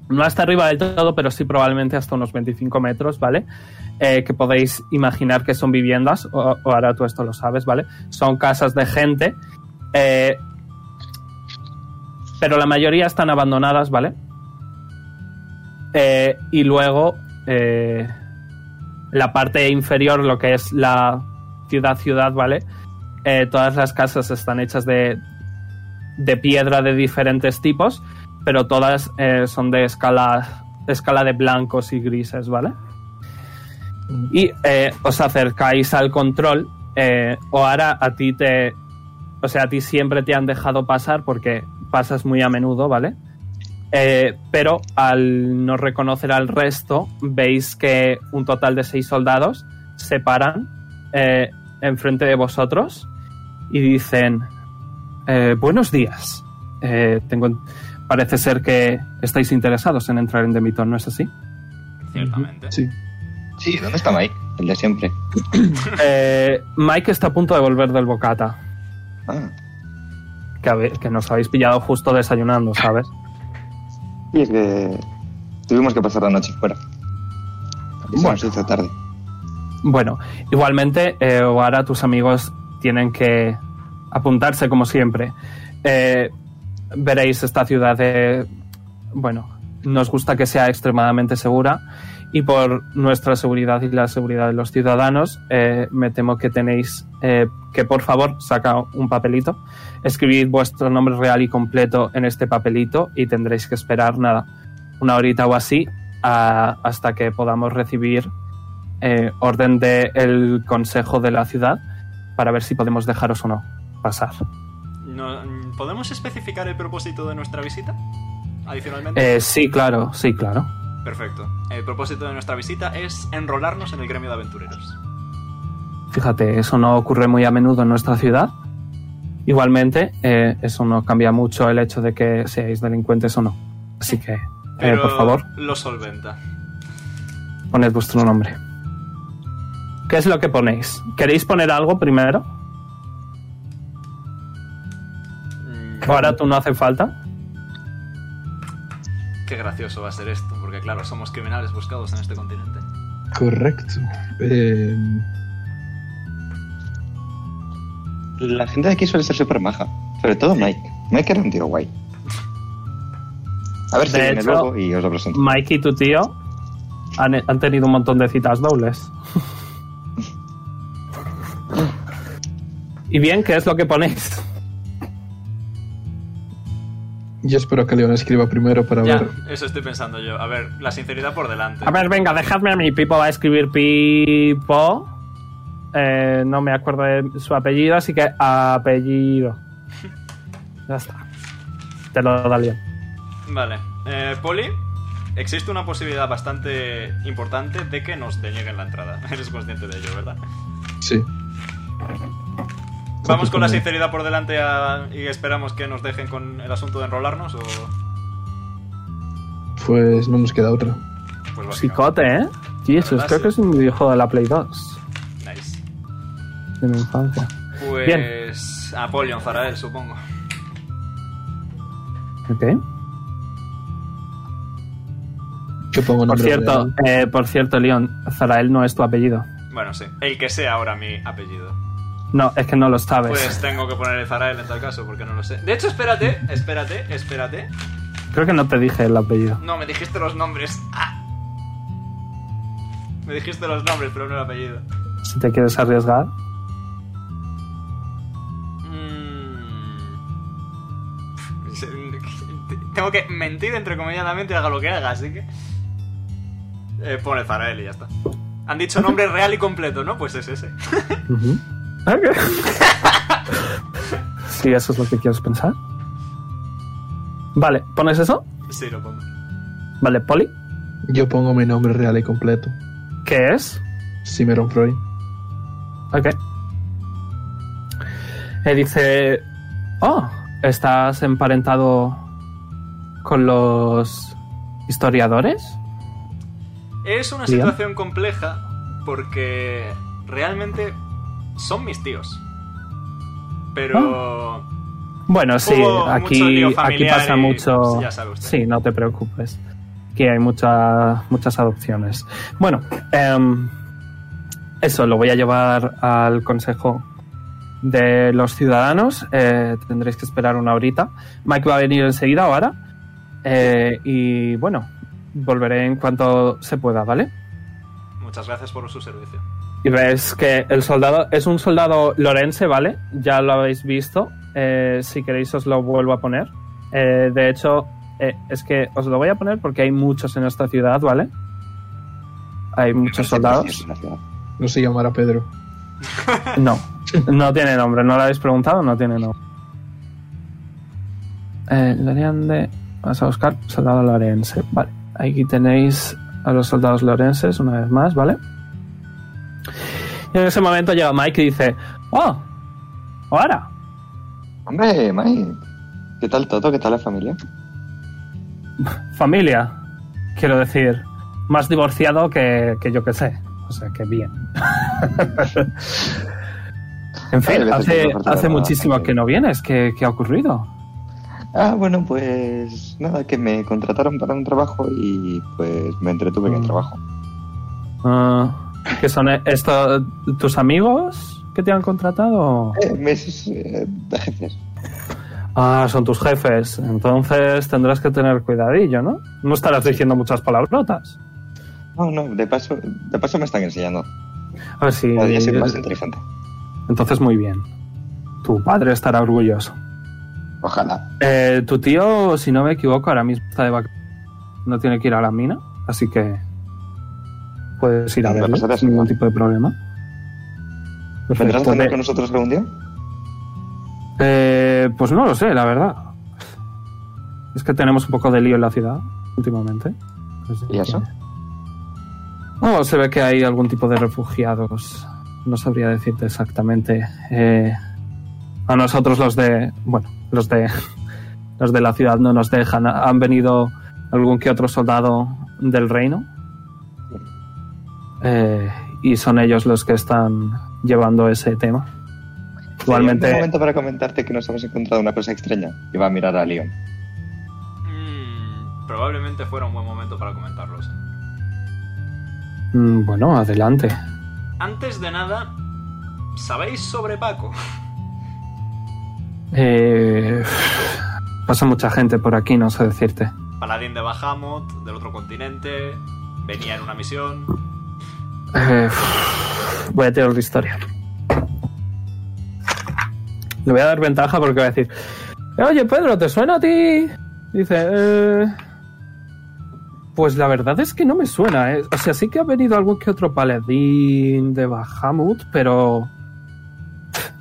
Speaker 1: no hasta arriba del todo, pero sí probablemente hasta unos 25 metros, ¿vale? Eh, que podéis imaginar que son viviendas, o, o ahora tú esto lo sabes, ¿vale? Son casas de gente. eh, pero la mayoría están abandonadas, ¿vale? Eh, y luego eh, la parte inferior, lo que es la ciudad-ciudad, ¿vale? Eh, todas las casas están hechas de, de piedra de diferentes tipos, pero todas eh, son de escala, escala de blancos y grises, ¿vale? Y eh, os acercáis al control, eh, o ahora a ti te... O sea, a ti siempre te han dejado pasar porque pasas muy a menudo, ¿vale? Eh, pero al no reconocer al resto, veis que un total de seis soldados se paran eh, enfrente de vosotros y dicen, eh, buenos días. Eh, tengo- parece ser que estáis interesados en entrar en Demitón, ¿no es así?
Speaker 2: Ciertamente.
Speaker 3: Sí.
Speaker 4: Sí, ¿dónde está Mike? El de siempre.
Speaker 1: Eh, Mike está a punto de volver del bocata,
Speaker 4: Ah.
Speaker 1: que, habe- que nos habéis pillado justo desayunando, ¿sabes?
Speaker 4: Y es que tuvimos que pasar la noche fuera. Y se
Speaker 1: Bueno.
Speaker 4: nos hizo tarde.
Speaker 1: Bueno, igualmente, eh, ahora tus amigos tienen que apuntarse como siempre. Eh, veréis esta ciudad de... Bueno, nos gusta que sea extremadamente segura y por nuestra seguridad y la seguridad de los ciudadanos, eh, me temo que tenéis eh, que, por favor, saca un papelito, escribid vuestro nombre real y completo en este papelito y tendréis que esperar nada, una horita o así, a- hasta que podamos recibir eh, orden del consejo de la ciudad para ver si podemos dejaros o no pasar.
Speaker 2: No, mm, ¿Podemos especificar el propósito de nuestra visita? Adicionalmente.
Speaker 1: Eh, sí, claro, sí, claro.
Speaker 2: Perfecto. El propósito de nuestra visita es enrolarnos en el gremio de aventureros.
Speaker 1: Eh, Fíjate, eso no ocurre muy a menudo en nuestra ciudad. Igualmente, eh, eso no cambia mucho el hecho de que seáis delincuentes o no. Así que, eh,
Speaker 2: Pero
Speaker 1: por favor,
Speaker 2: Lo solventa.
Speaker 1: poned vuestro nombre. ¿Qué es lo que ponéis? ¿Queréis poner algo primero?
Speaker 2: Mm,
Speaker 1: Ahora tú no hace falta.
Speaker 2: Qué gracioso va a ser esto, porque claro, somos criminales buscados en este continente.
Speaker 3: Correcto. Eh,
Speaker 4: La gente de aquí suele ser súper maja. Sobre todo Mike. Mike era un tío guay. A ver si
Speaker 1: De
Speaker 4: viene
Speaker 1: hecho-
Speaker 4: luego y os lo presento.
Speaker 1: Mike y tu tío han, han tenido un montón de citas dobles. y bien, ¿qué es lo que ponéis?
Speaker 3: yo espero que Leon escriba primero para
Speaker 2: Ya,
Speaker 3: ver.
Speaker 2: eso estoy pensando yo. A ver, la sinceridad por delante.
Speaker 1: A ver, venga, dejadme a mí. Pipo va a escribir Pipo. Eh, no me acuerdo de su apellido, así que apellido. Ya está. Te lo da bien.
Speaker 2: Vale. Eh, Poli, existe una posibilidad bastante importante de que nos denieguen la entrada. Eres consciente de ello, ¿verdad?
Speaker 3: Sí.
Speaker 2: Vamos con la
Speaker 3: Completamente.
Speaker 2: sinceridad por delante a- y esperamos que nos dejen con el asunto de enrolarnos o...
Speaker 3: Pues no nos queda otra.
Speaker 2: Pues básicamente.
Speaker 1: Psicote, ¿eh? Jesus,
Speaker 2: verdad,
Speaker 1: creo
Speaker 2: sí.
Speaker 1: que es un videojuego de la Play 2
Speaker 2: Nice.
Speaker 1: de mi infancia.
Speaker 2: Pues... Apollon Zarael, supongo.
Speaker 1: Ok.
Speaker 3: Yo pongo
Speaker 1: Por
Speaker 3: nombre
Speaker 1: cierto,
Speaker 3: real.
Speaker 1: eh, por cierto, Leon, Zarael no es tu apellido.
Speaker 2: Bueno, sí. El que sea ahora mi apellido.
Speaker 1: No, es que no lo sabes.
Speaker 2: Pues tengo que poner el Zarael en tal caso, porque no lo sé. De hecho, espérate, espérate, espérate.
Speaker 1: Creo que no te dije el apellido.
Speaker 2: No, me dijiste los nombres. ¡Ah! Me dijiste los nombres, pero no el apellido.
Speaker 1: Si te quieres arriesgar.
Speaker 2: Mm. Pff, Tengo que mentir entre comilladamente, haga lo que haga, así que. Eh, pone Zarael y ya está. Han dicho nombre real y completo, ¿no? Pues es ese.
Speaker 1: si eso es lo que quieres pensar. Vale, ¿pones eso?
Speaker 2: Sí, lo pongo.
Speaker 1: Vale, Poli.
Speaker 3: Yo pongo mi nombre real y completo.
Speaker 1: ¿Qué es?
Speaker 3: Simeron Freud.
Speaker 1: Ok. Él dice... Oh, ¿estás emparentado con los historiadores?
Speaker 2: Es una
Speaker 1: Bien.
Speaker 2: situación compleja porque realmente son mis tíos. Pero...
Speaker 1: Bueno, Ah. sí,
Speaker 2: Hubo mucho
Speaker 1: aquí,
Speaker 2: lío
Speaker 1: aquí
Speaker 2: familiar
Speaker 1: pasa
Speaker 2: y,
Speaker 1: mucho.
Speaker 2: pues, ya sabe usted.
Speaker 1: Sí, no te preocupes. Que hay mucha- muchas adopciones. Bueno, em, eso lo voy a llevar al Consejo de los Ciudadanos. Eh, tendréis que esperar una horita. Mike va a venir enseguida ahora. Eh, y bueno, volveré en cuanto se pueda, ¿vale?
Speaker 2: Muchas gracias por su servicio.
Speaker 5: Y ves que
Speaker 1: El soldado es un soldado lorense, ¿vale? Ya lo habéis visto. Eh, si queréis os lo vuelvo a poner. Eh, de hecho, eh, es que os lo voy a poner porque hay muchos en esta ciudad, ¿vale? Hay muchos soldados.
Speaker 3: No se llamará Pedro.
Speaker 1: No, no tiene nombre. ¿No lo habéis preguntado? No tiene nombre. Eh, Lorian de... Vamos a buscar soldado lorense. Vale, aquí tenéis a los soldados lorenses una vez más, ¿vale? Y en ese momento llega Mike y dice... ¡Oh! ¡Ahora!
Speaker 4: Hombre, Mike. ¿Qué tal todo? ¿Qué tal la familia?
Speaker 1: familia, quiero decir. Más divorciado que, que yo que sé. O sea, que bien. en
Speaker 4: Hay
Speaker 1: fin,
Speaker 4: veces que es
Speaker 1: hace,
Speaker 4: mejor tener
Speaker 1: hace
Speaker 4: la
Speaker 1: muchísimo
Speaker 4: familia.
Speaker 1: que no vienes. ¿Qué, qué ha ocurrido?
Speaker 4: Ah, bueno, pues nada, que me contrataron para un trabajo y pues me entretuve en el
Speaker 1: Mm.
Speaker 4: trabajo.
Speaker 1: Ah, ¿Qué son e- esto, tus amigos que te han contratado?
Speaker 4: Eh, meses eh, de jefes.
Speaker 1: Ah, son tus jefes. Entonces tendrás que tener cuidadillo, ¿no? No estarás diciendo muchas palabrotas.
Speaker 4: No, no, de paso, de paso me están enseñando.
Speaker 1: A ver si.
Speaker 4: Cada día soy más inteligente.
Speaker 1: Ah, Entonces, muy bien. Tu padre estará orgulloso.
Speaker 4: Ojalá.
Speaker 1: Eh, tu tío, si no me equivoco, ahora mismo está de vacaciones. No tiene que ir a la mina, así que puedes ir a
Speaker 4: Me
Speaker 1: verlo
Speaker 4: pasaré
Speaker 1: sin ningún
Speaker 4: así.
Speaker 1: tipo de problema.
Speaker 4: ¿Vendrás a
Speaker 1: Perfecto.
Speaker 4: comer
Speaker 1: Te-
Speaker 4: con nosotros algún día?
Speaker 1: eh, pues no lo sé, la verdad. Es que tenemos un poco de lío en la ciudad últimamente. Así
Speaker 4: ¿Y eso?
Speaker 1: que- No, se ve que hay algún tipo de refugiados. No sabría decirte exactamente. Eh, a nosotros los de, bueno, los de, los de la ciudad no nos dejan. Ha- Han venido algún que otro soldado del reino Eh, y son ellos los que están llevando ese tema.
Speaker 4: Un
Speaker 1: Igualmente,
Speaker 4: momento para comentarte que nos hemos encontrado una cosa extraña. Y va a mirar a Leon.
Speaker 2: Mm, probablemente fuera un buen momento para comentarlos.
Speaker 1: mm, bueno, adelante.
Speaker 2: Antes de nada, ¿sabéis sobre Paco?
Speaker 1: Eh, pasa mucha gente por aquí, no sé decirte.
Speaker 2: Paladín de Bahamut, del otro continente, venía en una misión.
Speaker 1: Eh, voy a tirar la historia. Le voy a dar ventaja porque voy a decir: "Eh, Oye, Pedro, ¿te suena a ti? Dice: "Eh, Pues la verdad es que no me suena. eh. O sea, sí que ha venido algún que otro paladín de Bahamut, pero.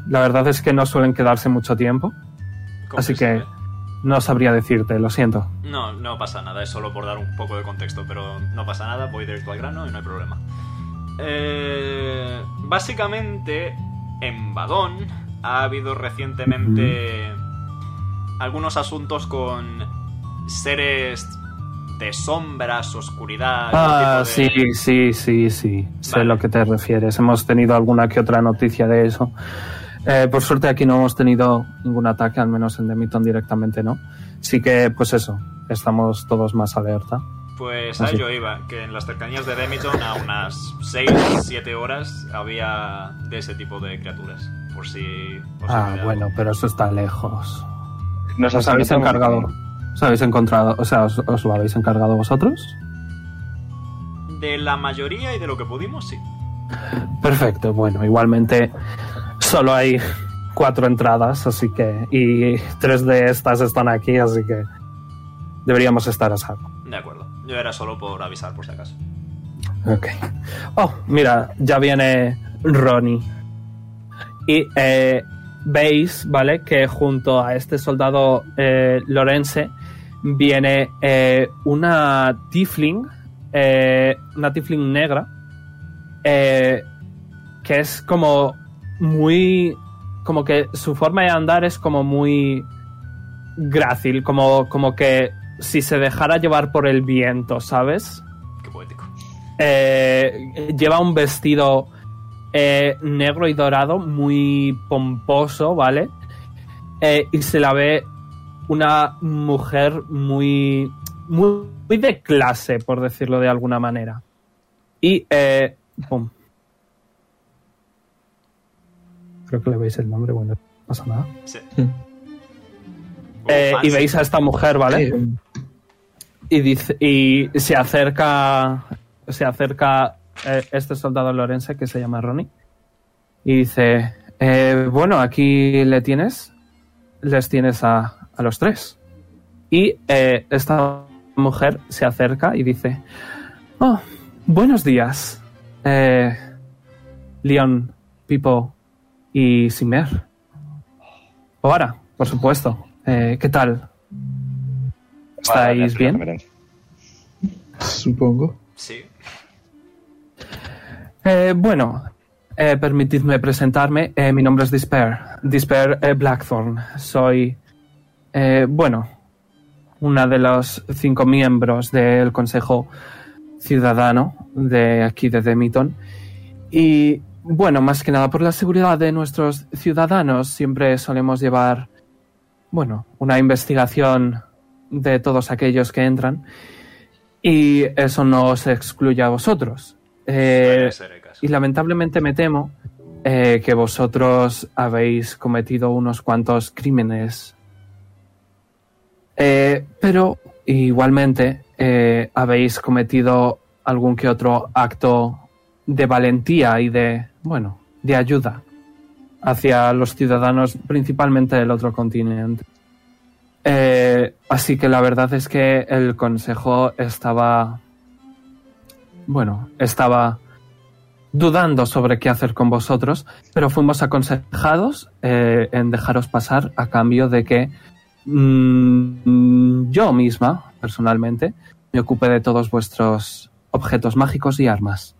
Speaker 1: La verdad es que no suelen quedarse mucho tiempo. Así que- No sabría decirte, lo siento.
Speaker 2: No, no pasa nada, es solo por dar un poco de contexto, pero no pasa nada, voy directo al grano y no hay problema. Eh, básicamente, en Badón ha habido recientemente algunos asuntos con seres de sombras, oscuridad.
Speaker 1: Ah,
Speaker 2: algún tipo
Speaker 1: sí,
Speaker 2: de-
Speaker 1: sí, sí, sí. Sé a
Speaker 2: Vale.
Speaker 1: lo que te refieres. Hemos tenido alguna que otra noticia de eso. Eh, por suerte aquí no hemos tenido ningún ataque, al menos en Demiton directamente no. Sí que, pues eso, estamos todos más alerta.
Speaker 2: Pues
Speaker 1: Ah,
Speaker 2: a
Speaker 1: sí.
Speaker 2: ello iba, que en las cercanías de Demiton a unas 6-7 horas había de ese tipo de criaturas. Por si os
Speaker 1: Ah,
Speaker 2: olvidaba.
Speaker 1: bueno, pero eso está lejos.
Speaker 4: Nos
Speaker 1: ¿Os habéis encargado? ¿Os habéis encontrado? O sea, ¿os, os lo habéis encargado vosotros?
Speaker 2: De la mayoría y de lo que pudimos, sí.
Speaker 1: Perfecto, bueno, igualmente solo hay cuatro entradas, así que. Y tres de estas están aquí, así que. Deberíamos estar a salvo.
Speaker 2: De acuerdo. Yo era solo por avisar, por si acaso.
Speaker 1: Ok. Oh, mira, ya viene Ronnie. Y eh, veis, ¿vale? Que junto a este soldado eh, lorense viene eh, una tiefling, eh, una tiefling negra, eh, que es como muy... Como que su forma de andar es como muy grácil, como, como que si se dejara llevar por el viento, ¿sabes?
Speaker 2: Qué poético.
Speaker 1: Eh, lleva un vestido eh, negro y dorado, muy pomposo, ¿vale? Eh, y se la ve una mujer muy, muy, muy de clase, por decirlo de alguna manera. Y, eh, pum.
Speaker 9: Creo que le veis el nombre, bueno, no pasa nada.
Speaker 2: Sí.
Speaker 1: Eh,
Speaker 2: Uh,
Speaker 1: y
Speaker 2: fancy.
Speaker 1: veis a esta mujer, ¿vale?
Speaker 3: Eh,
Speaker 1: Y, dice, y se acerca, se acerca eh, este soldado lorense que se llama Ronnie. Y dice, eh, bueno, aquí le tienes, les tienes a, a los tres. Y eh, esta mujer se acerca y dice, oh, buenos días, eh, Leon, Pipo y Simer. Ahora, por supuesto. Eh, ¿Qué tal? ¿Estáis bien?
Speaker 3: Supongo.
Speaker 2: Sí.
Speaker 1: Eh, bueno, eh, permitidme presentarme. Eh, mi nombre es Despair. Despair eh, Blackthorn. Soy, eh, bueno, una de los cinco miembros del Consejo Ciudadano de aquí de Demiton. Y, bueno, más que nada por la seguridad de nuestros ciudadanos, siempre solemos llevar, bueno, una investigación de todos aquellos que entran. Y eso no os excluye a vosotros. Eh,
Speaker 2: Puede ser el caso.
Speaker 1: y lamentablemente me temo eh, que vosotros habéis cometido unos cuantos crímenes. Eh, pero igualmente eh, habéis cometido algún que otro acto de valentía y de, bueno, de ayuda hacia los ciudadanos, principalmente del otro continente. Eh, así que la verdad es que el Consejo estaba, bueno, estaba dudando sobre qué hacer con vosotros, pero fuimos aconsejados eh, en dejaros pasar a cambio de que mm, yo misma, personalmente, me ocupe de todos vuestros objetos mágicos y armas.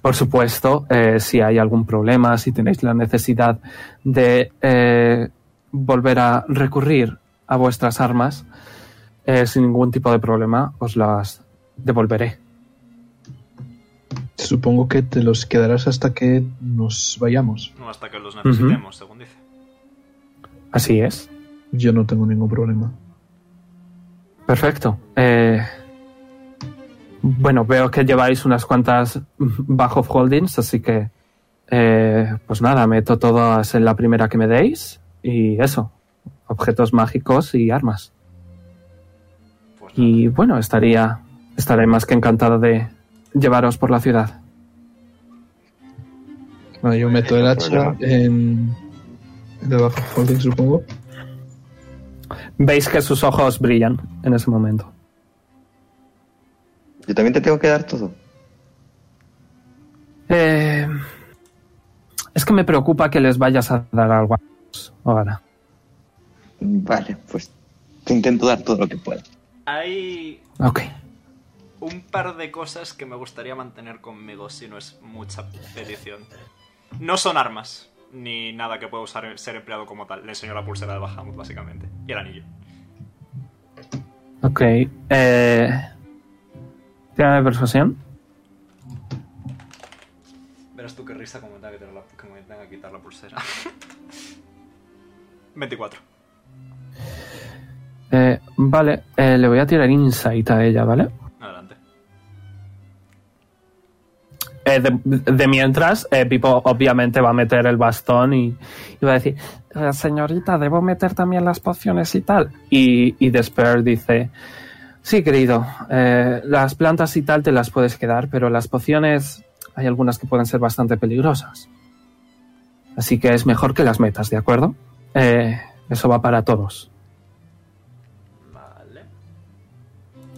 Speaker 1: Por supuesto, eh, si hay algún problema, si tenéis la necesidad de eh, volver a recurrir a vuestras armas, eh, sin ningún tipo de problema, os las devolveré.
Speaker 3: Supongo que te los quedarás hasta que nos vayamos.
Speaker 2: No hasta que los necesitemos, según dice.
Speaker 1: Así es.
Speaker 3: Yo no tengo ningún problema.
Speaker 1: Perfecto. Eh, bueno, veo que lleváis unas cuantas bajo holdings, así que eh, pues nada, meto todas en la primera que me deis y eso, objetos mágicos y armas.
Speaker 2: Pues nada.
Speaker 1: Y bueno, estaría estaré más que encantado de llevaros por la ciudad.
Speaker 3: Bueno, Ah, yo meto el hacha en. debajo del holding, supongo.
Speaker 1: Veis que sus ojos brillan en ese momento.
Speaker 4: Yo también te tengo que dar todo.
Speaker 1: Eh, es que me preocupa que les vayas a dar algo a ellos ahora.
Speaker 4: Vale, pues te intento dar todo lo que pueda.
Speaker 2: Hay
Speaker 1: Ok.
Speaker 2: un par de cosas que me gustaría mantener conmigo si no es mucha petición. No son armas, ni nada que pueda usar ser empleado como tal. Le enseño la pulsera de Bahamut, básicamente. Y el anillo.
Speaker 1: Ok. Eh, ¿Tiene persuasión?
Speaker 2: Verás tú qué risa como me tenga que, tener la- como me tenga que quitar la pulsera. 24.
Speaker 1: Eh, vale, eh, le voy a tirar insight a ella, ¿vale?
Speaker 2: Adelante.
Speaker 1: Eh, de, de mientras, eh, Pipo obviamente va a meter el bastón y, y va a decir, "Eh, señorita, debo meter también las pociones y tal. Y, y Despair dice, sí, querido, eh, las plantas y tal te las puedes quedar, pero las pociones hay algunas que pueden ser bastante peligrosas. Así que es mejor que las metas, ¿de acuerdo? Eh, eso va para todos.
Speaker 2: Vale.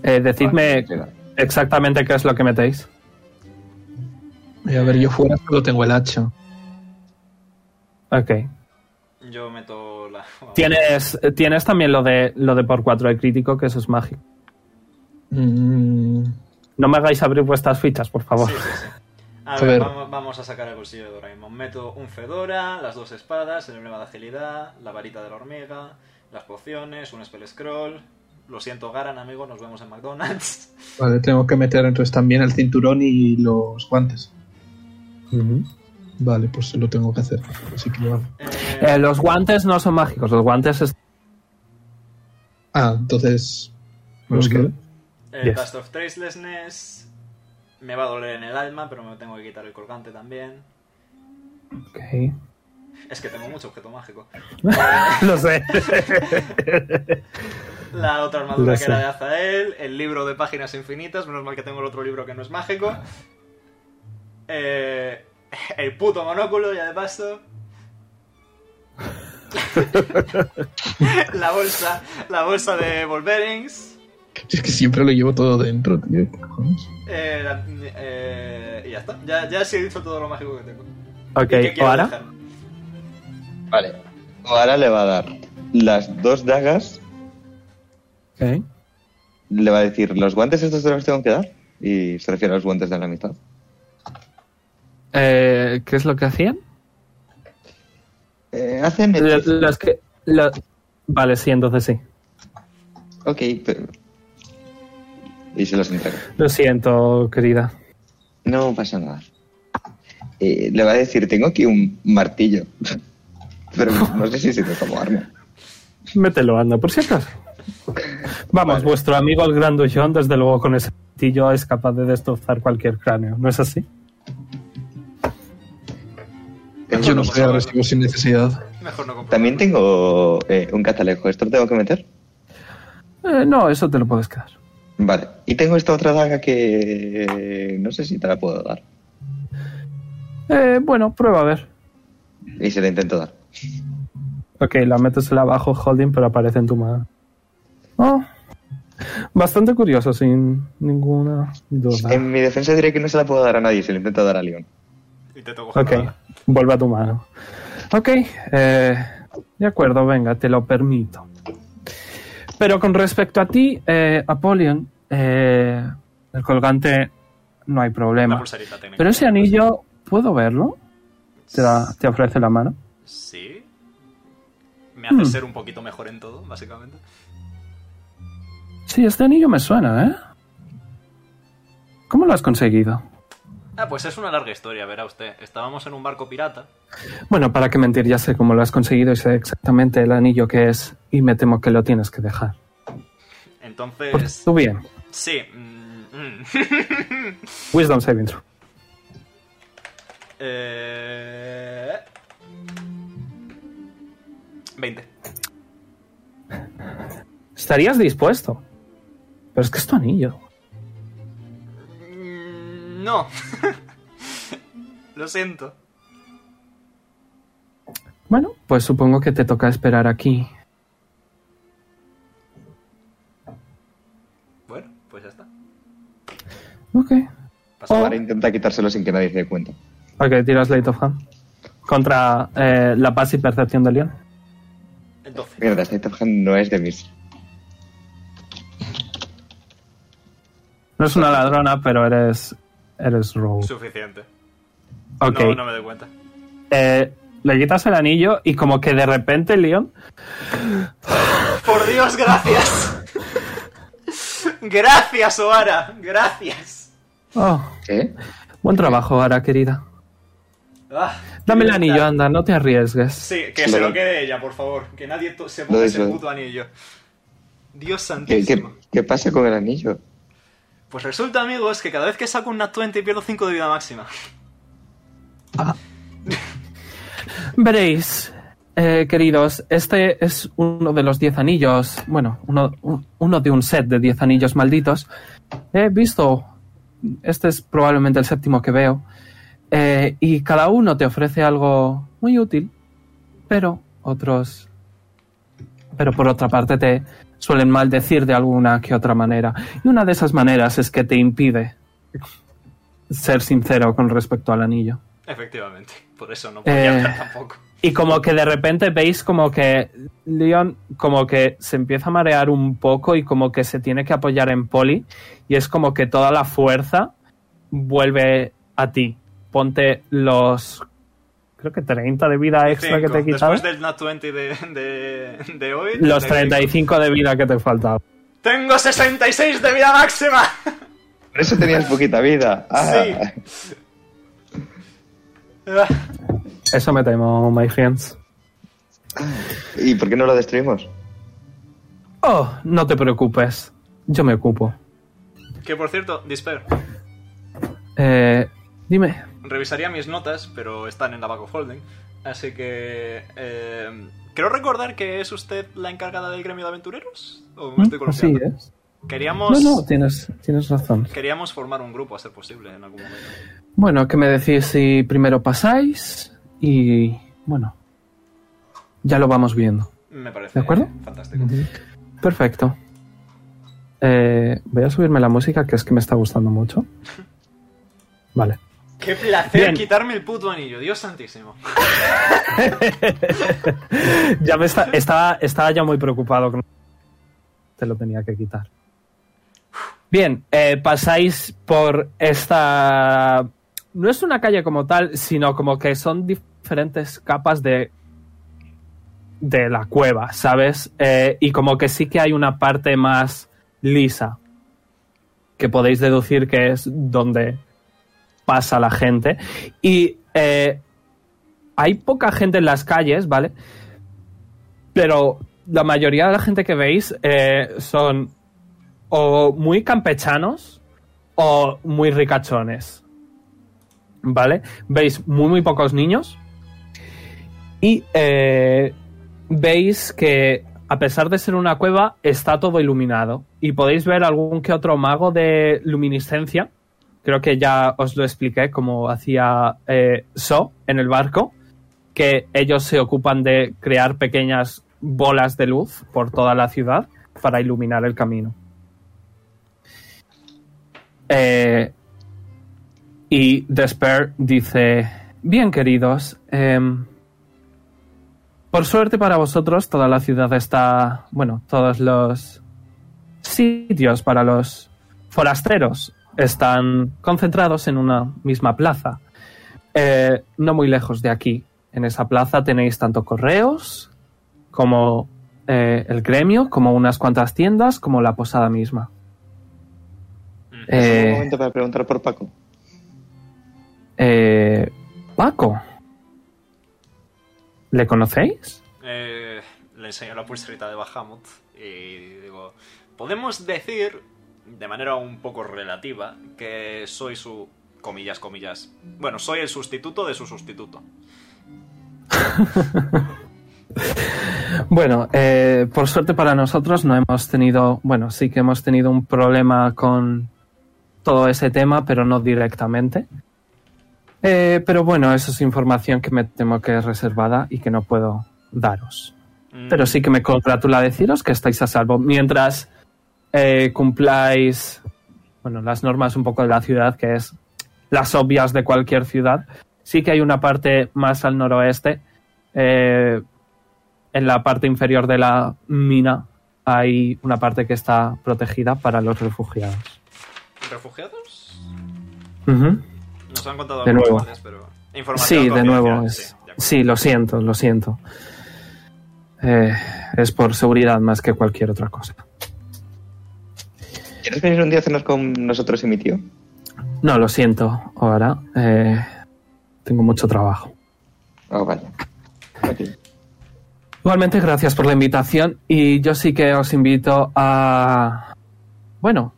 Speaker 1: Eh, decidme
Speaker 4: Llega.
Speaker 1: exactamente qué es lo que metéis.
Speaker 3: Y Eh, a ver, yo fuera solo tengo el hacha.
Speaker 1: Ok.
Speaker 2: Yo meto la.
Speaker 1: Tienes, tienes también lo de, lo de por 4 de crítico, que eso es mágico.
Speaker 3: Mm,
Speaker 1: No me hagáis abrir vuestras fichas, por favor.
Speaker 2: Sí, sí, sí. A,
Speaker 3: A
Speaker 2: ver,
Speaker 3: ver.
Speaker 2: Vamos, vamos a sacar el bolsillo de Doraemon. Meto un Fedora, las dos espadas, el emblema de agilidad, la varita de la hormiga, las pociones, un spell scroll. Lo siento, Garan, amigo, nos vemos en McDonald's.
Speaker 3: vale, tengo que meter entonces también el cinturón y los guantes. Ujú. Vale, pues lo tengo que hacer. Así que lo hago.
Speaker 2: Eh,
Speaker 1: Eh, los guantes no son mágicos, los guantes es-
Speaker 3: Ah, entonces. me los
Speaker 1: Ujú.
Speaker 3: quedo.
Speaker 2: el
Speaker 1: yes.
Speaker 2: Dust of Tracelessness. Me va a doler en el alma, pero me tengo que quitar el colgante también.
Speaker 1: Ok.
Speaker 2: Es que tengo mucho objeto mágico.
Speaker 1: Lo sé.
Speaker 2: La otra
Speaker 1: Lo
Speaker 2: armadura que
Speaker 1: sé.
Speaker 2: era de Azael, el libro de páginas infinitas, menos mal que tengo el otro libro que no es mágico. Eh, el puto monóculo, ya de paso. la bolsa, la bolsa de Wolverines.
Speaker 3: Es que siempre lo llevo todo dentro, tío. ¿qué cojones?
Speaker 2: Eh, la- eh, y ya está, ya, ya sí he dicho todo lo mágico que tengo.
Speaker 1: Ok,
Speaker 2: ¿Y qué quiero
Speaker 1: ahora.
Speaker 2: dejar?
Speaker 4: Vale. Ahora le va a dar las dos dagas,
Speaker 1: Ok.
Speaker 4: le va a decir los guantes estos de los que tengo que dar. Y se refiere a los guantes de la mitad.
Speaker 1: Eh, ¿Qué es lo que hacían?
Speaker 4: Eh, hacen
Speaker 1: Lo-
Speaker 4: hechizo.
Speaker 1: Los que. lo- Vale, sí, entonces sí.
Speaker 4: Ok, pero... Y se los entrega.
Speaker 1: Lo siento, querida.
Speaker 4: No pasa nada. Eh, le va a decir, tengo aquí un martillo. Pero no sé si sirve como arma.
Speaker 1: Mételo, anda, por si acaso. Vamos,
Speaker 4: Vale.
Speaker 1: vuestro amigo el Grandullón, desde luego con ese martillo es capaz de destrozar cualquier cráneo, ¿no es así?
Speaker 3: Yo no soy agresivo sin necesidad.
Speaker 2: Mejor no compro.
Speaker 4: También tengo eh, un catalejo. ¿Esto lo tengo que meter?
Speaker 1: Eh, no, eso te lo puedes quedar.
Speaker 4: Vale. Y tengo esta otra daga que... eh, No sé si te la puedo dar.
Speaker 1: Eh, bueno, prueba a ver.
Speaker 4: Y se la intento dar.
Speaker 1: Ok, la metes en la abajo holding, pero aparece en tu mano. Oh, bastante curioso, sin ninguna duda.
Speaker 4: En mi defensa diré que no se la puedo dar a nadie. Se la intento dar a Leon.
Speaker 2: Y te toco
Speaker 1: Ok,
Speaker 2: jornada.
Speaker 1: vuelve a tu mano. Ok, eh, de acuerdo, venga, te lo permito. Pero con respecto a ti, eh, Apolion, eh, el colgante no hay
Speaker 2: La
Speaker 1: problema.
Speaker 2: pulserita técnica.
Speaker 1: Pero ese anillo, ¿puedo verlo? Te, da- te ofrece la mano.
Speaker 2: Sí. Me hace
Speaker 1: Hmm.
Speaker 2: ser un poquito mejor en todo, básicamente.
Speaker 1: Sí, este anillo me suena, ¿eh? ¿Cómo lo has conseguido?
Speaker 2: Ah, pues es una larga historia, verá usted. Estábamos en un barco pirata.
Speaker 1: Bueno, para qué mentir, ya sé cómo lo has conseguido y sé exactamente el anillo que es y me temo que lo tienes que dejar. Por
Speaker 2: Entonces.
Speaker 1: tu bien.
Speaker 2: Sí. mm, mm.
Speaker 1: Wisdom saving throw.
Speaker 2: Eh, 20.
Speaker 1: Estarías dispuesto. Pero es que es tu anillo.
Speaker 2: Mm, No. Lo siento.
Speaker 1: Bueno, pues supongo que te toca esperar aquí.
Speaker 2: Bueno, pues ya está.
Speaker 1: Ok.
Speaker 2: Pasa
Speaker 1: Oh.
Speaker 4: Ahora intenta quitárselo sin que nadie se dé cuenta.
Speaker 1: Ok, tiras Late of Hand. Contra eh, la paz y percepción de Leon.
Speaker 2: el 12.
Speaker 4: Mierda, esta imagen no es de mis...
Speaker 1: No es una ladrona, pero eres. Eres rogue.
Speaker 2: Suficiente.
Speaker 1: Ok.
Speaker 2: No, no me doy cuenta.
Speaker 1: Eh, le quitas el anillo y, como que de repente, Leon.
Speaker 2: Por Dios, gracias. gracias, Oara. Gracias.
Speaker 1: Oh,
Speaker 4: ¿Eh?
Speaker 1: buen trabajo, Ara, querida.
Speaker 2: Ah,
Speaker 1: Dame el
Speaker 2: libertad.
Speaker 1: anillo, anda, no te arriesgues.
Speaker 2: Sí, que
Speaker 4: Lo
Speaker 2: se
Speaker 4: de-
Speaker 2: lo quede ella, por favor. Que nadie to- se
Speaker 4: Lo
Speaker 2: ponga
Speaker 4: de-
Speaker 2: ese puto anillo. Dios
Speaker 4: ¿Qué, qué,
Speaker 2: santísimo.
Speaker 4: qué pasa con el anillo?
Speaker 2: Pues resulta, amigos, que cada vez que saco un Nat 20 pierdo 5 de vida máxima.
Speaker 1: Veréis, eh, queridos, este es uno de los diez anillos, bueno, uno, un- uno de un set de diez anillos malditos. He visto, este es probablemente el séptimo que veo, eh, y cada uno te ofrece algo muy útil, pero otros, pero por otra parte te suelen maldecir de alguna que otra manera. Y una de esas maneras es que te impide ser sincero con respecto al anillo.
Speaker 2: Efectivamente, por eso no podía
Speaker 1: Eh.
Speaker 2: hablar tampoco.
Speaker 1: Y como que de repente veis como que Leon como que se empieza a marear un poco y como que se tiene que apoyar en Poli y es como que toda la fuerza vuelve a ti. Ponte los creo que 30 de vida extra
Speaker 2: Cinco.
Speaker 1: que te he quitado.
Speaker 2: Después del Nat 20 de, de, de hoy.
Speaker 1: Los
Speaker 2: 35.
Speaker 1: 35 de vida que te faltaba.
Speaker 2: ¡Tengo 66 de vida máxima!
Speaker 4: Ah. Por eso tenías poquita vida. Ah.
Speaker 2: Sí. Ah,
Speaker 1: Eso me temo, my friends.
Speaker 4: ¿Y por qué no lo destruimos?
Speaker 1: Oh, no te preocupes. Yo me ocupo.
Speaker 2: Que por cierto, Disper,
Speaker 1: Eh, dime.
Speaker 2: revisaría mis notas, pero están en la back of holding. Así que. Eh, creo recordar que es usted la encargada del gremio de aventureros. ¿O me estoy
Speaker 1: Así
Speaker 2: columpiando?
Speaker 1: es.
Speaker 2: Queríamos.
Speaker 1: Mm, ¿eh? No, no, tienes, tienes razón.
Speaker 2: Queríamos formar un grupo a ser posible en algún momento.
Speaker 1: Bueno, ¿qué me decís si primero pasáis? Y bueno, ya lo vamos viendo.
Speaker 2: Me parece.
Speaker 1: ¿De acuerdo?
Speaker 2: Fantástico.
Speaker 1: Perfecto. Eh, voy a subirme la música, que es que me está gustando mucho. Vale.
Speaker 2: ¡Qué placer
Speaker 1: Bien.
Speaker 2: quitarme el puto anillo! ¡Dios santísimo!
Speaker 1: Ya me está, estaba, estaba ya muy preocupado. con- Te lo tenía que quitar. Bien, eh, pasáis por esta... No es una calle como tal, sino como que son diferentes capas de de la cueva, ¿sabes? Eh, y como que sí que hay una parte más lisa que podéis deducir que es donde pasa la gente. Y eh, hay poca gente en las calles, ¿vale? pero la mayoría de la gente que veis eh, son o muy campechanos o muy ricachones. ¿Vale? Veis muy, muy pocos niños. Y eh, veis que, a pesar de ser una cueva, está todo iluminado. Y podéis ver algún que otro mago de luminiscencia. Creo que ya os lo expliqué, como hacía eh, So en el barco que ellos se ocupan de crear pequeñas bolas de luz por toda la ciudad para iluminar el camino. Eh, y Despair dice, bien queridos, em, por suerte para vosotros toda la ciudad está, bueno, todos los sitios para los forasteros están concentrados en una misma plaza. Eh, no muy lejos de aquí. En esa plaza tenéis tanto correos como eh, el gremio, como unas cuantas tiendas, como la posada misma.
Speaker 4: Es un
Speaker 1: Eh,
Speaker 4: momento para preguntar por Paco.
Speaker 1: eh, Paco, ¿le conocéis?
Speaker 2: Eh, le enseño la pulserita de Bahamut y digo, podemos decir, de manera un poco relativa, que soy su, comillas, comillas, bueno, soy el sustituto de su sustituto.
Speaker 1: Bueno, eh, por suerte para nosotros no hemos tenido, bueno, sí que hemos tenido un problema con todo ese tema, pero no directamente. Eh, pero bueno, eso es información que me temo que es reservada y que no puedo daros.
Speaker 2: Mm,
Speaker 1: Pero sí que me congratula deciros que estáis a salvo. Mientras eh, cumpláis bueno, las normas un poco de la ciudad, que es las obvias de cualquier ciudad, sí que hay una parte más al noroeste. eh, en la parte inferior de la mina hay una parte que está protegida para los refugiados.
Speaker 2: ¿Refugiados?
Speaker 1: Ujú.
Speaker 2: Nos han contado
Speaker 1: De
Speaker 2: algunas
Speaker 1: nuevo.
Speaker 2: veces, pero... Información
Speaker 1: Sí, de nuevo.
Speaker 2: confidencial,
Speaker 1: Es,
Speaker 2: sí, de acuerdo.
Speaker 1: sí, lo siento, lo siento. Eh, es por seguridad más que cualquier otra cosa.
Speaker 4: ¿Quieres venir un día a cenar con nosotros y mi tío?
Speaker 1: No, lo siento, ahora. eh, tengo mucho trabajo.
Speaker 4: Ah, vaya. Ok.
Speaker 1: Igualmente, gracias por la invitación y yo sí que os invito a... Bueno,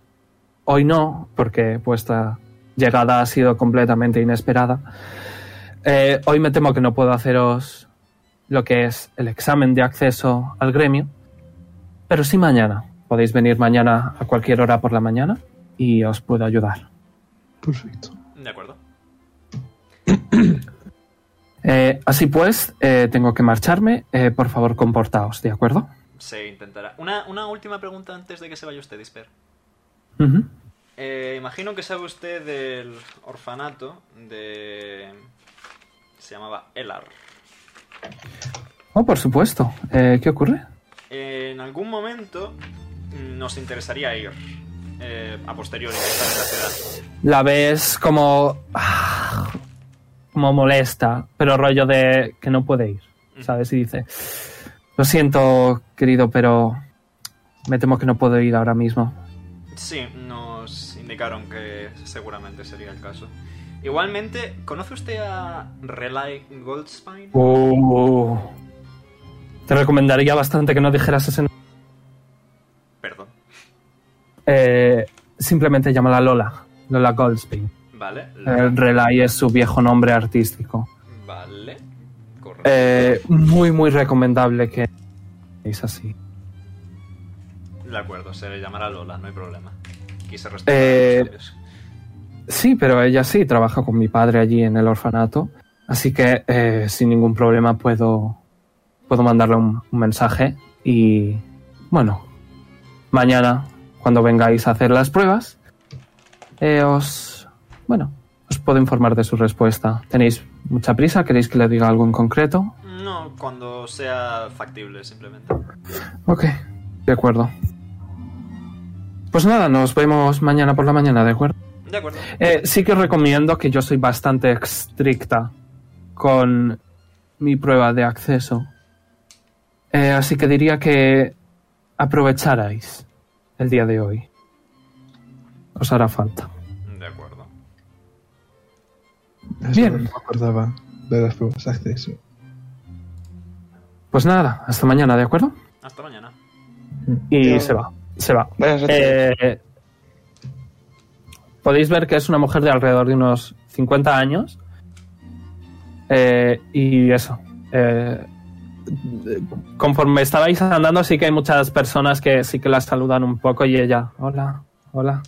Speaker 1: hoy no, porque vuestra llegada ha sido completamente inesperada. Eh, hoy me temo que no puedo haceros lo que es el examen de acceso al gremio, pero sí mañana. Podéis venir mañana a cualquier hora por la mañana y os puedo ayudar.
Speaker 3: Perfecto.
Speaker 2: De acuerdo.
Speaker 1: Eh, así pues, eh, tengo que marcharme. Eh, por favor, comportaos, ¿de acuerdo?
Speaker 2: Se intentará. Una, una última pregunta antes de que se vaya usted, Disper.
Speaker 1: Ujú.
Speaker 2: Eh, imagino que sabe usted del orfanato de... Se llamaba Elar.
Speaker 1: Oh, por supuesto. Eh, ¿Qué ocurre?
Speaker 2: En algún momento mm, nos interesaría ir eh, a posteriori que estar en la ciudad.
Speaker 1: La ves como. ah, como molesta, pero rollo de que no puede ir, ¿sabes? Y dice: Lo siento, querido, pero. me temo que no puedo ir ahora mismo.
Speaker 2: Sí, nos indicaron que seguramente sería el caso. Igualmente, ¿conoce usted a Relay Goldspine?
Speaker 1: Uh, te recomendaría bastante que no dijeras ese nombre.
Speaker 2: Perdón.
Speaker 1: Eh, simplemente llámala Lola. Lola Goldspin.
Speaker 2: Vale.
Speaker 1: El Relay es su viejo nombre artístico.
Speaker 2: Vale. Correcto.
Speaker 1: Eh, muy, muy recomendable que es así.
Speaker 2: De acuerdo, se le llamará Lola, no hay problema. Quise respetar
Speaker 1: Eh,
Speaker 2: los criterios.
Speaker 1: Sí, pero ella sí trabaja con mi padre allí en el orfanato. Así que eh, sin ningún problema puedo, puedo mandarle un, un mensaje. Y bueno, mañana, cuando vengáis a hacer las pruebas, eh, os. Bueno, os puedo informar de su respuesta. ¿Tenéis mucha prisa? ¿Queréis que le diga algo en concreto?
Speaker 2: No, cuando sea factible, simplemente.
Speaker 1: Ok, de acuerdo. Pues nada, nos vemos mañana por la mañana, ¿de acuerdo?
Speaker 2: De acuerdo.
Speaker 1: Eh, sí que os recomiendo que yo soy bastante estricta con mi prueba de acceso. Eh, así que diría que aprovecharais el día de hoy. Os hará falta.
Speaker 2: De acuerdo.
Speaker 3: Eso
Speaker 1: Bien.
Speaker 3: No me acordaba de las pruebas de acceso.
Speaker 1: Pues nada, hasta mañana, ¿de acuerdo?
Speaker 2: Hasta mañana.
Speaker 1: Y
Speaker 4: Yo-
Speaker 1: se va, se va.
Speaker 4: Buenas noches.
Speaker 1: Eh, podéis ver que es una mujer de alrededor de unos 50 años. Eh, y eso. eh, conforme estabais andando, sí que hay muchas personas que sí que las saludan un poco y ella, hola, hola.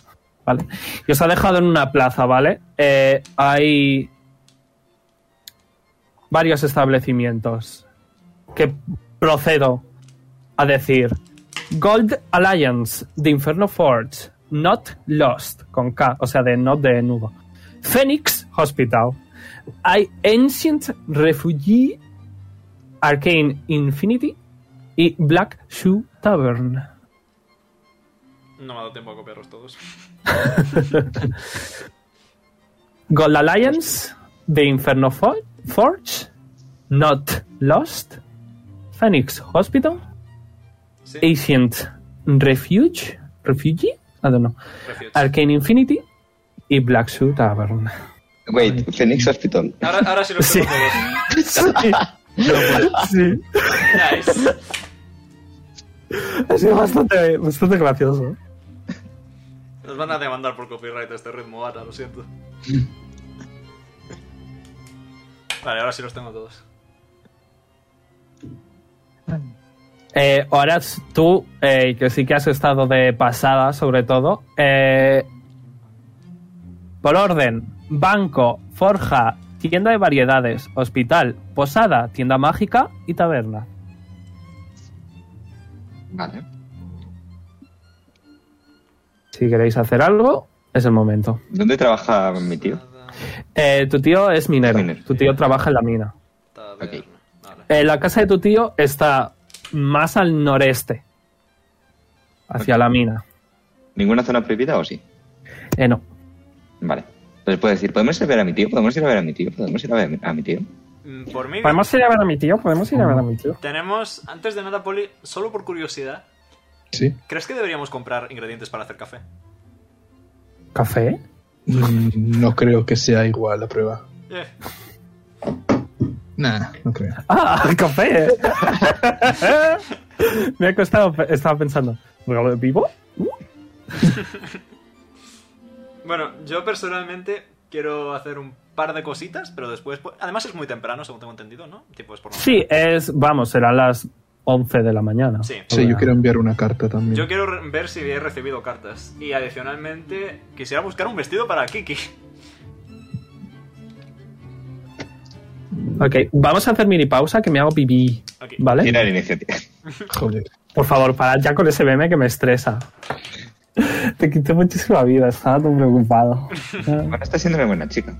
Speaker 1: Vale. Y os ha dejado en una plaza, ¿vale? Eh, hay varios establecimientos que procedo a decir Gold Alliance de Inferno Forge, Not Lost, con K, o sea, de Not de Nudo. Phoenix Hospital. Hay Ancient Refugee, Arcane Infinity y Black Shoe Tavern.
Speaker 2: No me ha dado tiempo a copiarlos todos.
Speaker 1: Gold Alliance de Inferno Fo- Forge, Not Lost, Phoenix Hospital,
Speaker 2: Sí,
Speaker 1: Ancient Refuge, Refugee, I don't know,
Speaker 2: refuge.
Speaker 1: Arcane Infinity y Black Shoe Tavern.
Speaker 4: Wait, Phoenix Hospital.
Speaker 2: Ahora, ahora sí los
Speaker 1: Sí.
Speaker 2: tengo todos.
Speaker 1: sí.
Speaker 2: Nice.
Speaker 1: Ha sido bastante, bastante gracioso.
Speaker 2: Nos van a demandar por copyright a este ritmo, ahora, lo siento. Vale, ahora sí los tengo todos.
Speaker 1: Eh, Horas, tú, eh, que sí que has estado de pasada, sobre todo. eh, por orden, banco, forja, tienda de variedades, hospital, posada, tienda mágica y taberna.
Speaker 4: Vale.
Speaker 1: Si queréis hacer algo, es el momento.
Speaker 4: ¿Dónde trabaja mi tío?
Speaker 1: Eh, tu tío es minero.
Speaker 4: Minero.
Speaker 1: Tu tío trabaja en la mina.
Speaker 2: Taberna. Vale.
Speaker 1: Eh, la casa de tu tío está más al noreste, hacia la mina.
Speaker 4: ¿Ninguna zona prohibida o sí?
Speaker 1: Eh, no.
Speaker 4: Vale. Entonces puedo decir, ¿podemos ir a ver a mi tío? ¿Podemos ir a ver a mi tío? ¿Podemos ir a ver a mi tío?
Speaker 2: Mm, Por mí,
Speaker 1: ¿Podemos ir a ver a mi tío? ¿Podemos ir a ver a mi tío?
Speaker 2: tenemos, antes de nada, Poli, solo por curiosidad,
Speaker 3: Sí.
Speaker 2: ¿crees que deberíamos comprar ingredientes para hacer café?
Speaker 1: ¿Café?
Speaker 3: Mm, No creo que sea igual la prueba.
Speaker 2: Eh,
Speaker 3: Nah, no creo.
Speaker 1: ¡Ah, café! Me ha costado, pe- estaba pensando, ¿regalo vivo?
Speaker 2: Bueno, yo personalmente quiero hacer un par de cositas, pero después... pues, Además es muy temprano, según tengo entendido, ¿no? Tipo es por la
Speaker 1: Sí, es, vamos, serán las 11 de la mañana.
Speaker 2: Sí.
Speaker 3: Sí, yo quiero enviar una carta también.
Speaker 2: Yo quiero re- ver si he recibido cartas. Y adicionalmente, quisiera buscar un vestido para Kiki.
Speaker 1: Ok, vamos a hacer mini pausa que me hago pipí,
Speaker 2: Ok.
Speaker 1: ¿vale?
Speaker 4: Tira la iniciativa.
Speaker 3: Joder.
Speaker 1: Por favor, parad ya con ese meme que me estresa. Te quité muchísima vida, estaba tan preocupado.
Speaker 4: Bueno, está siendo una buena chica.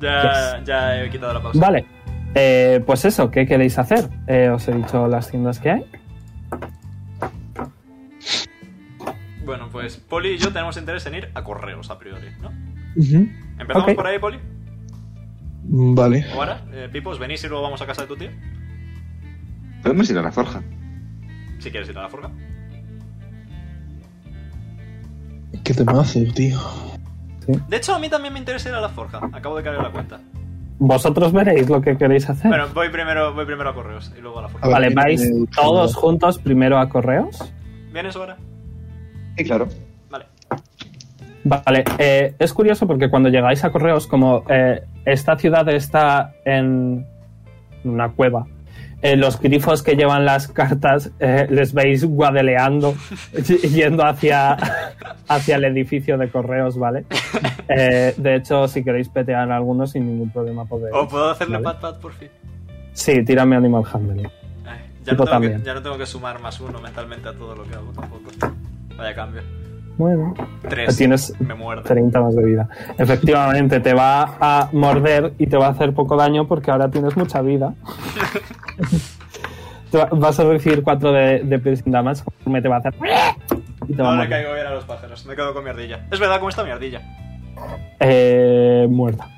Speaker 2: Ya, ya he quitado la pausa.
Speaker 1: Vale, eh, pues eso, ¿qué queréis hacer? Eh, os he dicho las tiendas que hay.
Speaker 2: Bueno, pues Poli y yo tenemos interés en ir a correos a priori, ¿no?
Speaker 3: Ujú.
Speaker 2: ¿Empezamos
Speaker 1: Ok.
Speaker 2: por ahí, Poli?
Speaker 1: Mm,
Speaker 3: Vale.
Speaker 2: ¿O ahora? Eh, Pipos, venís y luego vamos a casa de tu tío.
Speaker 4: ¿Podemos ir a la forja?
Speaker 2: Si quieres ir a la forja.
Speaker 3: ¿Qué te hace, tío?
Speaker 2: De hecho, a mí también me interesa ir a la forja. Acabo de cargar la cuenta.
Speaker 1: Vosotros veréis lo que queréis hacer.
Speaker 2: Pero voy primero, voy primero a correos y luego a la forja.
Speaker 3: A ver.
Speaker 1: vale,
Speaker 3: tiene
Speaker 1: vais
Speaker 3: el-
Speaker 1: todos juntos primero a correos.
Speaker 2: ¿Vienes ahora?
Speaker 5: Y claro,
Speaker 2: Vale.
Speaker 1: Vale, eh, es curioso porque cuando llegáis a correos, como eh, esta ciudad está en una cueva, eh, los grifos que llevan las cartas eh, les veis guadeleando y- yendo hacia, hacia el edificio de correos, ¿vale? Eh, de hecho, si queréis petear a alguno sin ningún problema podéis.
Speaker 2: ¿O puedo hacerle
Speaker 1: ¿vale?
Speaker 2: pat pat por fin?
Speaker 1: Sí, tírame Animal Handling.
Speaker 2: Ay, ya, no
Speaker 1: Tipo
Speaker 2: tengo que,
Speaker 1: también.
Speaker 2: ya no tengo que sumar más uno mentalmente a todo lo que hago tampoco. Vaya cambio.
Speaker 1: Bueno,
Speaker 2: Tres.
Speaker 1: Tienes
Speaker 2: Me muerde.
Speaker 1: 30 más de vida. Efectivamente, te va a morder y te va a hacer poco daño porque ahora tienes mucha vida. Te va- vas a recibir 4 de, de piercing damage conforme te va a hacer. Y te va a
Speaker 2: Ahora
Speaker 1: morder.
Speaker 2: caigo bien a los pájaros. Me quedo con mi ardilla. Es verdad, ¿cómo está mi ardilla?
Speaker 1: Eh, muerta.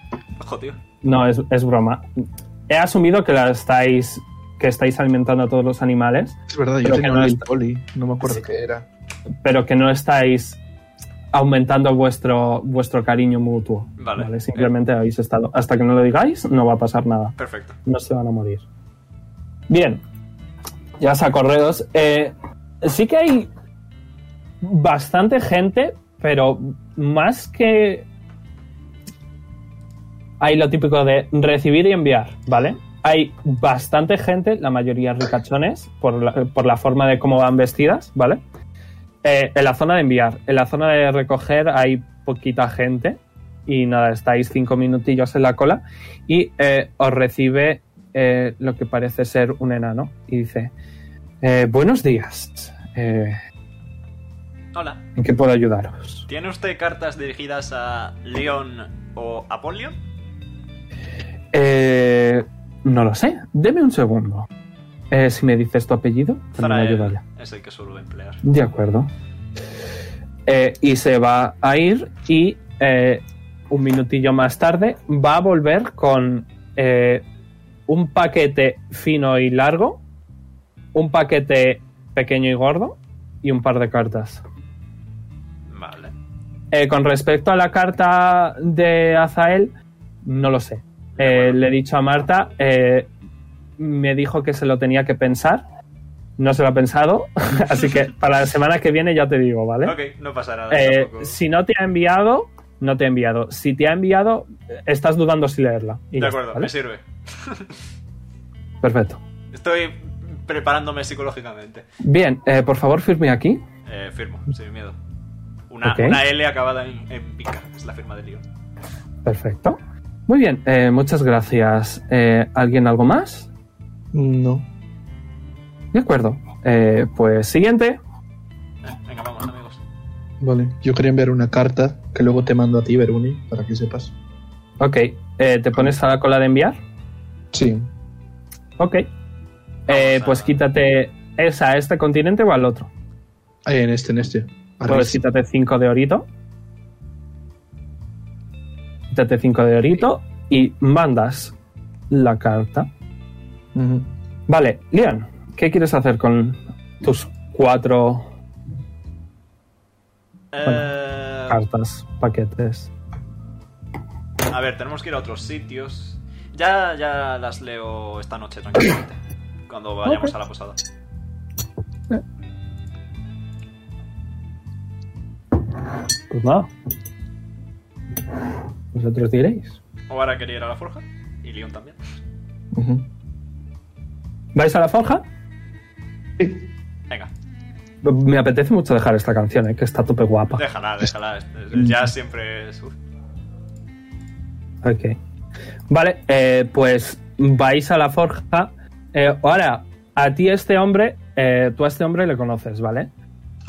Speaker 2: Ojo, tío.
Speaker 1: No, es, es broma. He asumido que la estáis que estáis alimentando a todos los animales,
Speaker 3: Es verdad, yo
Speaker 1: Creo
Speaker 3: tenía
Speaker 1: que no
Speaker 3: un
Speaker 1: es-
Speaker 3: Lipoli, no me acuerdo
Speaker 1: Sí.
Speaker 3: qué era.
Speaker 1: pero que no estáis aumentando vuestro vuestro cariño mutuo.
Speaker 2: Vale.
Speaker 1: Simplemente habéis estado. Hasta que no lo digáis, no va a pasar nada.
Speaker 2: Perfecto.
Speaker 1: no se van a morir. Bien, ya a correos. Eh, sí que hay bastante gente, pero más que hay lo típico de recibir y enviar, ¿vale? Hay bastante gente, la mayoría ricachones, por la, por la forma de cómo van vestidas, ¿vale? Eh, en la zona de enviar, en la zona de recoger hay poquita gente y nada, estáis cinco minutillos en la cola y eh, os recibe eh, lo que parece ser un enano y dice, eh, buenos días, eh,
Speaker 2: Hola.
Speaker 1: ¿en qué puedo ayudaros?
Speaker 2: ¿Tiene usted cartas dirigidas a León o Apolio?
Speaker 1: Eh, no lo sé, deme un segundo. Eh, si me dices tu apellido, también me ayuda ya.
Speaker 2: es el que suelo emplear.
Speaker 1: De acuerdo. Eh, y se va a ir y eh, un minutillo más tarde va a volver con eh, un paquete fino y largo, un paquete pequeño y gordo y un par de cartas.
Speaker 2: Vale.
Speaker 1: Eh, con respecto a la carta de Azael, no lo sé. Eh, le he dicho a Marta, eh, me dijo que se lo tenía que pensar. No se lo ha pensado, así que para la semana que viene ya te digo, ¿vale?
Speaker 2: Ok, no pasa nada.
Speaker 1: Eh,
Speaker 2: tampoco.
Speaker 1: si no te ha enviado, no te ha enviado. Si te ha enviado, eh, estás dudando si leerla. Y
Speaker 2: de
Speaker 1: ya está,
Speaker 2: acuerdo,
Speaker 1: ¿vale?
Speaker 2: me sirve.
Speaker 1: Perfecto.
Speaker 2: Estoy preparándome psicológicamente.
Speaker 1: Bien, eh, por favor, firme aquí.
Speaker 2: Eh, firmo, sin miedo.
Speaker 1: Mm.
Speaker 2: Una,
Speaker 1: Ok.
Speaker 2: una L acabada en, en pica, es la firma de León.
Speaker 1: Perfecto. Muy bien, eh, muchas gracias. Eh, ¿Alguien algo más?
Speaker 3: No.
Speaker 1: De acuerdo. Eh, pues siguiente.
Speaker 2: Eh, venga,
Speaker 1: Ah.
Speaker 2: vamos, amigos.
Speaker 3: Vale, yo quería enviar una carta que luego te mando a ti, Beruni, para que sepas.
Speaker 1: Ok, eh, ¿te pones a la cola de enviar?
Speaker 3: Sí.
Speaker 1: Ok. Eh,
Speaker 2: a-
Speaker 1: pues quítate esa a este continente o al otro.
Speaker 3: Ahí, en este, en este. Arriba.
Speaker 1: Pues quítate 5 de orito. Quítate 5 de orito y mandas la carta.
Speaker 3: Ujú.
Speaker 1: Vale, Leon, ¿qué quieres hacer con tus cuatro
Speaker 2: Eh,
Speaker 1: cartas, paquetes?
Speaker 2: a ver, tenemos que ir a otros sitios. Ya, ya las leo esta noche tranquilamente. cuando vayamos a la posada.
Speaker 1: Pues nada. Vosotros diréis.
Speaker 2: O ahora quería ir a la forja. Y León también.
Speaker 3: Ujú.
Speaker 1: ¿Vais a la forja?
Speaker 2: Venga,
Speaker 1: Me apetece mucho dejar esta canción, eh, que está a tope guapa.
Speaker 2: déjala, déjala. El jazz siempre es. uf.
Speaker 1: Ok. Vale, eh, pues vais a la forja. Eh, ahora, a ti este hombre, eh, tú a este hombre le conoces, ¿vale?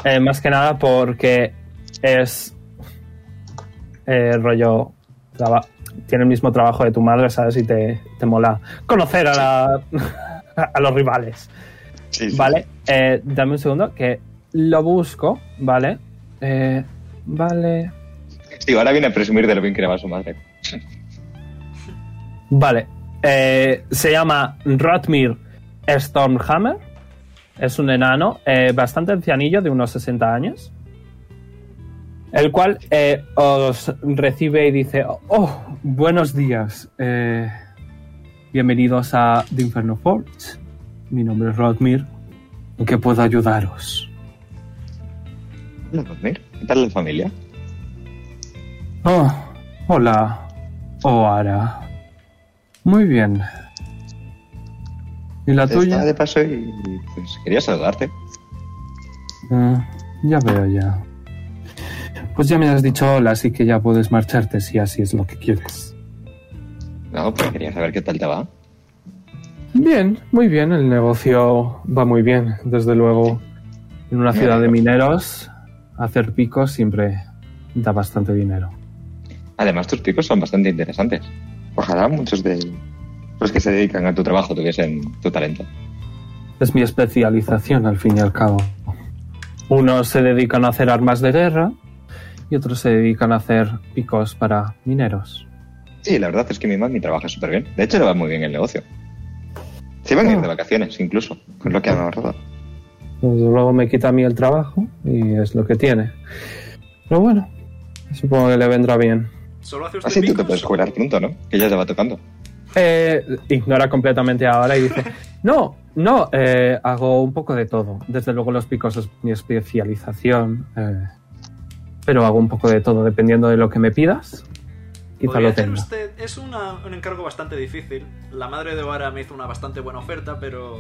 Speaker 1: Eh, más que nada porque es eh, rollo... traba- tiene el mismo trabajo de tu madre, ¿sabes? Y te, te mola conocer a, la- a los rivales.
Speaker 5: sí, sí.
Speaker 1: Vale, eh, dame un segundo que lo busco, ¿vale? Eh, vale.
Speaker 5: Digo, ahora viene a presumir de lo bien que le va a su madre.
Speaker 1: Vale. Eh, se llama Ratmir Stormhammer. Es un enano eh, bastante ancianillo de unos 60 años.
Speaker 5: El cual
Speaker 1: eh, os recibe y dice, oh, buenos días. eh, bienvenidos a The Inferno Forge. Mi nombre es Rodmir. ¿En qué puedo ayudaros?
Speaker 4: Hola, Rodmir. pues ¿Qué tal la familia?
Speaker 1: Oh, hola, Oara. Muy bien. ¿Y la tuya?
Speaker 4: Estaba de paso y pues, quería saludarte.
Speaker 1: Ah, ya veo ya. Pues ya me has dicho hola, así que ya puedes marcharte si así es lo que quieres.
Speaker 4: No, pero quería saber qué tal te va.
Speaker 1: Bien, muy bien, el negocio va muy bien, desde luego. En una ciudad de mineros, hacer picos siempre da bastante dinero.
Speaker 4: Además, tus picos son bastante interesantes. Ojalá muchos de los que se dedican a tu trabajo tuviesen tu talento.
Speaker 1: Es mi especialización, al fin y al cabo. Unos se dedican a hacer armas de guerra y otros se dedican a hacer picos para mineros.
Speaker 4: Sí, la verdad es que mi mami trabaja súper bien. De hecho, le va muy bien el negocio. Se van a ir
Speaker 1: Ah.
Speaker 4: de vacaciones, incluso, con lo que han ahorrado.
Speaker 1: Desde Pues luego me quita a mí el trabajo y es lo que tiene. Pero bueno, supongo que le vendrá bien.
Speaker 2: ¿Solo hace usted
Speaker 4: Así tú te
Speaker 2: picos?
Speaker 4: puedes jubilar pronto, ¿no? Que ya te va tocando.
Speaker 1: Eh, ignora completamente ahora y dice, no, no, eh, hago un poco de todo. Desde luego los picos es mi especialización, eh, pero hago un poco de todo dependiendo de lo que me pidas. Quizá
Speaker 2: Podría
Speaker 1: lo
Speaker 2: hacer
Speaker 1: tenga.
Speaker 2: usted- Es una- un encargo bastante difícil. La madre de Oara me hizo una bastante buena oferta, pero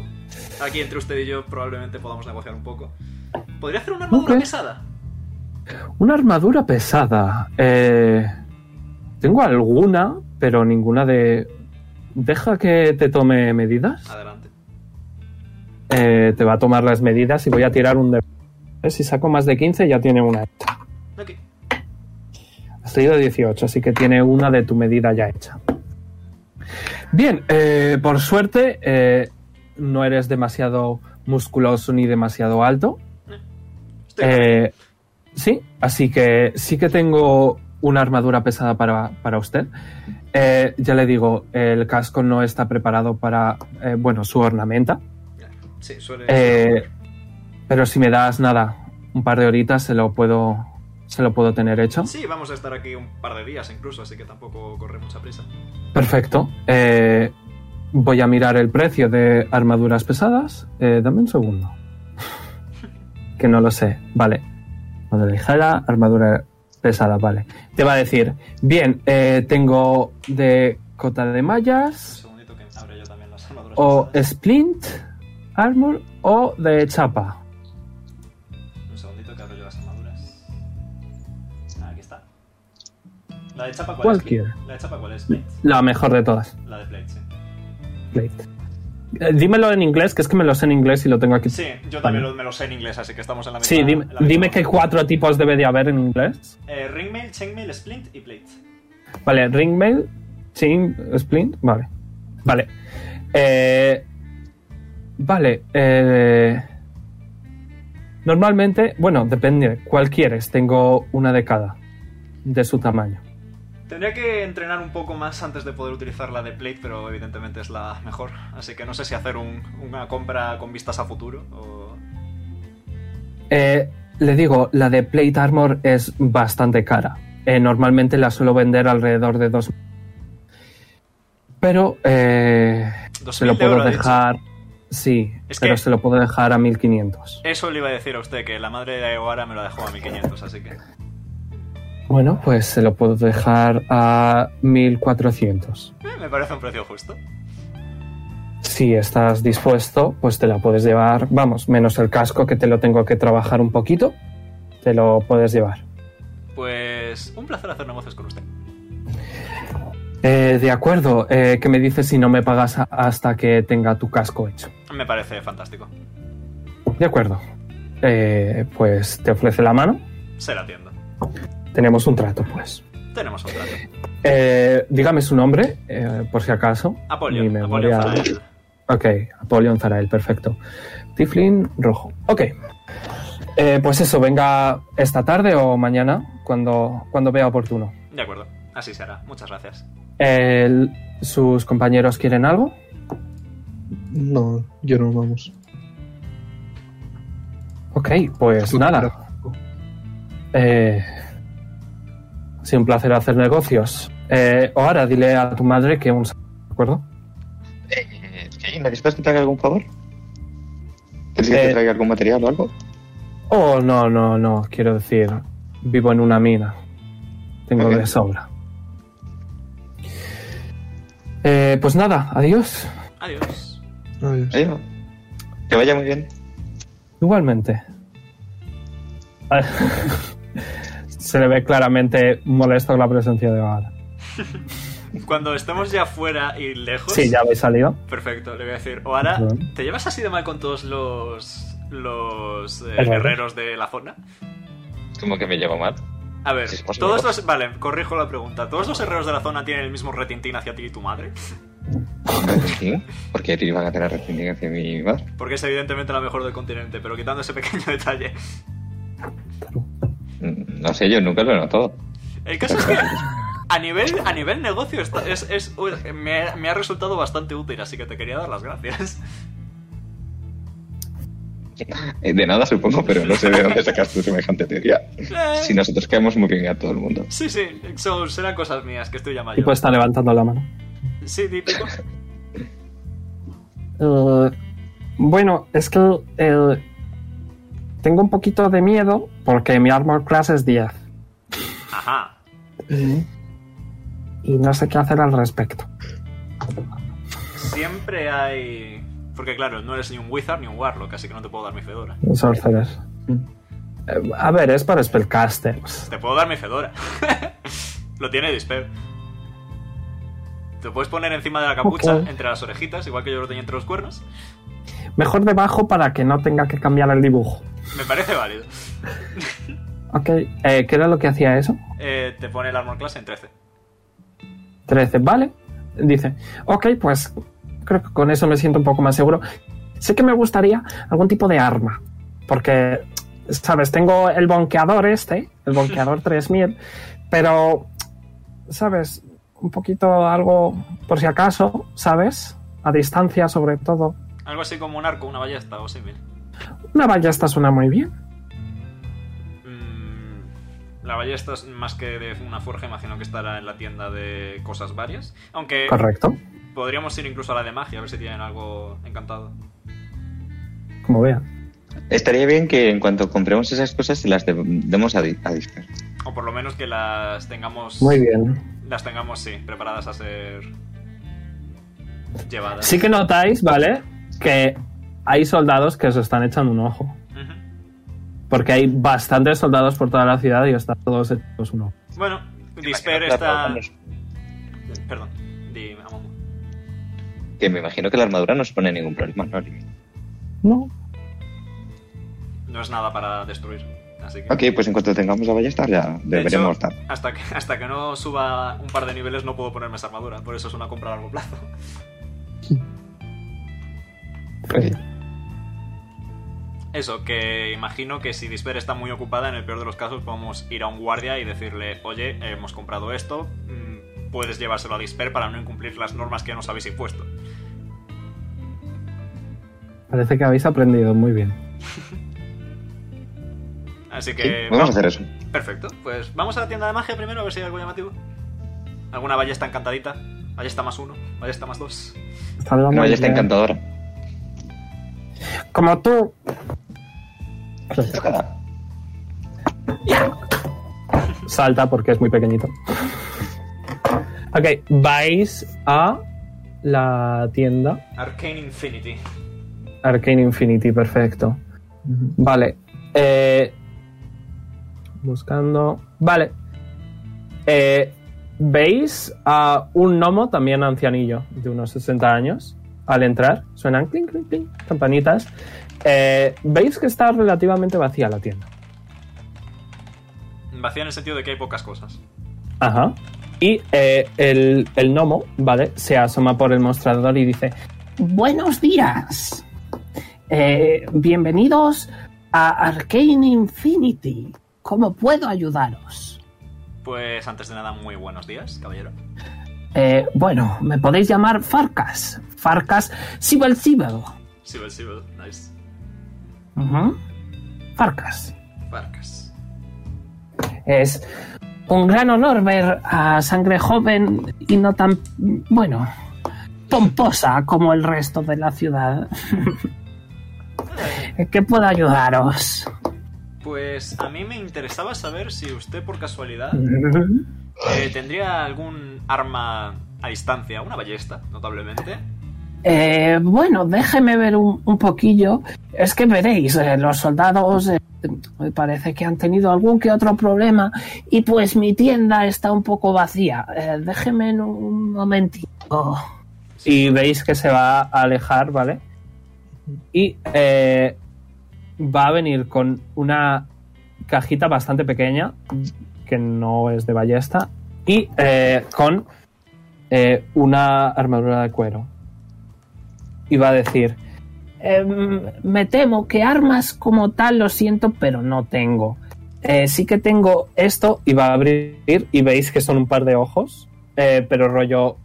Speaker 2: aquí entre usted y yo probablemente podamos negociar un poco. ¿Podría hacer una armadura
Speaker 1: Ok.
Speaker 2: pesada?
Speaker 1: Una armadura pesada. Eh, tengo alguna, pero ninguna de... Deja que te tome medidas.
Speaker 2: Adelante.
Speaker 1: Eh, te va a tomar las medidas y voy a tirar un de... eh, Si saco más de 15 ya tiene una.
Speaker 2: Ok.
Speaker 1: Has tenido 18, así que tiene una de tu medida ya hecha. Bien, eh, por suerte eh, no eres demasiado musculoso ni demasiado alto.
Speaker 2: Estoy-
Speaker 1: Eh, sí, así que sí que tengo una armadura pesada para, para usted. Eh, ya le digo, el casco no está preparado para, eh, bueno, su ornamenta.
Speaker 2: sí, suele.
Speaker 1: Eh, pero si me das nada, un par de horitas se lo puedo, se lo puedo tener hecho.
Speaker 2: Sí, vamos a estar aquí un par de días incluso, así que tampoco corre mucha prisa.
Speaker 1: Perfecto. Eh, voy a mirar el precio de armaduras pesadas. Eh, dame un segundo. que no lo sé. Vale. Armadura ligera, armadura pesada, vale. Te va a decir, bien, eh, tengo de cota de
Speaker 2: Un
Speaker 1: mallas
Speaker 2: segundito que abre yo también las armaduras.
Speaker 1: o
Speaker 2: pesadas.
Speaker 1: splint armor o de chapa.
Speaker 2: Un segundito que abro yo las armaduras. Ah, aquí está. ¿La de chapa cuál
Speaker 1: Cualquier.
Speaker 2: es? La de chapa cuál es? Plate.
Speaker 1: La mejor de todas.
Speaker 2: La de plate, sí.
Speaker 1: Plate. Eh, dímelo en inglés, que es que me lo sé en inglés y lo tengo aquí.
Speaker 2: Sí, yo también lo- me lo sé en inglés, así que estamos en la misma.
Speaker 1: Sí, dime,
Speaker 2: en la misma
Speaker 1: dime qué cuatro tipos debe de haber en inglés.
Speaker 2: Eh, ringmail, chainmail, splint y plate.
Speaker 1: Vale, ringmail, chain, splint, vale. Vale. Eh, vale. eh, normalmente, bueno, depende, cuál quieres. Tengo una de cada, de su tamaño.
Speaker 2: Tendría que entrenar un poco más antes de poder utilizar la de plate, pero evidentemente es la mejor. Así que no sé si hacer un- una compra con vistas a futuro o...
Speaker 1: Eh, le digo, la de plate armor es bastante cara. Eh, normalmente la suelo vender alrededor de dos. Pero eh,
Speaker 2: Dos
Speaker 1: se lo
Speaker 2: mil de
Speaker 1: puedo
Speaker 2: oro, ha dicho.
Speaker 1: dejar. Sí,
Speaker 2: Es
Speaker 1: pero
Speaker 2: que-
Speaker 1: se lo puedo dejar a 1500.
Speaker 2: Eso le iba a decir a usted, que la madre de Oara me lo dejó a 1500, así que...
Speaker 1: Bueno, pues se lo puedo dejar a 1400.
Speaker 2: Eh, me parece un precio justo.
Speaker 1: Si estás dispuesto, pues te la puedes llevar, vamos, menos el casco que te lo tengo que trabajar un poquito, te lo puedes llevar.
Speaker 2: Pues... Un placer hacer negocios con usted.
Speaker 1: Eh, de acuerdo, eh, ¿qué me dices si no me pagas a- hasta que tenga tu casco hecho?
Speaker 2: Me parece fantástico.
Speaker 1: De acuerdo. Eh, pues te ofrece la mano,
Speaker 2: Se la atiendo.
Speaker 1: tenemos un trato, pues.
Speaker 2: Tenemos un trato.
Speaker 1: Eh, dígame su nombre, eh, por si acaso. Mi
Speaker 2: Apolion. Apolion
Speaker 1: memoria-
Speaker 2: Zarael.
Speaker 1: Ok, Apolion Zarael, perfecto. Tiflin rojo. Ok. Eh, pues eso, venga esta tarde o mañana, cuando, cuando vea oportuno.
Speaker 2: De acuerdo. Así será. Muchas gracias.
Speaker 1: El- ¿Sus compañeros quieren algo?
Speaker 3: No, yo no vamos.
Speaker 1: Ok, pues
Speaker 3: Tú
Speaker 1: nada.
Speaker 3: tampoco.
Speaker 1: Eh, Sí, un placer hacer negocios. Eh, ahora dile a tu madre que un... sa- ¿De acuerdo?
Speaker 4: Eh, ¿qué? ¿Necesitas que te haga algún favor? ¿Quieres que
Speaker 1: Eh.
Speaker 4: te traiga algún material o algo?
Speaker 1: Oh, no, no, no. Quiero decir, vivo en una mina. Tengo
Speaker 4: Ok.
Speaker 1: de sobra. Eh, pues nada, adiós.
Speaker 2: Adiós.
Speaker 3: Adiós.
Speaker 1: ¿Eh?
Speaker 4: Adiós. Que vaya muy bien.
Speaker 1: Igualmente. Ah, Se le ve claramente molesto con la presencia de Oara.
Speaker 2: Cuando estemos ya fuera y lejos.
Speaker 1: Sí, ya habéis salido.
Speaker 2: Perfecto, le voy a decir. O ahora,
Speaker 1: Ujú.
Speaker 2: ¿te llevas así de mal con todos los. los eh,
Speaker 5: Herreros.
Speaker 2: guerreros de la zona?
Speaker 4: Como que me llevo mal.
Speaker 2: A ver,
Speaker 4: Sí, pues,
Speaker 2: todos
Speaker 4: no.
Speaker 2: los. Vale, corrijo la pregunta. ¿Todos los herreros de la zona tienen el mismo retintín hacia ti y tu madre?
Speaker 4: Porque te iban a tener restringencia mi madre.
Speaker 2: Porque es evidentemente la mejor del continente, pero quitando ese pequeño detalle.
Speaker 4: Mm, No sé, yo nunca lo he notado.
Speaker 2: El caso es que. A nivel, a nivel negocio está- es, es- me, me ha resultado bastante útil, así que te quería dar las gracias.
Speaker 4: Eh, De nada supongo, pero no sé de dónde sacaste semejante teoría.
Speaker 2: Eh,
Speaker 4: Si nosotros caemos muy bien a todo el mundo.
Speaker 2: Sí, sí, son, serán cosas mías, que estoy ya mayor.
Speaker 1: Tipo pues está levantando la mano.
Speaker 2: Sí, típico.
Speaker 1: Eh, bueno, es que eh, tengo un poquito de miedo porque mi armor class es 10
Speaker 2: Ajá.
Speaker 1: y no sé qué hacer al respecto.
Speaker 2: Siempre hay. Porque claro, no eres ni un wizard ni un warlock, así que no te puedo dar mi fedora.
Speaker 1: Sorcerer. Eh, a ver, es para spellcasters.
Speaker 2: Te puedo dar mi fedora. Lo tiene Disper. Te puedes poner encima de la capucha,
Speaker 1: Ok.
Speaker 2: entre las orejitas, igual que yo lo tenía entre los cuernos.
Speaker 1: Mejor debajo para que no tenga que cambiar el dibujo.
Speaker 2: Me parece válido.
Speaker 1: Ok, eh, ¿qué era lo que hacía eso?
Speaker 2: Eh, te pone el armor class en 13.
Speaker 1: 13, ¿vale? Dice, ok, pues creo que con eso me siento un poco más seguro. Sé que me gustaría algún tipo de arma, porque, ¿sabes? Tengo el bonqueador este, el bonqueador 3000, pero, ¿sabes? Un poquito algo, por si acaso, ¿sabes? A distancia sobre todo.
Speaker 2: Algo así como un arco, una ballesta o similar.
Speaker 1: Una ballesta suena muy bien.
Speaker 2: Mm, La ballesta es más que de una forja, imagino que estará en la tienda de cosas varias. Aunque
Speaker 1: Correcto,
Speaker 2: podríamos ir incluso a la de magia, a ver si tienen algo encantado.
Speaker 1: como vean.
Speaker 4: Estaría bien que en cuanto compremos esas cosas se las de- demos a, Di- a Disper.
Speaker 2: O por lo menos que las tengamos.
Speaker 1: Muy bien.
Speaker 2: Las tengamos, sí, preparadas a ser. llevadas.
Speaker 1: Sí que notáis, ¿vale? Que hay soldados que os están echando un ojo.
Speaker 2: Ujú.
Speaker 1: Porque hay bastantes soldados por toda la ciudad y están todos hechos uno.
Speaker 2: Bueno, Disper
Speaker 4: Imagino que la
Speaker 2: está.
Speaker 4: armadura nos-
Speaker 2: Perdón, dime, Amomo.
Speaker 4: Que me imagino que la armadura no supone ningún problema, ¿no? Limi?
Speaker 1: No.
Speaker 2: No es nada para destruir. Así que.
Speaker 4: Ok, pues en cuanto tengamos la ballesta ya
Speaker 2: De hecho, eh,
Speaker 4: deberemos estar.
Speaker 2: hasta que, hasta que no suba un par de niveles no puedo ponerme esa armadura, por eso es una compra a largo plazo. Eso, que imagino que si Disper está muy ocupada, en el peor de los casos podemos ir a un guardia y decirle, oye, hemos comprado esto, mm, puedes llevárselo a Disper para no incumplir las normas que nos habéis impuesto.
Speaker 1: Parece que habéis aprendido muy bien.
Speaker 2: Así
Speaker 4: Sí,
Speaker 2: que...
Speaker 4: vamos a hacer eso.
Speaker 2: Perfecto, pues vamos a la tienda de magia primero a ver si hay algo llamativo. ¿Alguna ballesta encantadita? Ballesta más uno, ballesta más dos.
Speaker 1: Está hablando
Speaker 4: Una
Speaker 1: muy
Speaker 4: ballesta
Speaker 1: bien.
Speaker 4: encantadora.
Speaker 1: Como tú.
Speaker 4: Tócala.
Speaker 1: Salta porque es muy pequeñito.
Speaker 5: Ok, vais a la tienda.
Speaker 2: Arcane Infinity.
Speaker 1: Arcane Infinity, perfecto. Vale. eh, buscando. Vale. Eh, ¿Veis a un gnomo, también ancianillo, de unos 60 años? Al entrar, suenan clink, clink, clink, campanitas. Eh, ¿Veis que está relativamente vacía la tienda?
Speaker 2: Vacía en el sentido de que hay pocas cosas.
Speaker 1: Ajá. Y eh, el, el gnomo, ¿vale? Se asoma por el mostrador y dice:
Speaker 8: Buenos días. Eh, bienvenidos a Arcane Infinity. ¿Cómo puedo ayudaros?
Speaker 2: Pues antes de nada, muy buenos días, caballero.
Speaker 8: Eh, bueno, me podéis llamar Farkas. Farkas Sibel Sibel.
Speaker 2: Sibel, Sibel, nice.
Speaker 8: Ujú. Farkas.
Speaker 2: Farkas.
Speaker 1: Es
Speaker 8: un gran honor ver a sangre joven y no tan, bueno, pomposa como el resto de la ciudad. ¿Qué puedo ayudaros?
Speaker 2: Pues a mí me interesaba saber si usted por casualidad eh, tendría algún arma a distancia, una ballesta, notablemente.
Speaker 8: Eh, bueno, déjeme ver un, un poquillo. Es que veréis, eh, los soldados eh, me parece que han tenido algún que otro problema y pues mi tienda está un poco vacía. Eh, déjeme en un momentito.
Speaker 1: y veis que se va a alejar, ¿vale? Y eh, va a venir con una cajita bastante pequeña, que no es de ballesta, y eh, con eh, una armadura de cuero. Y va a decir,
Speaker 8: Em, me temo que armas como tal lo siento, pero no tengo. Eh, sí que tengo esto.
Speaker 1: esto, y va a abrir y veis que son un par de ojos, eh, pero rollo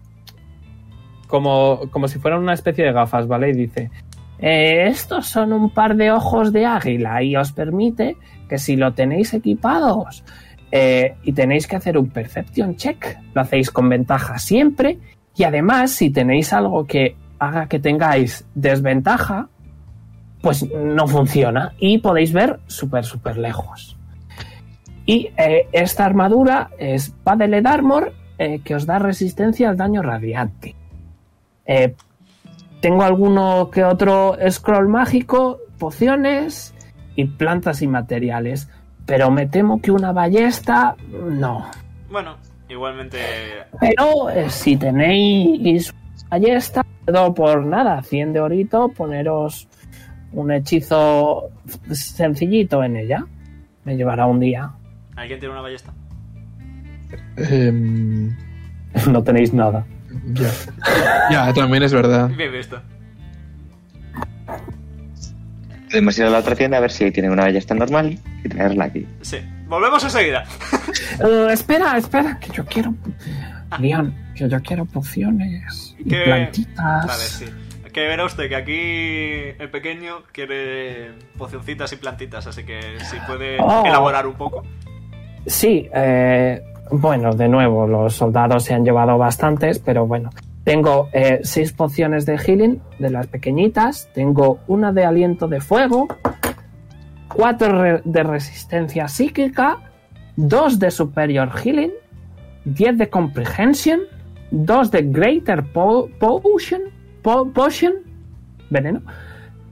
Speaker 1: como, como si fueran una especie de gafas, ¿vale? Y dice,
Speaker 8: Eh, estos son un par de ojos de águila y os permite que si lo tenéis equipados eh, y tenéis que hacer un perception check, lo hacéis con ventaja siempre y además si tenéis algo que haga que tengáis desventaja, pues no funciona y podéis ver súper, súper lejos. Y eh, esta armadura es Paddled Armor eh, que os da resistencia al daño radiante. Eh, tengo alguno que otro scroll mágico, pociones y plantas y materiales. Pero me temo que una ballesta, no.
Speaker 2: Bueno, igualmente
Speaker 8: Pero eh, si tenéis ballesta, no por nada, 100 de orito, poneros un hechizo sencillito en ella. Me llevará un día.
Speaker 2: alguien tiene una ballesta.
Speaker 3: Em,
Speaker 1: no tenéis nada.
Speaker 3: ya. ya, también es verdad.
Speaker 2: Bien visto.
Speaker 4: Podemos ir a la otra tienda a ver si tiene una ballesta normal y traerla aquí.
Speaker 2: Sí, volvemos enseguida.
Speaker 8: Eh, espera, espera, que yo quiero... León, que yo quiero pociones y
Speaker 2: Que-
Speaker 8: plantitas.
Speaker 2: Vale, sí. Que verá usted que aquí el pequeño quiere pocioncitas y plantitas, así que si puede
Speaker 1: Oh.
Speaker 2: elaborar un poco.
Speaker 1: Sí, eh, bueno, de nuevo, los soldados se han llevado bastantes, pero bueno. Tengo eh, seis pociones de healing, de las pequeñitas. Tengo una de aliento de fuego,
Speaker 8: cuatro re- de resistencia psíquica, dos de superior healing, 10 de comprehension, dos de greater po- potion, po- potion, veneno,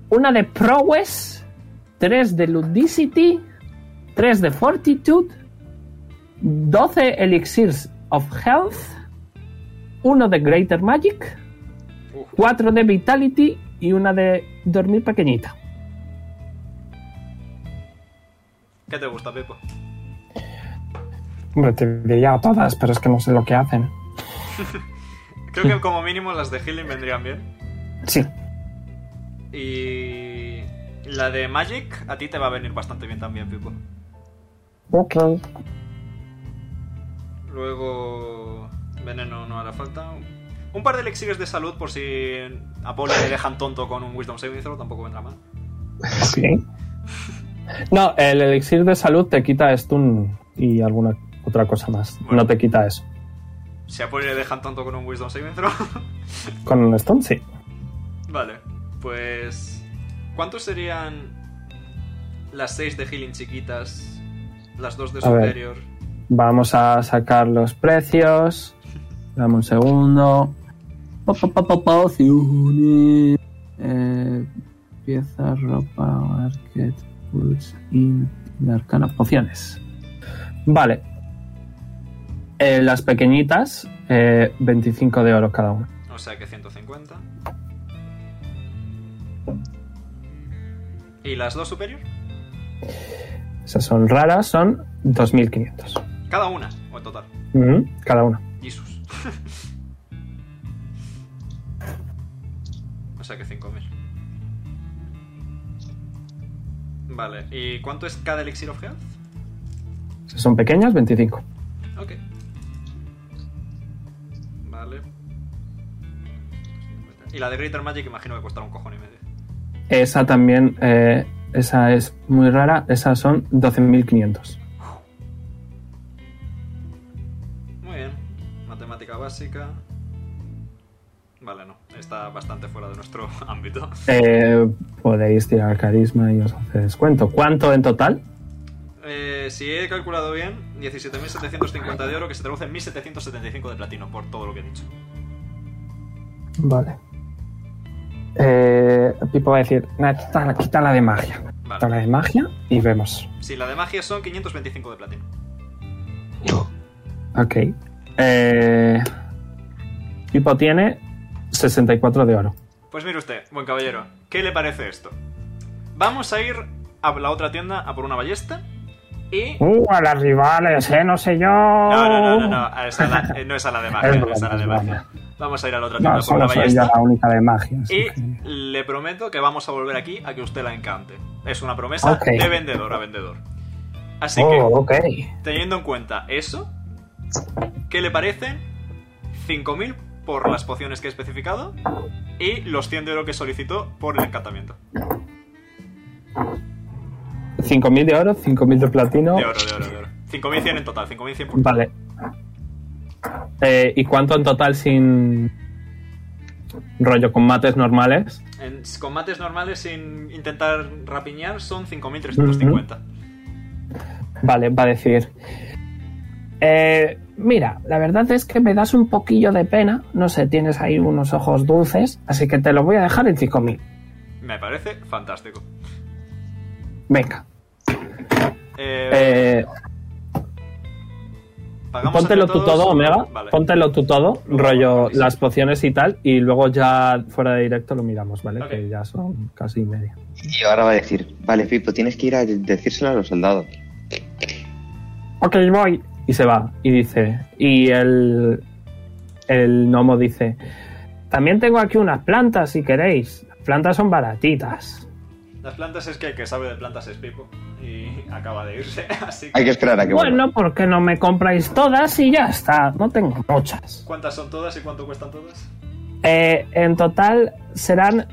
Speaker 8: una de prowess, tres de ludicity, tres de fortitude, 12 elixirs of health, uno de greater magic,
Speaker 2: Uf.
Speaker 8: cuatro de vitality y una de dormir pequeñita.
Speaker 2: ¿Qué te gusta, Pepo?
Speaker 1: Hombre, te diría todas, pero es que no sé lo que hacen.
Speaker 2: Creo que como mínimo las de healing vendrían bien.
Speaker 1: Sí.
Speaker 2: Y la de Magic a ti te va a venir bastante bien también, Pepo.
Speaker 1: Ok.
Speaker 2: Luego veneno no hará falta. Un par de elixires de salud por si a Paul le dejan tonto con un Wisdom Saving Throw, tampoco vendrá mal.
Speaker 1: No, el elixir de salud te quita stun y alguna otra cosa más.
Speaker 2: Bueno.
Speaker 1: No te quita eso.
Speaker 2: Si a Paul le dejan tonto con un Wisdom Saving Throw.
Speaker 1: Con un stun, sí.
Speaker 2: vale, pues... ¿Cuántos serían las 6 de healing chiquitas? Las 2 de
Speaker 1: A ver.
Speaker 2: superior.
Speaker 1: Vamos a sacar los precios. Dame un segundo.
Speaker 10: Pa, pa, pa, pa, pociones. Eh, piezas, ropa, market, goods, in, de arcana, pociones.
Speaker 1: Vale. Eh, las pequeñitas, eh, 25 de oro cada una.
Speaker 2: O sea que 150. ¿Y las 2 superior?
Speaker 1: Esas son raras, son 2.500.
Speaker 2: Cada una, o en total.
Speaker 1: Ujú, Cada una.
Speaker 2: Jesus. o sea que 5000. Vale, ¿y cuánto es cada elixir of health?
Speaker 1: Esas son pequeñas, 25.
Speaker 2: Ok. Vale. Y la de Greater Magic imagino que costará un cojón y medio.
Speaker 1: Esa también, eh, esa es muy rara. Esas son 12.500.
Speaker 2: básica. Vale, no. Está bastante fuera de nuestro ámbito.
Speaker 1: Eh, podéis tirar carisma y os hace descuento. ¿Cuánto en total?
Speaker 2: Eh, si he calculado bien, 17.750 de oro que se traduce en 1.775 de platino, por todo lo que he dicho.
Speaker 5: Vale.
Speaker 1: Eh, Pipo va a decir, "Nah, quítala, quítala de magia. Quítala
Speaker 2: Vale.
Speaker 1: de magia y vemos.
Speaker 2: Si la de magia son 525 de platino.
Speaker 1: Ok. Eh, Pipo tiene 64 de oro.
Speaker 2: Pues mire usted, buen caballero, ¿qué le parece esto? Vamos a ir a la otra tienda a por una ballesta y...
Speaker 8: Uh, a las rivales, eh, no sé yo.
Speaker 2: No, no, no, no, no,
Speaker 1: Oh.
Speaker 2: a esa la- eh, no es a la de magia, no es a la de magia. Vamos a ir a la otra tienda
Speaker 1: No,
Speaker 2: a por
Speaker 1: solo
Speaker 2: una
Speaker 1: soy yo
Speaker 2: ballesta
Speaker 1: la única de magia. así
Speaker 2: y
Speaker 1: que-
Speaker 2: le prometo que vamos a volver aquí a que usted la encante. Es una promesa
Speaker 1: Ok.
Speaker 2: de vendedor a vendedor. Así que...
Speaker 1: Oh, ok.
Speaker 2: Teniendo en cuenta eso, ¿qué le parecen 5.000 por las pociones que he especificado y los 100 de oro que solicitó por el encantamiento?
Speaker 1: 5.000 de oro, 5.000 de platino.
Speaker 2: De oro, de oro, de oro. 5.100 en total, 5.100 por...
Speaker 1: Vale. Eh, ¿Y cuánto en total sin rollo con mates normales?
Speaker 2: En combates normales sin intentar rapiñar son 5.350.
Speaker 1: Vale, va a decir.
Speaker 8: Eh, mira, la verdad es que me das un poquillo de pena. No sé, tienes ahí unos ojos dulces, así que te lo voy a dejar en 5.000.
Speaker 2: Me parece fantástico.
Speaker 8: Venga.
Speaker 2: Eh,
Speaker 1: Eh,
Speaker 2: pagamos
Speaker 1: póntelo
Speaker 2: entre
Speaker 1: tú
Speaker 2: todos-
Speaker 1: todo, Omega.
Speaker 2: Vale.
Speaker 1: Póntelo tú todo,
Speaker 2: Luego
Speaker 1: rollo
Speaker 2: vamos.
Speaker 1: las pociones y tal. Y luego ya fuera de directo lo miramos, ¿vale?
Speaker 2: Ok.
Speaker 1: Que ya son casi y media.
Speaker 4: Y ahora va a decir, vale, Pipo, tienes que ir a decírselo a los soldados.
Speaker 8: Ok, voy.
Speaker 1: Y se va. Y dice. Y el. El gnomo dice.
Speaker 8: También tengo aquí unas plantas, si queréis. Las plantas son baratitas.
Speaker 2: Las plantas es que el que sabe de plantas es Pipo y acaba de irse, así
Speaker 4: Hay
Speaker 2: que...
Speaker 4: que esperar a que vuelva.
Speaker 8: Bueno, ¿por qué no me compráis todas y ya está? No tengo muchas.
Speaker 2: ¿Cuántas son todas y cuánto cuestan todas?
Speaker 8: Eh, en total serán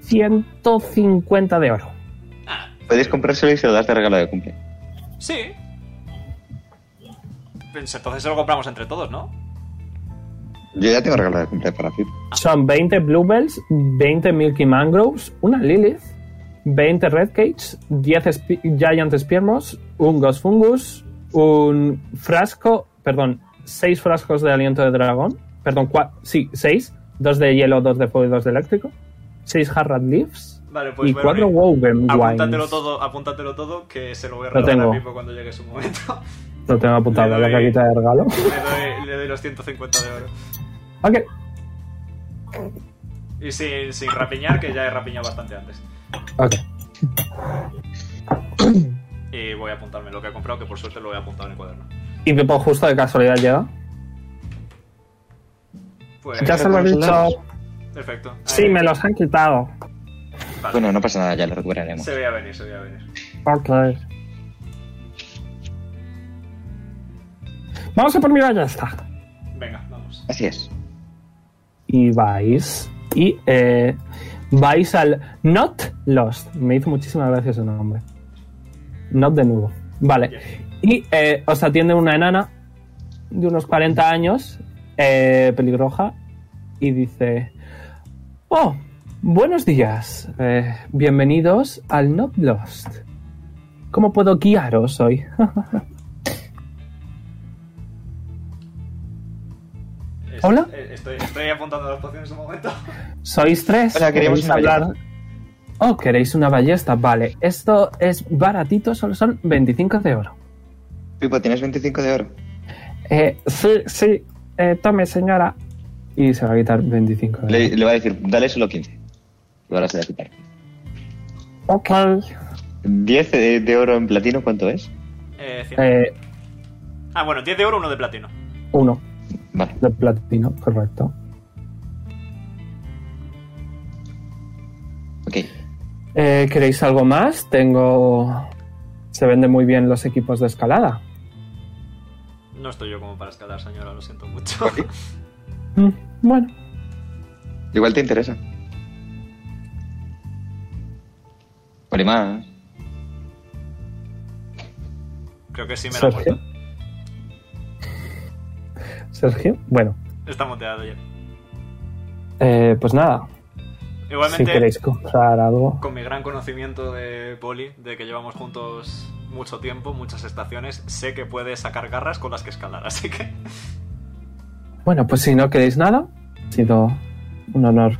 Speaker 8: 150 de oro.
Speaker 4: Puedes comprárselo y se lo das de regalo de cumple.
Speaker 2: Sí. Pues entonces se lo compramos entre todos, ¿no?
Speaker 4: Yo ya tengo regalo de cumple para Pipo.
Speaker 2: Ah.
Speaker 1: Son 20 Bluebells, 20 Milky Mangroves, una Lilith, 20 Red Cage, 10 spi- Giant Spearmos, un Ghost Fungus, un frasco, perdón, 6 frascos de aliento de dragón, perdón, cua- sí, 6, 2 de hielo, 2 de fuego y 2 de eléctrico, 6 Harrod Leaves
Speaker 2: Vale, pues
Speaker 1: y
Speaker 2: bueno,
Speaker 1: 4
Speaker 2: eh,
Speaker 1: Woven
Speaker 2: Apúntatelo
Speaker 1: Wines.
Speaker 2: todo, apúntatelo todo, que se lo voy a
Speaker 1: Lo
Speaker 2: regalar
Speaker 1: tengo.
Speaker 2: a Pipo cuando llegue su momento.
Speaker 1: Lo tengo apuntado en la
Speaker 2: Le doy-
Speaker 1: cajita de regalo.
Speaker 2: le, doy, le doy los 150 de oro.
Speaker 1: Ok,
Speaker 2: Y sin, sin rapiñar, que ya he rapiñado bastante antes.
Speaker 1: ok.
Speaker 2: Y voy a apuntarme lo que he comprado, que por suerte lo he apuntado en el cuaderno.
Speaker 1: Y Pipo justo de casualidad llega.
Speaker 2: Pues,
Speaker 1: Ya se lo he dicho.
Speaker 2: perfecto. Ahí.
Speaker 8: Sí, me los han quitado.
Speaker 2: Vale.
Speaker 4: Bueno, no pasa nada, Ah, ya lo recuperaremos.
Speaker 2: Se veía venir, se veía venir.
Speaker 8: Ok. Vamos a por mi ballesta.
Speaker 2: Venga, vamos.
Speaker 4: Así es.
Speaker 1: y vais y eh, vais al Not Lost. Me hizo muchísimas gracias ese nombre. Not de nuevo. Vale. Y eh, os atiende una enana de unos 40 años, eh, pelirroja, y dice: Oh, buenos días. Eh, bienvenidos al Not Lost. ¿Cómo puedo guiaros hoy?
Speaker 2: Es-
Speaker 1: ¿Hola?
Speaker 2: eh, Estoy, estoy apuntando las pociones un momento.
Speaker 1: Sois tres.
Speaker 4: Hola, queríamos
Speaker 1: ¿Queréis
Speaker 4: una
Speaker 1: hablar. Oh, queréis una ballesta. Vale, esto es baratito, solo son 25 de oro.
Speaker 4: Pipo, tienes 25 de oro.
Speaker 1: Eh, sí, sí, eh, tome, señora. Y se va a quitar 25 de oro.
Speaker 4: Le, le va a decir, dale solo 15. Y ahora se va a quitar.
Speaker 8: Ok.
Speaker 4: 10 de, de oro en platino, ¿cuánto es?
Speaker 2: Eh, cien.
Speaker 1: Eh,
Speaker 2: Ah, bueno, 10 de oro, uno de platino.
Speaker 1: uno
Speaker 4: Vale.
Speaker 1: de platino, correcto.
Speaker 4: Ok.
Speaker 1: Eh, ¿Queréis algo más? Tengo. Se venden muy bien los equipos de escalada.
Speaker 2: No estoy yo como para escalar, señora, lo siento mucho.
Speaker 1: Mm, bueno,
Speaker 4: Igual te interesa. Vale, más.
Speaker 2: Creo que sí me la
Speaker 1: Sergio.
Speaker 2: apunto.
Speaker 1: Sergio. Bueno,
Speaker 2: Está moteado ya.
Speaker 5: Eh, pues nada, si
Speaker 2: Igualmente,
Speaker 5: queréis comprar algo.
Speaker 2: con mi gran conocimiento de Poli, de que llevamos juntos mucho tiempo, muchas estaciones, sé que puedes sacar garras con las que escalar, así que
Speaker 1: Bueno, pues si no queréis nada, ha sido un honor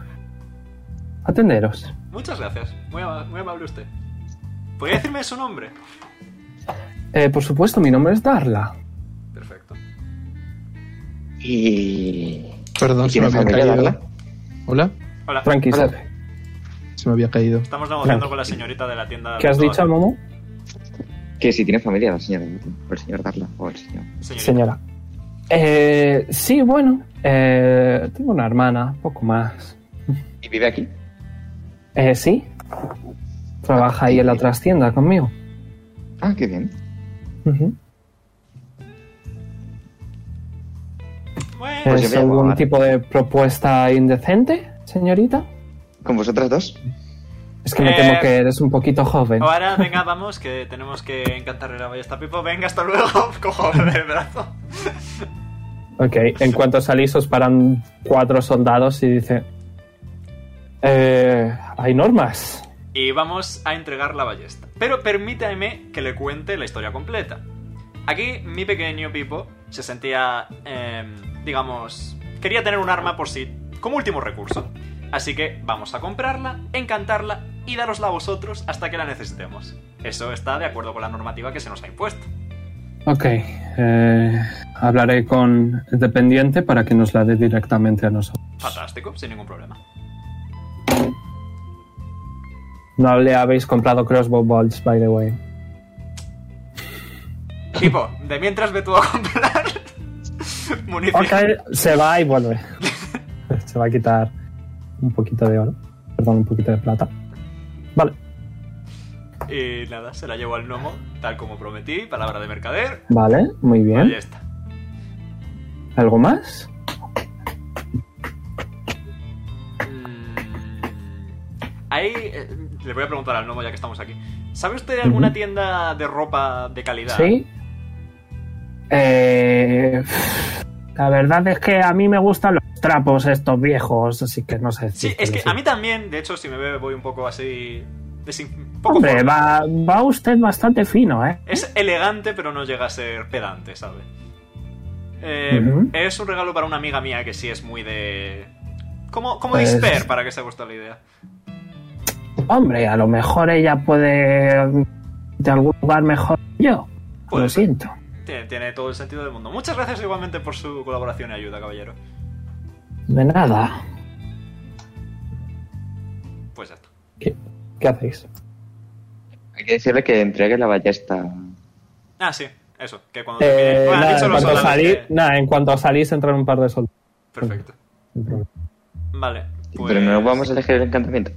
Speaker 1: atenderos.
Speaker 2: muchas gracias. Muy, ama- muy amable usted. ¿Podría decirme su nombre?
Speaker 1: Eh, por supuesto, mi nombre es Darla.
Speaker 2: Perfecto.
Speaker 4: Y...
Speaker 3: Perdón,
Speaker 4: ¿Y
Speaker 3: se me
Speaker 4: tienes
Speaker 3: había
Speaker 4: familia,
Speaker 3: caído.
Speaker 4: Darla?
Speaker 3: Hola,
Speaker 2: Hola,
Speaker 1: Tranqui,
Speaker 4: Hola.
Speaker 1: Sepe.
Speaker 3: se me había caído.
Speaker 2: estamos negociando con la señorita de la tienda.
Speaker 1: ¿Qué has
Speaker 2: de-
Speaker 1: dicho, Momo?
Speaker 4: Que si tiene familia la señora, o el señor Darla, o el señor...
Speaker 2: Señorita.
Speaker 5: Señora,
Speaker 1: Eh, sí, bueno. eh, tengo una hermana, poco más.
Speaker 4: ¿Y vive aquí?
Speaker 1: Eh, sí. Trabaja ahí en la trastienda conmigo.
Speaker 4: Ah, qué bien.
Speaker 1: Ujú.
Speaker 2: Bueno,
Speaker 4: Pues
Speaker 1: ¿Es
Speaker 4: yo voy a
Speaker 1: algún
Speaker 4: probar.
Speaker 1: tipo de propuesta indecente, señorita?
Speaker 4: ¿Con vosotras dos?
Speaker 1: Es que me
Speaker 2: Eh,
Speaker 1: temo que eres un poquito joven.
Speaker 2: ahora venga, vamos, que tenemos que encantarle la ballesta a Pipo. Venga, hasta luego. Cojo el brazo.
Speaker 1: Ok, en cuanto salís os paran cuatro soldados y dice... Eh, hay normas.
Speaker 2: y vamos a entregar la ballesta. Pero permítame que le cuente la historia completa. Aquí mi pequeño Pipo se sentía, eh, digamos, quería tener un arma por sí como último recurso. Así que vamos a comprarla, encantarla y darosla a vosotros hasta que la necesitemos. Eso está de acuerdo con la normativa que se nos ha impuesto.
Speaker 1: Ok, eh, hablaré con el dependiente para que nos la dé directamente a nosotros.
Speaker 2: Fantástico, sin ningún problema.
Speaker 1: No le habéis comprado crossbow bolts, by the way.
Speaker 2: Pipo, de mientras ve tú a comprar munición.
Speaker 1: Ok, se va y vuelve. se va a quitar un poquito de oro. Perdón, un poquito de plata. Vale,
Speaker 2: Y nada, se la llevo al gnomo, tal como prometí, palabra de mercader.
Speaker 1: vale, muy
Speaker 2: Ahí
Speaker 1: bien.
Speaker 2: está.
Speaker 1: ¿Algo más?
Speaker 2: Mm, Ahí eh, le voy a preguntar al gnomo ya que estamos aquí. ¿Sabe usted de alguna
Speaker 1: Ujú.
Speaker 2: tienda de ropa de calidad?
Speaker 1: Sí.
Speaker 8: Eh, la verdad es que a mí me gustan los trapos estos viejos, así que no sé.
Speaker 2: Sí, es que a mí también, de hecho, si me ve voy un poco así... desin- poco
Speaker 8: Hombre,
Speaker 2: formal.
Speaker 8: va, va usted bastante fino, ¿eh?
Speaker 2: Es elegante, pero no llega a ser pedante, ¿sabe? Eh,
Speaker 1: Ujú.
Speaker 2: Es un regalo para una amiga mía que sí es muy de... Como, como
Speaker 1: Pues-
Speaker 2: disper, para que se guste la idea.
Speaker 8: Hombre, a lo mejor ella puede de algún lugar mejor que yo.
Speaker 2: Puede
Speaker 8: Lo
Speaker 2: ser.
Speaker 8: siento.
Speaker 2: Tiene, tiene todo el sentido del mundo. Muchas gracias igualmente por su colaboración y ayuda, caballero.
Speaker 8: De nada.
Speaker 2: Pues ya está.
Speaker 1: ¿Qué hacéis?
Speaker 4: Hay que decirle que entregue la ballesta.
Speaker 2: Ah, sí, eso. Que cuando...
Speaker 1: Eh,
Speaker 2: termine- Bueno, han
Speaker 1: nada,
Speaker 2: dicho
Speaker 1: en
Speaker 2: los
Speaker 1: cuanto
Speaker 2: soldados
Speaker 1: salís,
Speaker 2: que-
Speaker 1: nada, en cuanto salís entran un par de soldados.
Speaker 2: Perfecto. Vale. Pues...
Speaker 4: Pero no vamos a elegir el encantamiento.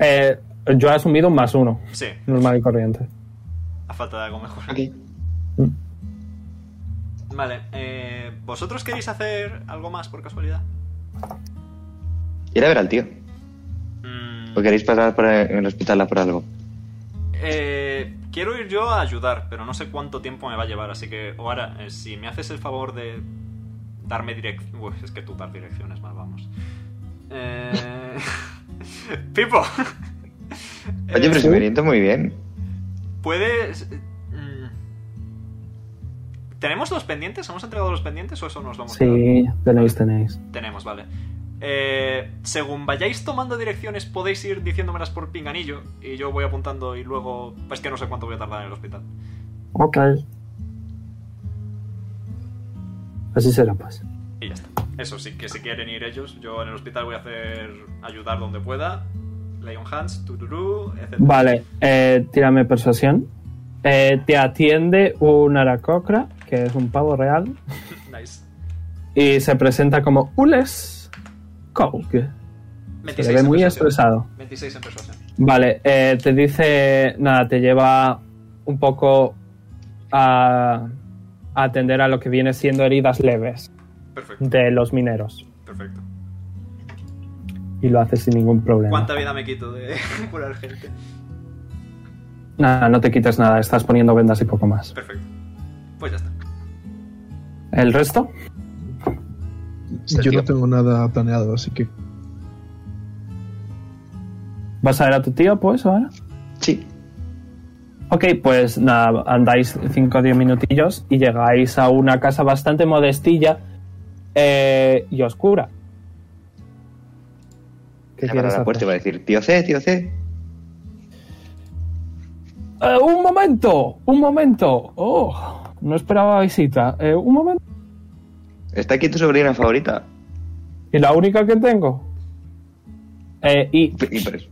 Speaker 1: Eh, yo he asumido un más uno,
Speaker 2: Sí,
Speaker 1: normal y corriente.
Speaker 2: a falta de algo mejor.
Speaker 4: Aquí.
Speaker 2: Vale, eh, ¿vosotros queréis hacer algo más por casualidad?
Speaker 4: Ir a ver al tío.
Speaker 2: Mm,
Speaker 4: ¿O queréis pasar por el, en el hospital a por algo?
Speaker 2: eh, quiero ir yo a ayudar, pero no sé cuánto tiempo me va a llevar, así que, Oara, eh, si me haces el favor de darme dirección... Uy, es que tú dar direcciones mal, vamos. Eh... Pipo. Eh,
Speaker 4: Oye, pero se me orienta muy bien.
Speaker 2: ¿Puedes...? mm, ¿Tenemos los pendientes? ¿Hemos entregado los pendientes o eso nos lo hemos quedado?
Speaker 1: Sí, tenéis, tenéis.
Speaker 2: Tenemos, vale. Eh, según vayáis tomando direcciones, podéis ir diciéndomelas por pinganillo y yo voy apuntando y luego. Es que no sé cuánto voy a tardar en el hospital.
Speaker 8: Ok.
Speaker 1: Así será, pues.
Speaker 2: Y ya está. Eso sí, que si quieren ir ellos, yo en el hospital voy a hacer ayudar donde pueda. Lion Hands, tururú, etc.
Speaker 1: Vale, eh, tírame persuasión. Eh, te atiende un aracocra, que es un pavo real,
Speaker 2: Nice.
Speaker 1: y se presenta como Ules Kouk. Se
Speaker 2: 26
Speaker 1: le ve
Speaker 2: en
Speaker 1: muy
Speaker 2: persuasión.
Speaker 1: estresado.
Speaker 2: 26 en persuasión.
Speaker 1: Vale, eh, te dice, nada, te lleva un poco a, a atender a lo que viene siendo heridas leves
Speaker 2: Perfecto,
Speaker 1: de los mineros.
Speaker 2: perfecto.
Speaker 1: Y lo hace sin ningún problema.
Speaker 2: ¿Cuánta vida me quito de curar gente?
Speaker 1: Nada, no te quites nada, estás poniendo vendas y poco más.
Speaker 2: Perfecto. Pues ya está.
Speaker 1: ¿El resto?
Speaker 3: Yo
Speaker 4: tío.
Speaker 3: no tengo nada planeado, así que
Speaker 1: ¿Vas a ver a tu tío, pues, ahora?
Speaker 4: Sí.
Speaker 1: Ok, pues nada, andáis 5 o 10 minutillos y llegáis a una casa bastante modestilla eh, y oscura. ¿Qué
Speaker 4: Llamará
Speaker 1: quieres
Speaker 4: a la puerta
Speaker 1: hacer?
Speaker 4: y va a decir, tío C, tío C.
Speaker 1: Eh, ¡Un momento! ¡Un momento! ¡Oh! No esperaba visita. Eh, ¡Un momento!
Speaker 4: Está aquí tu sobrina favorita.
Speaker 1: Y la única que tengo. Eh, y
Speaker 4: Y pues,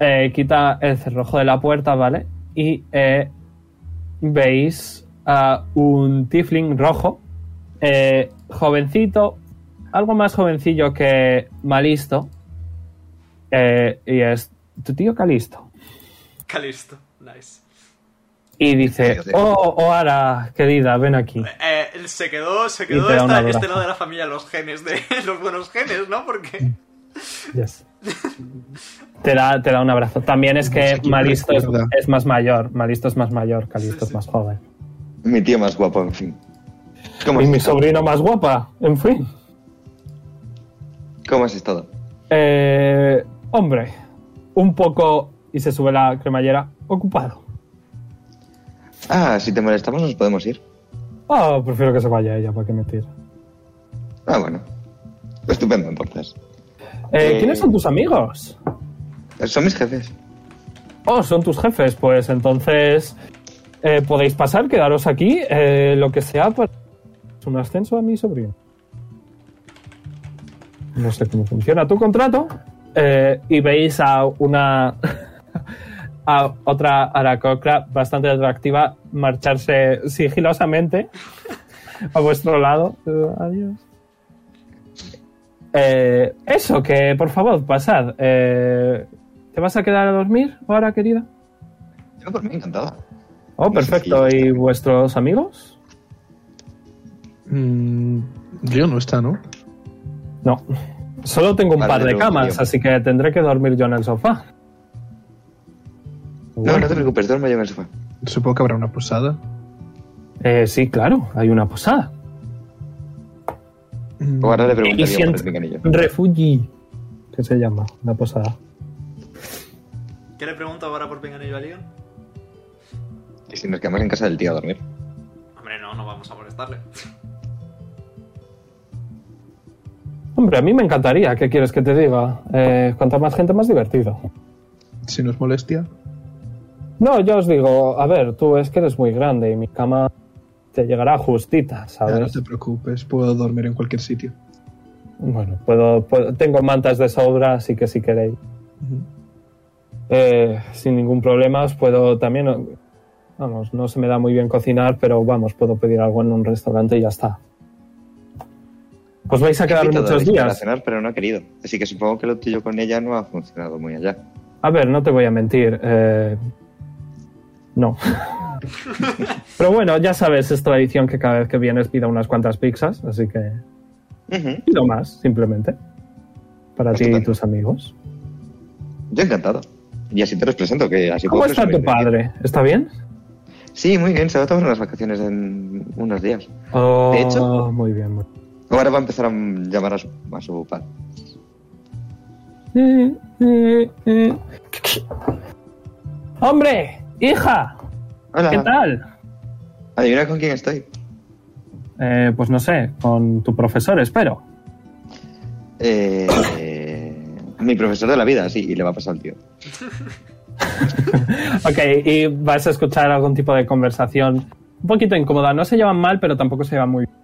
Speaker 1: eh, quita el cerrojo de la puerta, ¿vale? Y eh, veis a un tiefling rojo, eh, jovencito, algo más jovencillo que Malisto. eh, y es tu tío Calisto.
Speaker 2: Calisto. Nice.
Speaker 1: Y dice,
Speaker 4: Tío, tío.
Speaker 1: oh, Oara, querida, ven aquí.
Speaker 2: Eh, él se quedó, se
Speaker 1: Y
Speaker 2: quedó
Speaker 1: te da un
Speaker 2: esta-
Speaker 1: abrazo.
Speaker 2: este lado de la familia los genes de los buenos genes, ¿no? Porque
Speaker 1: Mm. Yes. Te da, te da un abrazo. También es que Malisto es,
Speaker 3: recuerda.
Speaker 1: es más mayor. Malisto es más mayor, Calisto es más joven.
Speaker 4: mi tío más guapo, en fin. ¿Cómo
Speaker 1: Y
Speaker 4: has,
Speaker 1: mi
Speaker 4: estado?
Speaker 1: sobrino más guapa, en fin.
Speaker 4: ¿Cómo has estado?
Speaker 1: Eh, hombre, un poco, y se sube la cremallera, ocupado.
Speaker 4: Ah, si te molestamos nos podemos ir.
Speaker 1: Oh, prefiero que se vaya ella, para que me tire.
Speaker 4: Ah, bueno. Estupendo, entonces.
Speaker 1: Eh,
Speaker 4: Eh.
Speaker 1: ¿Quiénes son tus amigos?
Speaker 4: Son mis jefes.
Speaker 1: Oh, son tus jefes, pues entonces eh, podéis pasar, quedaros aquí, eh, lo que sea, para un ascenso a mi sobrino. No sé cómo funciona tu contrato. eh, y veis a una. a otra aracocra bastante atractiva marcharse sigilosamente a vuestro lado. Eh, adiós. Eh, eso, que por favor, pasad. Eh, ¿Te vas a quedar a dormir ahora, querida?
Speaker 4: Yo por mí encantada.
Speaker 1: Oh, perfecto. ¿Y vuestros amigos?
Speaker 3: Mm, yo no está, ¿no?
Speaker 1: No. Solo tengo un
Speaker 4: Vale,
Speaker 1: par de
Speaker 4: luego,
Speaker 1: camas,
Speaker 4: tío.
Speaker 1: así que tendré que dormir yo en el sofá.
Speaker 4: No, no te preocupes, duermo yo en el sofá.
Speaker 3: Supongo que habrá una posada.
Speaker 1: Eh, sí, claro, hay una posada.
Speaker 3: Mm,
Speaker 4: O ahora le
Speaker 1: Y
Speaker 4: preguntaría por
Speaker 1: siento-
Speaker 4: el pinganillo.
Speaker 1: Refugi, que se llama la posada.
Speaker 2: ¿qué le pregunto ahora por Pinganillo a Leon?
Speaker 4: Y si nos quedamos en casa del tío a dormir.
Speaker 2: Hombre, no, no vamos a molestarle.
Speaker 1: Hombre, a mí me encantaría. ¿Qué quieres que te diga? Eh, cuanta más gente, más divertido.
Speaker 3: Si nos molestia.
Speaker 1: No, yo os digo, a ver, tú es que eres muy grande y mi cama te llegará justita,
Speaker 3: ya no
Speaker 1: ¿sabes?
Speaker 3: te preocupes, puedo dormir en cualquier sitio.
Speaker 1: Bueno, puedo, puedo- tengo mantas de sobra, así que si queréis.
Speaker 3: Ujú.
Speaker 1: Eh, sin ningún problema os puedo también... Vamos, no se me da muy bien cocinar, pero vamos, puedo pedir algo en un restaurante y ya está. Os vais a quedar
Speaker 4: Invitado a
Speaker 1: muchos
Speaker 4: Alicia para
Speaker 1: días.
Speaker 4: cenar, pero no ha querido. Así que supongo que lo tuyo con ella no ha funcionado muy allá.
Speaker 1: A ver, no te voy a mentir. eh, no. pero bueno, ya sabes, es tradición que cada vez que vienes pida unas cuantas pizzas, así que
Speaker 4: Ujú,
Speaker 1: pido más, simplemente. Para ti y
Speaker 4: Estupendo.
Speaker 1: tus amigos.
Speaker 4: Yo encantado. Y así te los presento, que así
Speaker 1: ¿Cómo
Speaker 4: puedo
Speaker 1: está tu
Speaker 4: presumir de ti.
Speaker 1: padre? ¿Está bien?
Speaker 4: Sí, muy bien, se va a tomar unas vacaciones en unos días.
Speaker 1: Oh,
Speaker 4: De hecho-
Speaker 1: muy bien. muy
Speaker 4: Ahora va a empezar a mm, llamar a su, a su padre.
Speaker 1: bien. Eh, eh, eh. Hombre, hija,
Speaker 4: Hola,
Speaker 1: ¿qué tal?
Speaker 4: adivina con quién estoy.
Speaker 1: Eh, pues no sé, con tu profesor, espero.
Speaker 4: Eh, eh, mi profesor de la vida, sí, y le va a pasar al tío.
Speaker 1: Ok, y vas a escuchar algún tipo de conversación un poquito incómoda. No se llevan mal, pero tampoco se llevan muy bien.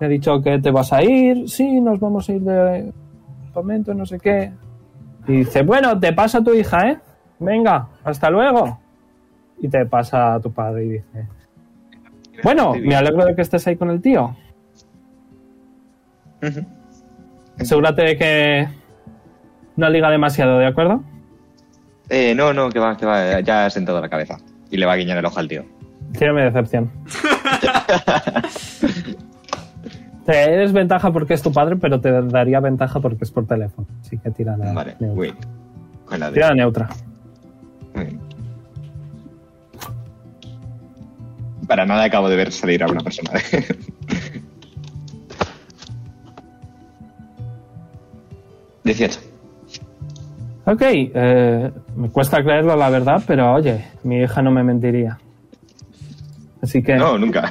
Speaker 1: Me ha dicho que te vas a ir. Sí, nos vamos a ir de momento, no sé qué. Y dice, bueno, te pasa tu hija, ¿eh? Venga, hasta luego. Y te pasa a tu padre y dice, bueno, me alegro de que estés ahí con el tío.
Speaker 4: Ujú.
Speaker 1: Asegúrate de que no liga demasiado, ¿de acuerdo?
Speaker 4: Eh, no, no, que va, que va, ya ha sentado la cabeza. Y le va a guiñar el ojo al tío.
Speaker 1: Tírame decepción. te es ventaja porque es tu padre, pero te daría ventaja porque es por teléfono. Así que tira la
Speaker 4: Vale,
Speaker 1: neutra.
Speaker 4: wait. Con la de-
Speaker 1: Tira la neutra.
Speaker 4: Muy bien. Para nada acabo de ver salir a una persona.
Speaker 5: 18.
Speaker 1: Ok, eh, me cuesta creerlo la verdad, pero oye, mi hija no me mentiría. Así que,
Speaker 5: No, nunca.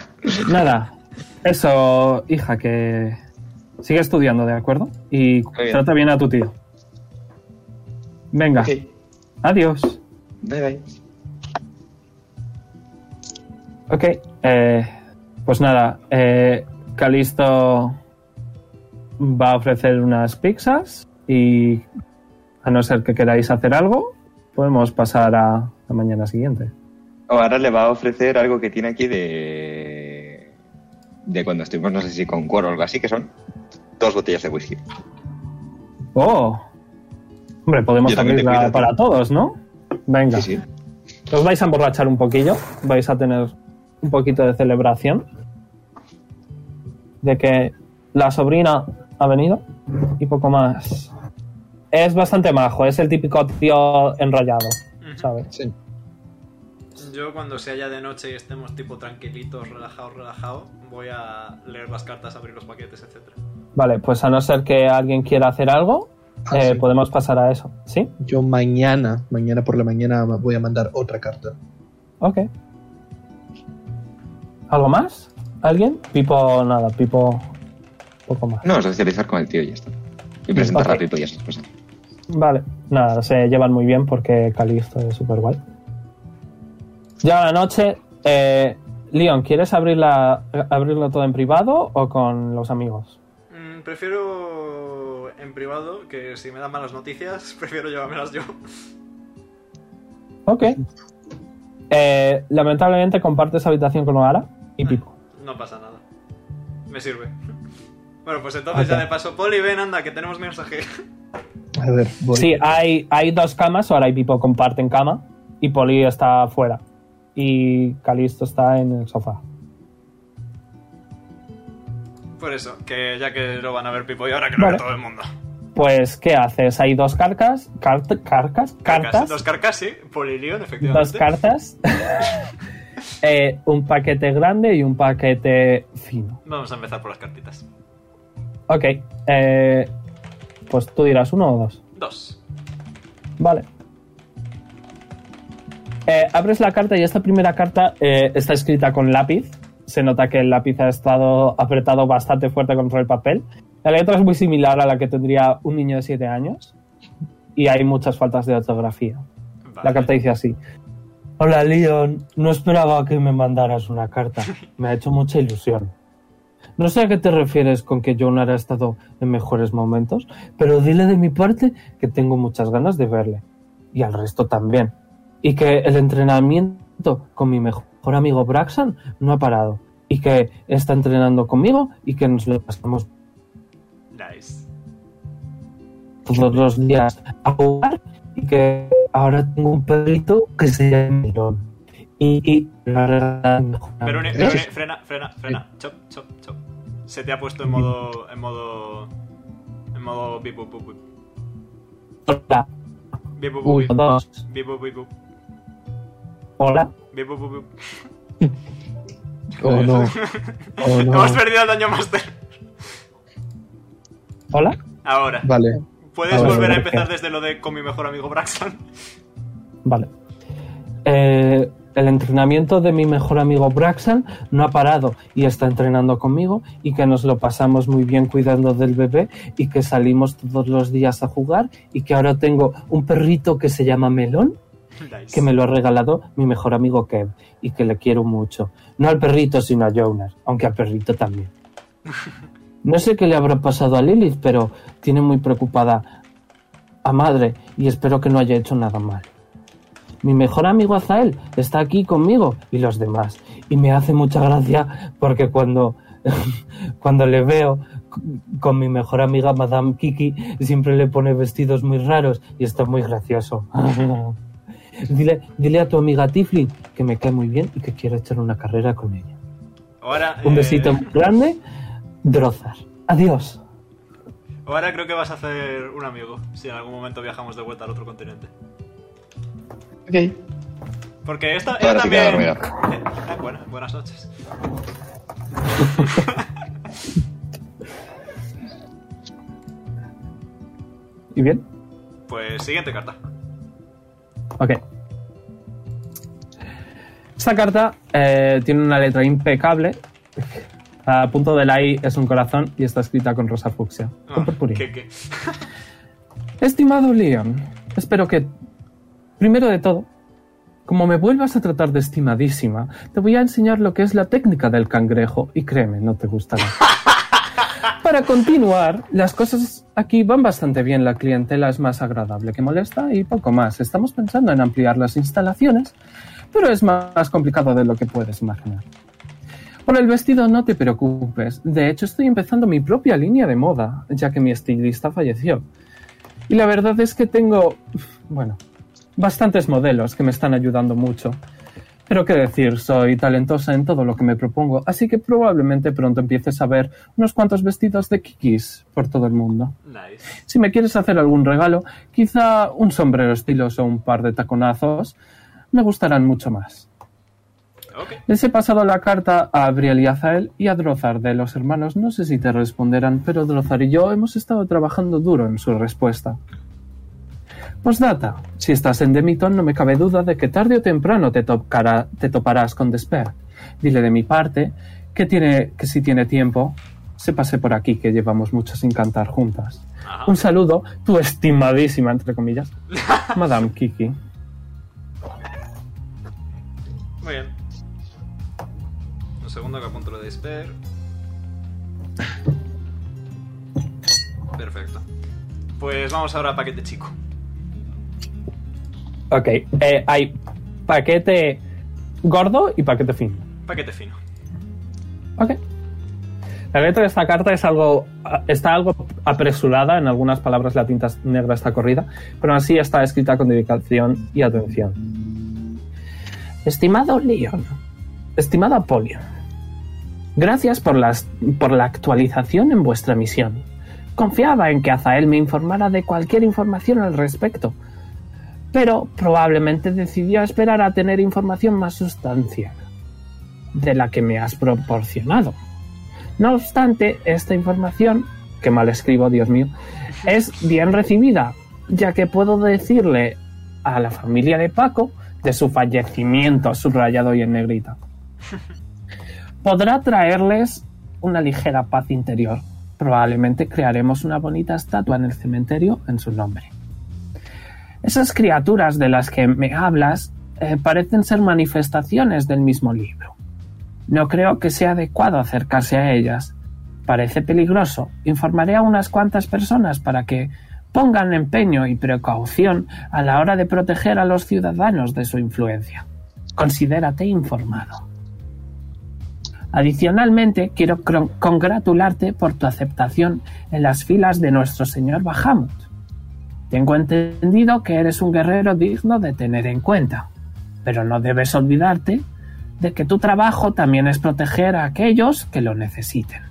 Speaker 1: nada, eso, hija, que sigue estudiando, ¿de acuerdo? Y
Speaker 5: bien.
Speaker 1: trata bien a tu tío. Venga,
Speaker 5: Ok,
Speaker 1: adiós.
Speaker 5: bye bye.
Speaker 1: Ok, eh, pues nada, eh, Calisto va a ofrecer unas pizzas y a no ser que queráis hacer algo, podemos pasar a la mañana siguiente.
Speaker 5: Ahora le va a ofrecer algo que tiene aquí de. de cuando estuvimos, no sé si con cuero o algo así, que son dos botellas de whisky.
Speaker 1: Oh, hombre, podemos
Speaker 5: Yo también te
Speaker 1: abrirla
Speaker 5: cuido,
Speaker 1: para
Speaker 5: tío.
Speaker 1: todos, ¿no? Venga,
Speaker 5: Sí, sí.
Speaker 1: os vais a emborrachar un poquillo, vais a tener un poquito de celebración de que la sobrina ha venido y poco más. Es bastante majo, es el típico tío enrollado, ¿sabes?
Speaker 3: Sí.
Speaker 2: Yo cuando sea ya de noche y estemos tipo tranquilitos, relajados, relajados, voy a leer las cartas, abrir los paquetes, etcétera.
Speaker 1: Vale, pues a no ser que alguien quiera hacer algo,
Speaker 3: Ah,
Speaker 1: eh,
Speaker 3: sí.
Speaker 1: podemos pasar a eso, ¿sí?
Speaker 3: Yo mañana, mañana por la mañana voy a mandar otra carta.
Speaker 1: Ok. ¿Algo más? ¿Alguien? Pipo, nada, Pipo, poco más.
Speaker 5: No, socializar con el tío y ya está. Y presentar
Speaker 1: Ok.
Speaker 5: a Pipo y esas
Speaker 4: pues
Speaker 5: cosas.
Speaker 1: Vale, nada, se llevan muy bien porque Calisto es súper guay. Ya la noche, eh, Leon, ¿quieres abrirla, abrirlo todo en privado o con los amigos?
Speaker 2: Mm, prefiero en privado, que si me dan malas noticias, prefiero llevármelas yo.
Speaker 1: Ok. Eh, lamentablemente compartes habitación con Oara y Pipo.
Speaker 2: No pasa nada. Me sirve. Bueno, pues entonces ya
Speaker 1: Ok.
Speaker 2: de paso, Poli, ven, anda, que tenemos mensaje.
Speaker 3: A ver, voy.
Speaker 1: Sí, hay, hay dos camas, ahora y Pipo comparten cama y Poli está afuera y Calisto está en el sofá.
Speaker 2: Por eso, que ya que lo van a ver Pipo y ahora que lo
Speaker 1: Vale.
Speaker 2: ve todo el mundo.
Speaker 1: Pues, ¿qué haces? Hay dos carcas, cart- carcas, cartas,
Speaker 2: Dos carcas, sí. Poli y Leon, efectivamente.
Speaker 1: dos cartas, Eh, un paquete grande y un paquete fino.
Speaker 2: Vamos a empezar por las cartitas.
Speaker 1: Ok, eh, pues tú dirás uno o dos.
Speaker 2: Dos.
Speaker 1: Vale. Eh, abres la carta y esta primera carta eh, está escrita con lápiz. Se nota que el lápiz ha estado apretado bastante fuerte contra el papel. La letra es muy similar a la que tendría un niño de 7 años. Y hay muchas faltas de ortografía.
Speaker 2: Vale.
Speaker 1: La carta dice así. Hola Leon, no esperaba que me mandaras una carta. Me ha hecho mucha ilusión. No sé a qué te refieres con que yo no ha estado en mejores momentos, pero dile de mi parte que tengo muchas ganas de verle. Y al resto también. Y que el entrenamiento con mi mejor amigo Braxan no ha parado. Y que está entrenando conmigo y que nos lo pasamos
Speaker 2: Nice.
Speaker 1: todos pues, los días a jugar y que ahora tengo un perrito que se llama Milón. Y, y
Speaker 2: Pero
Speaker 1: Verone,
Speaker 3: ¿Eh?
Speaker 2: frena, frena, frena. Chop, chop, chop. Se te ha puesto en modo. en modo. en modo. bip, bup, bup, bup.
Speaker 1: Hola,
Speaker 2: Bip, bup, bup,
Speaker 1: uno,
Speaker 2: bip.
Speaker 1: dos,
Speaker 2: Bip, bup, bip, bup.
Speaker 1: hola.
Speaker 2: Bip, bup, bup, bup.
Speaker 3: Oh no. Oh no.
Speaker 2: Hemos perdido el daño master.
Speaker 1: Hola.
Speaker 2: Ahora.
Speaker 3: Vale.
Speaker 2: Puedes
Speaker 3: Ahora,
Speaker 2: volver a
Speaker 1: ¿por qué?
Speaker 2: empezar desde lo de con mi mejor amigo Braxton.
Speaker 1: Vale. Eh, el entrenamiento de mi mejor amigo Braxan no ha parado y está entrenando conmigo y que nos lo pasamos muy bien cuidando del bebé y que salimos todos los días a jugar y que ahora tengo un perrito que se llama Melón
Speaker 2: Nice.
Speaker 1: que me lo ha regalado mi mejor amigo Kev y que le quiero mucho. No al perrito, sino a Jonas, aunque al perrito también. No sé qué le habrá pasado a Lilith, pero tiene muy preocupada a madre y espero que no haya hecho nada mal. Mi mejor amigo Azael está aquí conmigo y los demás. Y me hace mucha gracia porque cuando, cuando le veo c- con mi mejor amiga Madame Kiki, siempre le pone vestidos muy raros y está muy gracioso. Dile, dile a tu amiga Tiflin que me cae muy bien y que quiero echar una carrera con ella.
Speaker 2: Ahora,
Speaker 1: Un
Speaker 2: eh,
Speaker 1: besito muy grande, Drozar. Adiós.
Speaker 2: Ahora creo que vas a hacer un amigo si en algún momento viajamos de vuelta al otro continente.
Speaker 3: Ok.
Speaker 2: Porque esta,
Speaker 5: Ahora
Speaker 2: ella
Speaker 5: sí que a
Speaker 2: también.
Speaker 5: dormir.
Speaker 2: Eh, ah, buena- buenas noches.
Speaker 1: ¿Y bien?
Speaker 2: Pues siguiente carta.
Speaker 1: Ok. Esta carta eh, tiene una letra impecable. A punto de la I es un corazón y está escrita con rosa fucsia.
Speaker 2: Ah,
Speaker 1: Con purpurina.
Speaker 2: ¿qué- qué?
Speaker 1: Estimado Liam, espero que, primero de todo, como me vuelvas a tratar de estimadísima, te voy a enseñar lo que es la técnica del cangrejo y créeme, no te gustará. Para continuar, las cosas aquí van bastante bien, la clientela es más agradable que molesta y poco más. Estamos pensando en ampliar las instalaciones, pero es más complicado de lo que puedes imaginar. Por el vestido no te preocupes, de hecho estoy empezando mi propia línea de moda, ya que mi estilista falleció. Y la verdad es que tengo, bueno, bastantes modelos que me están ayudando mucho. Pero qué decir, soy talentosa en todo lo que me propongo, así que probablemente pronto empieces a ver unos cuantos vestidos de kikis por todo el mundo.
Speaker 2: Nice.
Speaker 1: Si me quieres hacer algún regalo, quizá un sombrero estiloso o un par de taconazos, me gustarán mucho más.
Speaker 2: Ok.
Speaker 1: Les he pasado la carta a Abriel y Azael y a Drozar de los hermanos. No sé si te responderán, pero Drozar y yo hemos estado trabajando duro en su respuesta. Postdata, si estás en Demiton no me cabe duda de que tarde o temprano te, tocará- te toparás con Despair. Dile de mi parte que, tiene, que si tiene tiempo, se pase por aquí, que llevamos mucho sin cantar juntas.
Speaker 2: Ajá.
Speaker 1: Un saludo, tu estimadísima, entre comillas, Madame Kiki.
Speaker 2: Muy bien. Un segundo que apunto lo de Despair. Perfecto. Pues vamos ahora a paquete chico.
Speaker 5: Ok, eh, hay paquete gordo y paquete fino.
Speaker 2: Paquete fino.
Speaker 5: Ok. La letra de esta carta es algo, está algo apresurada, en algunas palabras la tinta negra está corrida, pero así está escrita con dedicación y atención.
Speaker 8: Estimado Leon, estimado Apolion, gracias por, las- por la actualización en vuestra misión. Confiaba en que Azael me informara de cualquier información al respecto, pero probablemente decidió esperar a tener información más sustancial de la que me has proporcionado. No obstante, esta información, que mal escribo, Dios mío, es bien recibida, ya que puedo decirle a la familia de Paco de su fallecimiento, subrayado y en negrita. Podrá traerles una ligera paz interior. Probablemente crearemos una bonita estatua en el cementerio en su nombre. Esas criaturas de las que me hablas eh, parecen ser manifestaciones del mismo libro. No creo que sea adecuado acercarse a ellas. Parece peligroso. Informaré a unas cuantas personas para que pongan empeño y precaución a la hora de proteger a los ciudadanos de su influencia. Considérate informado. Adicionalmente, quiero cron- congratularte por tu aceptación en las filas de nuestro señor Bahamut. Tengo entendido que eres un guerrero digno de tener en cuenta, pero no debes olvidarte de que tu trabajo también es proteger a aquellos que lo necesiten.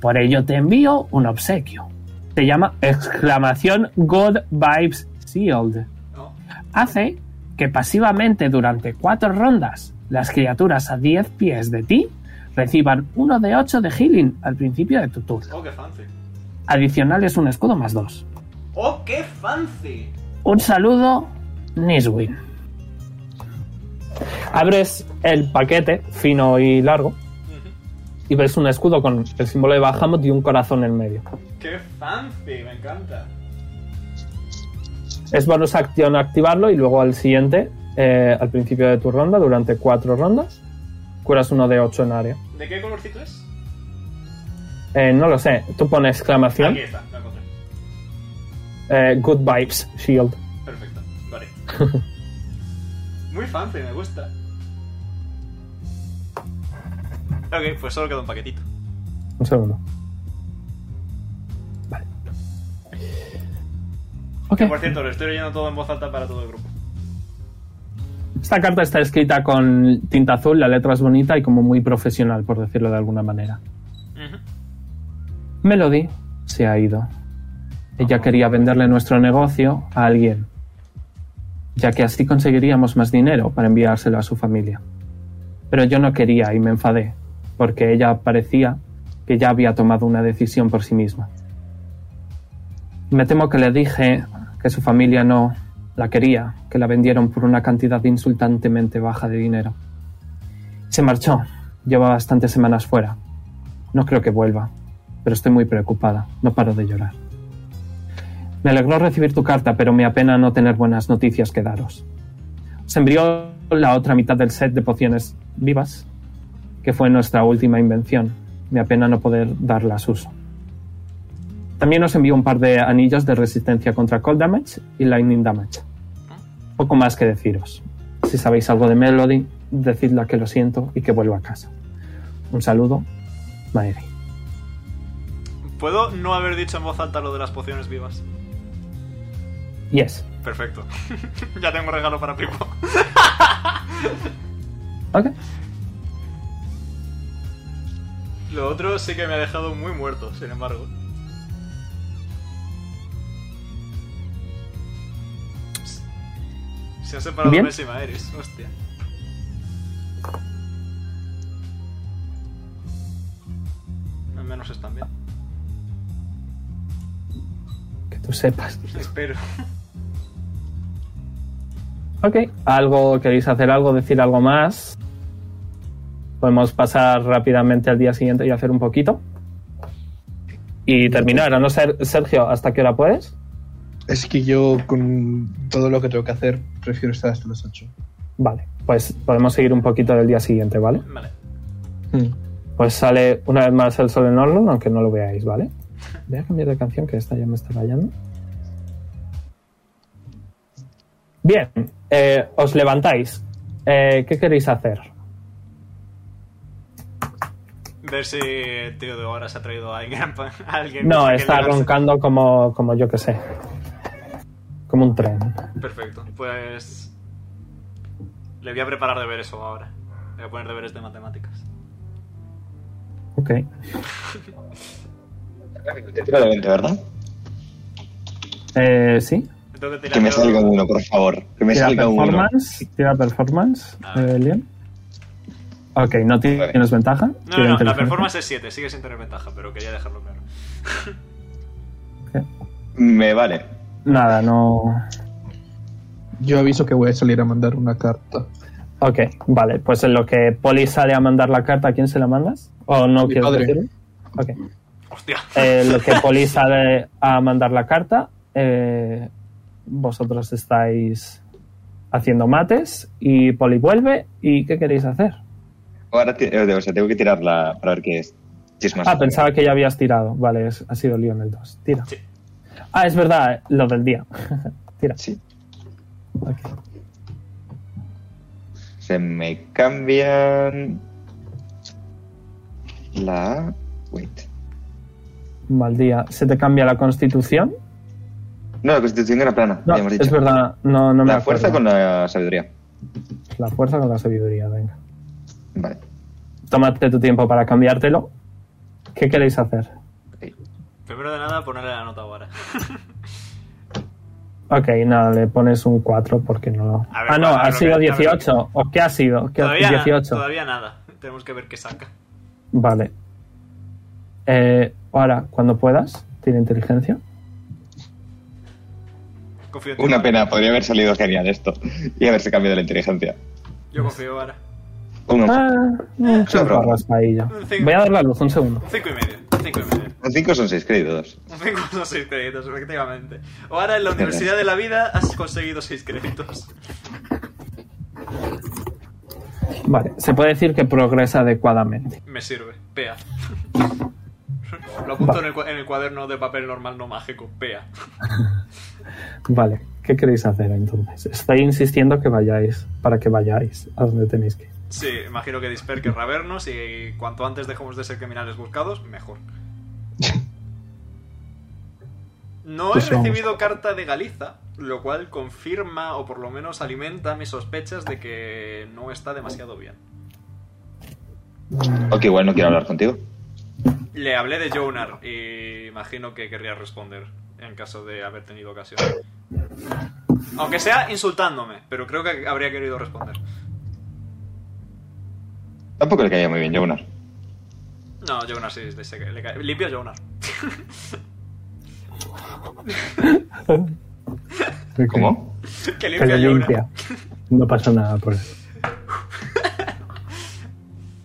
Speaker 8: Por ello te envío un obsequio. Se llama exclamación God Vibes Sealed.
Speaker 2: No.
Speaker 8: Hace que pasivamente durante cuatro rondas las criaturas a 10 pies de ti reciban uno de 8 de healing al principio de tu turno.
Speaker 2: Oh, qué fancy.
Speaker 8: Adicional es un escudo más 2.
Speaker 2: Oh, qué fancy.
Speaker 8: Un saludo, Niswin.
Speaker 5: Abres el paquete fino y largo y ves un escudo con el símbolo de Bahamut y un corazón en medio.
Speaker 2: Qué fancy, me encanta.
Speaker 5: Es bonus acción activarlo y luego al siguiente, eh, al principio de tu ronda, durante cuatro rondas, curas uno de ocho en área.
Speaker 2: ¿De qué colorcito es?
Speaker 5: Eh, no lo sé, tú pones exclamación,
Speaker 2: Aquí está, lo encontré.
Speaker 5: eh, Good Vibes Shield.
Speaker 2: Perfecto, vale. Muy fancy, me gusta. Ok, pues solo queda un paquetito.
Speaker 5: Un segundo.
Speaker 1: Ok,
Speaker 2: Por cierto, lo estoy leyendo todo en voz alta para todo el grupo.
Speaker 5: Esta carta está escrita con tinta azul, la letra es bonita y como muy profesional, por decirlo de alguna manera.
Speaker 1: Melody se ha ido. Ella quería venderle nuestro negocio a alguien, ya que así conseguiríamos más dinero para enviárselo a su familia. Pero yo no quería y me enfadé, porque ella parecía que ya había tomado una decisión por sí misma. Me temo que le dije que su familia no la quería, que la vendieron por una cantidad insultantemente baja de dinero. Se marchó. Lleva bastantes semanas fuera. No creo que vuelva, pero estoy muy preocupada. No paro de llorar. Me alegró recibir tu carta, pero me apena no tener buenas noticias que daros. Se envió la otra mitad del set de pociones vivas, que fue nuestra última invención. Me apena no poder darlas uso. También os envió un par de anillos de resistencia contra Cold Damage y Lightning Damage. Poco más que deciros. Si sabéis algo de Melody, decidla que lo siento y que vuelvo a casa. Un saludo, Maeri.
Speaker 2: ¿Puedo no haber dicho en voz alta lo de las pociones vivas?
Speaker 1: Yes.
Speaker 2: Perfecto. ya tengo regalo para Pipo.
Speaker 1: Ok.
Speaker 2: Lo otro sí que me ha dejado muy muerto, sin embargo. Se ha separado
Speaker 1: Bien.
Speaker 2: Messi y Maeris, hostia. Al menos están bien.
Speaker 1: Que tú sepas.
Speaker 2: Espero.
Speaker 1: Ok. ¿Algo queréis hacer algo? ¿Decir algo más? Podemos pasar rápidamente al día siguiente y hacer un poquito. Y terminar, a no ser Sergio, ¿hasta qué hora puedes?
Speaker 3: Es que yo con todo lo que tengo que hacer prefiero estar hasta las 8.
Speaker 1: Vale, pues podemos seguir un poquito del día siguiente, ¿vale?
Speaker 2: Vale.
Speaker 1: Pues sale una vez más el sol en Orlon, aunque no lo veáis, ¿vale? Voy a cambiar de canción, que esta ya me está rayando. Bien, eh, os levantáis. Eh, ¿Qué queréis hacer?
Speaker 2: Ver si el tío de ahora se ha traído a alguien. pa- a alguien
Speaker 5: No,
Speaker 2: que
Speaker 5: está
Speaker 2: liarse.
Speaker 5: roncando como, como yo que sé.
Speaker 1: Como un tren.
Speaker 2: Perfecto. Pues. Le voy a preparar deberes o ahora. Le voy a poner deberes de matemáticas.
Speaker 1: Ok.
Speaker 4: Te tiro de 20, ¿verdad?
Speaker 1: Eh, sí.
Speaker 2: Entonces
Speaker 4: Que me salga uno, por favor. Que me
Speaker 1: Tira
Speaker 4: salga uno.
Speaker 1: performance. Tira performance.
Speaker 2: Ah.
Speaker 1: Eh, Liam. Ok, no ti-
Speaker 4: Vale.
Speaker 1: tienes ventaja.
Speaker 2: No,
Speaker 1: Tira
Speaker 2: no, no, la
Speaker 1: inteligencia.
Speaker 2: performance es 7, sigue sin tener ventaja, pero quería dejarlo claro.
Speaker 4: Me vale.
Speaker 1: Nada, no.
Speaker 3: Yo aviso que voy a salir a mandar una carta.
Speaker 1: Ok, vale. Pues en lo que Polly sale a mandar la carta, ¿a quién se la mandas? ¿O no
Speaker 3: Mi
Speaker 1: quieres
Speaker 3: padre.
Speaker 1: decirlo? Ok.
Speaker 2: Hostia.
Speaker 1: Eh, lo que Poli sale a mandar la carta, eh, vosotros estáis haciendo mates y Poli vuelve. ¿Y qué queréis hacer?
Speaker 4: Ahora ti- eh, o sea, tengo que tirarla para ver qué es. Si es más
Speaker 1: Ah, pensaba que ya habías tirado. Vale, es- ha sido Leon el 2. Tira.
Speaker 2: Sí.
Speaker 1: Ah, es verdad, eh, lo del día. Tira.
Speaker 4: Sí.
Speaker 1: Ok.
Speaker 4: Se me cambian. La. Wait.
Speaker 1: Mal día. ¿Se te cambia la constitución?
Speaker 4: No, la constitución era plana.
Speaker 1: No,
Speaker 4: ya hemos dicho.
Speaker 1: es verdad, no, no me
Speaker 4: la
Speaker 1: acuerdo.
Speaker 4: fuerza con la sabiduría.
Speaker 1: La fuerza con la sabiduría, venga.
Speaker 4: Vale.
Speaker 1: Tómate tu tiempo para cambiártelo. ¿Qué queréis hacer?
Speaker 2: Primero de nada, ponerle la nota ahora.
Speaker 1: Ok, nada, le pones un 4 porque no.
Speaker 2: A ver,
Speaker 1: ah, no,
Speaker 2: cuatro,
Speaker 1: ha
Speaker 2: lo
Speaker 1: sido
Speaker 2: que-
Speaker 1: 18. ¿O qué ha sido? ¿Qué
Speaker 2: Todavía, na-
Speaker 1: 18.
Speaker 2: todavía nada. Tenemos que ver qué saca.
Speaker 1: Vale. Eh, ahora, cuando puedas, tiene inteligencia.
Speaker 2: Confío en ti.
Speaker 4: Una
Speaker 2: Vara.
Speaker 4: pena, podría haber salido genial esto. Y haberse cambiado la inteligencia.
Speaker 2: Yo confío ahora.
Speaker 4: Uno.
Speaker 1: Ah, un
Speaker 4: Es una broma.
Speaker 1: raspadilla.
Speaker 2: Un cinco.
Speaker 1: Voy a dar la luz un segundo.
Speaker 2: Un 5 y medio. Un 5 y medio.
Speaker 4: Un cinco son seis créditos.
Speaker 2: Un 5 son 6 créditos, efectivamente. Ahora en la Universidad de la Vida has conseguido 6 créditos.
Speaker 1: Vale, se puede decir que progresa adecuadamente.
Speaker 2: Me sirve. PEA. Lo apunto en el, cua- en el cuaderno de papel normal no mágico. PEA.
Speaker 1: Vale, ¿qué queréis hacer entonces? Estoy insistiendo que vayáis, para que vayáis a donde tenéis que ir.
Speaker 2: Sí, imagino que Disper querrá vernos y cuanto antes dejemos de ser criminales buscados, mejor. No he
Speaker 3: Pues vamos.
Speaker 2: recibido carta de Galiza, lo cual confirma o por lo menos alimenta mis sospechas de que no está demasiado bien.
Speaker 4: Ok, igual no quiero hablar contigo.
Speaker 2: Le hablé de Jonar y imagino que querría responder en caso de haber tenido ocasión. Aunque sea insultándome, pero creo que habría querido responder.
Speaker 4: Tampoco le caía muy bien, Jonar.
Speaker 2: No, Jonar sí, le, sé que- le cae- limpio Jonar.
Speaker 5: ¿Cómo?
Speaker 2: Que
Speaker 11: Que
Speaker 2: limpia,
Speaker 11: lo
Speaker 2: Yuna.
Speaker 11: limpia. No pasa nada por eso.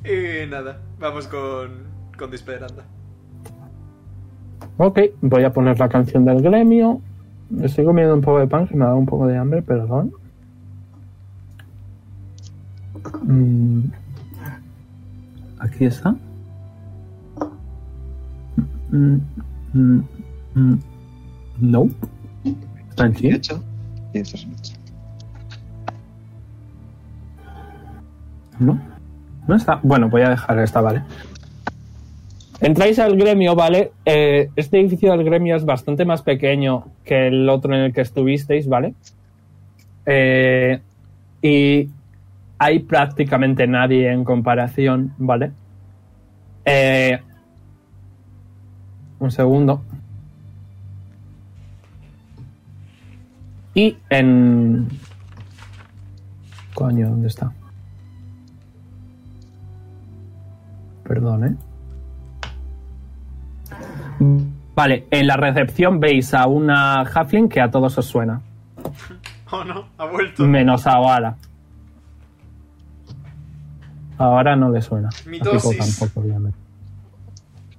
Speaker 2: Y nada, vamos con, con Disperanda.
Speaker 1: Ok, voy a poner la canción del gremio. Estoy comiendo un poco de pan, que me ha dado un poco de hambre, perdón. Mm,
Speaker 4: Aquí está. Mm, mm, mm. No. ¿Está en ti?
Speaker 3: hecho?
Speaker 5: Y esto es noche.
Speaker 4: No.
Speaker 8: No está. Bueno, voy a dejar esta, vale.
Speaker 1: Entráis al gremio, ¿vale? Eh, este edificio del gremio es bastante más pequeño que el otro en el que estuvisteis, ¿vale? Eh, y hay prácticamente nadie en comparación, ¿vale? Eh, un segundo. Y en... Coño, ¿dónde está? Perdón, ¿eh? Vale, en la recepción veis a una Huffling que a todos os suena,
Speaker 2: Oh no, ha vuelto.
Speaker 1: menos a Oala. Ahora no le suena. A Pico
Speaker 2: Mitosis.
Speaker 1: tampoco, obviamente.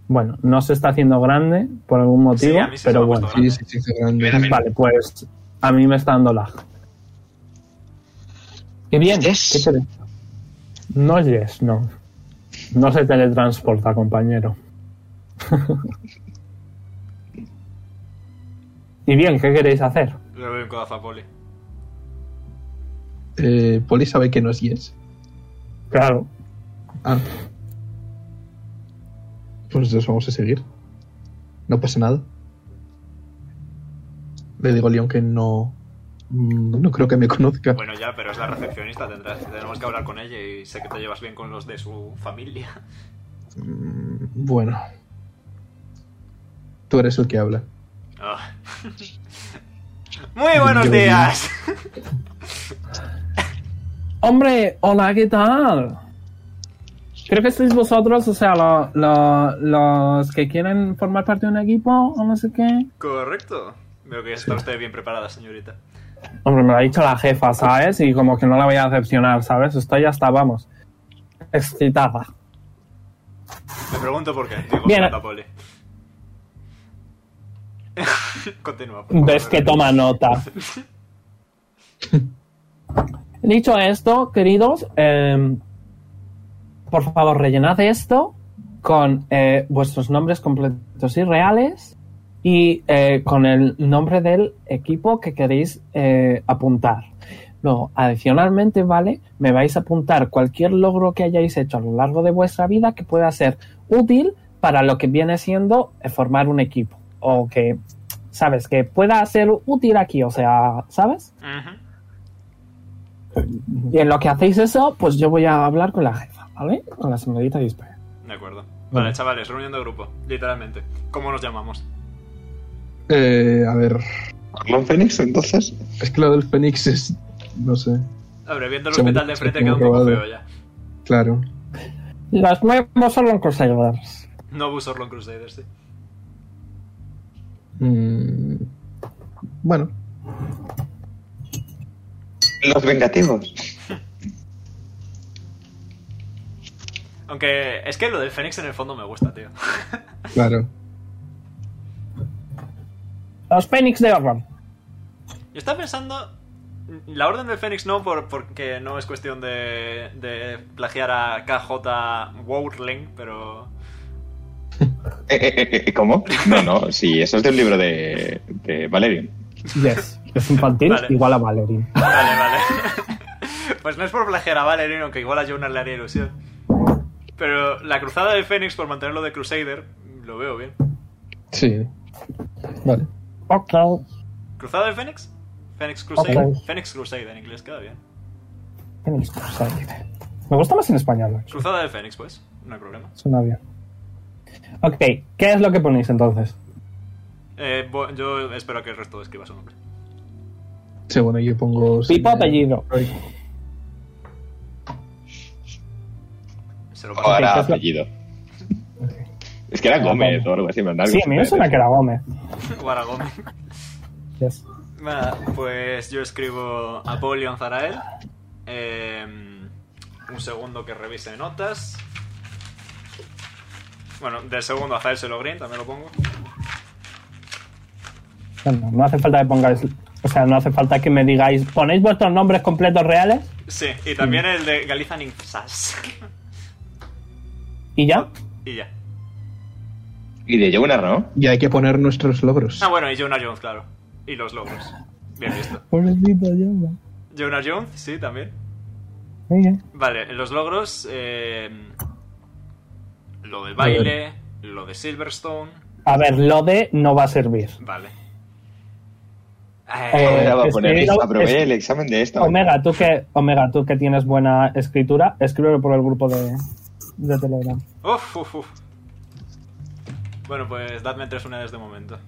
Speaker 1: Bueno, no se está haciendo grande por algún motivo,
Speaker 2: Sí, a mí sí se me
Speaker 1: pero
Speaker 2: ha
Speaker 1: bueno.
Speaker 2: puesto
Speaker 3: Sí, sí, sí, qué grande.
Speaker 1: Vale, pues a mí me está dando lag. Qué bien.
Speaker 5: Yes.
Speaker 1: qué tele- No es yes, no. No se teletransporta, compañero. y bien, ¿qué queréis hacer?
Speaker 2: Le doy un codazo a Poli.
Speaker 3: Eh, Poli sabe que no es Yes.
Speaker 1: Claro.
Speaker 3: Ah. Pues nosotros vamos a seguir. No pasa nada. Le digo a Leon que no. mm, No creo que me conozca.
Speaker 2: Bueno, ya, pero es la recepcionista, tendrás, tenemos que hablar con ella y sé que te llevas bien con los de su familia.
Speaker 3: Mm, Bueno. Tú eres el que habla.
Speaker 2: Ah. Muy buenos días.
Speaker 1: Hombre, hola, ¿qué tal?
Speaker 8: Creo que sois vosotros, o sea, lo- lo- los que quieren formar parte de un equipo o no sé qué.
Speaker 2: Correcto. Veo que está usted bien preparada, señorita.
Speaker 8: Hombre, me lo ha dicho la jefa, ¿sabes? Y como que no la voy a decepcionar, ¿sabes? Estoy hasta, vamos, excitada.
Speaker 2: Me pregunto por qué. Digo,
Speaker 1: Bien.
Speaker 2: mata a Poli. Continúa. por favor.
Speaker 1: Ves que toma nota. Dicho esto, queridos, em, por favor, rellenad esto con eh, vuestros nombres completos y reales y eh, con el nombre del equipo que queréis eh, apuntar. Luego, adicionalmente, ¿vale? Me vais a apuntar cualquier logro que hayáis hecho a lo largo de vuestra vida que pueda ser útil para lo que viene siendo eh, formar un equipo o que ¿sabes? Que pueda ser útil aquí, o sea, ¿sabes?
Speaker 2: Ujú.
Speaker 1: Y en lo que hacéis eso, pues yo voy a hablar con la jefa, ¿vale? Con la señorita Disper.
Speaker 2: De acuerdo. Vale, chavales, reunión de grupo. Literalmente. ¿Cómo nos llamamos?
Speaker 3: Eh, a ver.
Speaker 5: ¿Arlon Fénix, entonces?
Speaker 3: Es que lo del Fénix es. No sé.
Speaker 2: Hombre, viendo el
Speaker 3: Se me-
Speaker 2: hospital de frente
Speaker 3: se me
Speaker 2: queda un poco
Speaker 3: robado.
Speaker 2: feo ya.
Speaker 3: Claro.
Speaker 1: Los nuevos son los Crusaders.
Speaker 2: Novus Orlon Crusaders, sí.
Speaker 3: Mm, bueno.
Speaker 5: Los vengativos.
Speaker 2: Aunque es que lo del Fénix en el fondo me gusta, tío.
Speaker 3: Claro.
Speaker 1: Los Phoenix de Orban.
Speaker 2: Yo estaba pensando. La Orden del Fénix no, por, porque no es cuestión de, de plagiar a KJ Wowling, pero.
Speaker 5: Eh, eh, eh, eh, ¿Cómo? No, no, sí, eso es del libro de, de Valerian.
Speaker 1: Yes. Es infantil
Speaker 2: Vale.
Speaker 1: igual a Valerie.
Speaker 2: Vale, vale. pues no es por plagiar a Valerian, aunque igual a Jonas le haría ilusión. Pero la cruzada del Fénix, por mantenerlo de Crusader, lo veo bien.
Speaker 3: Sí. Vale.
Speaker 1: Ok.
Speaker 2: ¿Cruzada del Fénix? Fénix Crusade.
Speaker 1: Ok.
Speaker 2: Fénix Crusade en inglés, queda bien.
Speaker 1: Phoenix Crusader. Me gusta más en español, ¿no?
Speaker 2: Cruzada del Fénix, pues. No hay problema.
Speaker 1: suena bien. Ok, ¿qué es lo que ponéis entonces?
Speaker 2: Eh, bo- yo espero que el resto escriba su nombre.
Speaker 3: Sí, bueno, yo pongo.
Speaker 1: Pipo apellido.
Speaker 2: Se lo paso.
Speaker 5: Ahora
Speaker 1: pues la-
Speaker 5: apellido. Es que era Gómez o algo así, ¿verdad?
Speaker 1: Sí, a mí me suena que era Gómez.
Speaker 2: Guaragón.
Speaker 1: Yes.
Speaker 2: Nada, pues yo escribo Apolion Zarael. Eh, un segundo que revise notas. Bueno, del segundo a Zael se lo green, también lo pongo.
Speaker 1: Bueno, no hace falta que pongáis. O sea, no hace falta que me digáis. ¿Ponéis vuestros nombres completos reales?
Speaker 2: Sí, y también el de Galiza Ninfsas.
Speaker 1: ¿Y ya?
Speaker 2: y ya.
Speaker 5: Y de Jonar, ¿no?
Speaker 3: Y hay que poner nuestros logros.
Speaker 2: Ah, bueno, y Jonah Jones, claro. Y los logros. Bien visto.
Speaker 1: Pobrecito, yo.
Speaker 2: Jonah Jones, sí, también.
Speaker 1: Venga.
Speaker 2: Vale, en los logros. eh, lo del baile, lo de Silverstone.
Speaker 1: A ver, lo de no va a servir.
Speaker 2: Vale.
Speaker 1: Eh,
Speaker 5: Ahora Ah, va a
Speaker 1: es
Speaker 5: poner,
Speaker 1: que era- es-
Speaker 5: aprobé el examen de esta.
Speaker 1: Omega, tú que, Omega, tú que tienes buena escritura, escríbelo por el grupo de, de Telegram.
Speaker 2: Uf, uf, uf. Bueno, pues dadme tres unidades de momento.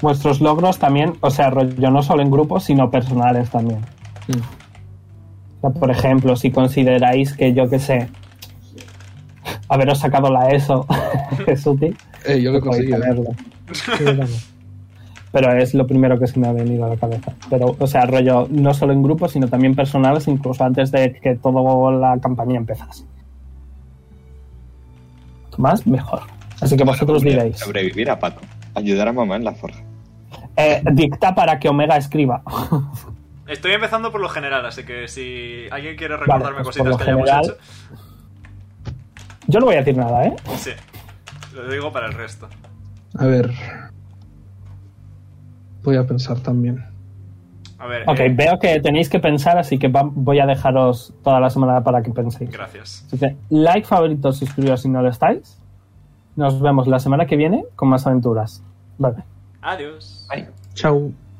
Speaker 1: Vuestros logros también, o sea, rollo no solo en grupos, sino personales también. O sea, por ejemplo, si consideráis que yo que sé, haberos sacado la E ESO es útil,
Speaker 3: Eh, yo lo
Speaker 1: podéis
Speaker 3: conseguí. eh.
Speaker 1: tenerlo. Pero es lo primero que se me ha venido a la cabeza. Pero, o sea, rollo no solo en grupos, sino también personales, incluso antes de que toda la campaña empezase. Más, mejor. Así que vosotros diréis.
Speaker 5: Sobrevivir a Paco. Ayudar a mamá en la forja.
Speaker 1: Eh, dicta para que Omega escriba.
Speaker 2: Estoy empezando por lo general, así que si alguien quiere recordarme
Speaker 1: pues, por
Speaker 2: cositas
Speaker 1: lo
Speaker 2: que hayamos
Speaker 1: general- Yo no voy a decir nada, ¿eh?
Speaker 2: hecho. Sí. Lo digo para el resto.
Speaker 3: A ver. Voy a pensar también.
Speaker 2: A ver.
Speaker 1: Ok,
Speaker 2: eh,
Speaker 1: veo que tenéis que pensar, así que va- voy a dejaros toda la semana para que penséis.
Speaker 2: gracias.
Speaker 1: Así que, like, favorito, suscribiros si no lo estáis. Nos vemos la semana que viene con más aventuras. Vale.
Speaker 2: Adiós.
Speaker 3: Chao.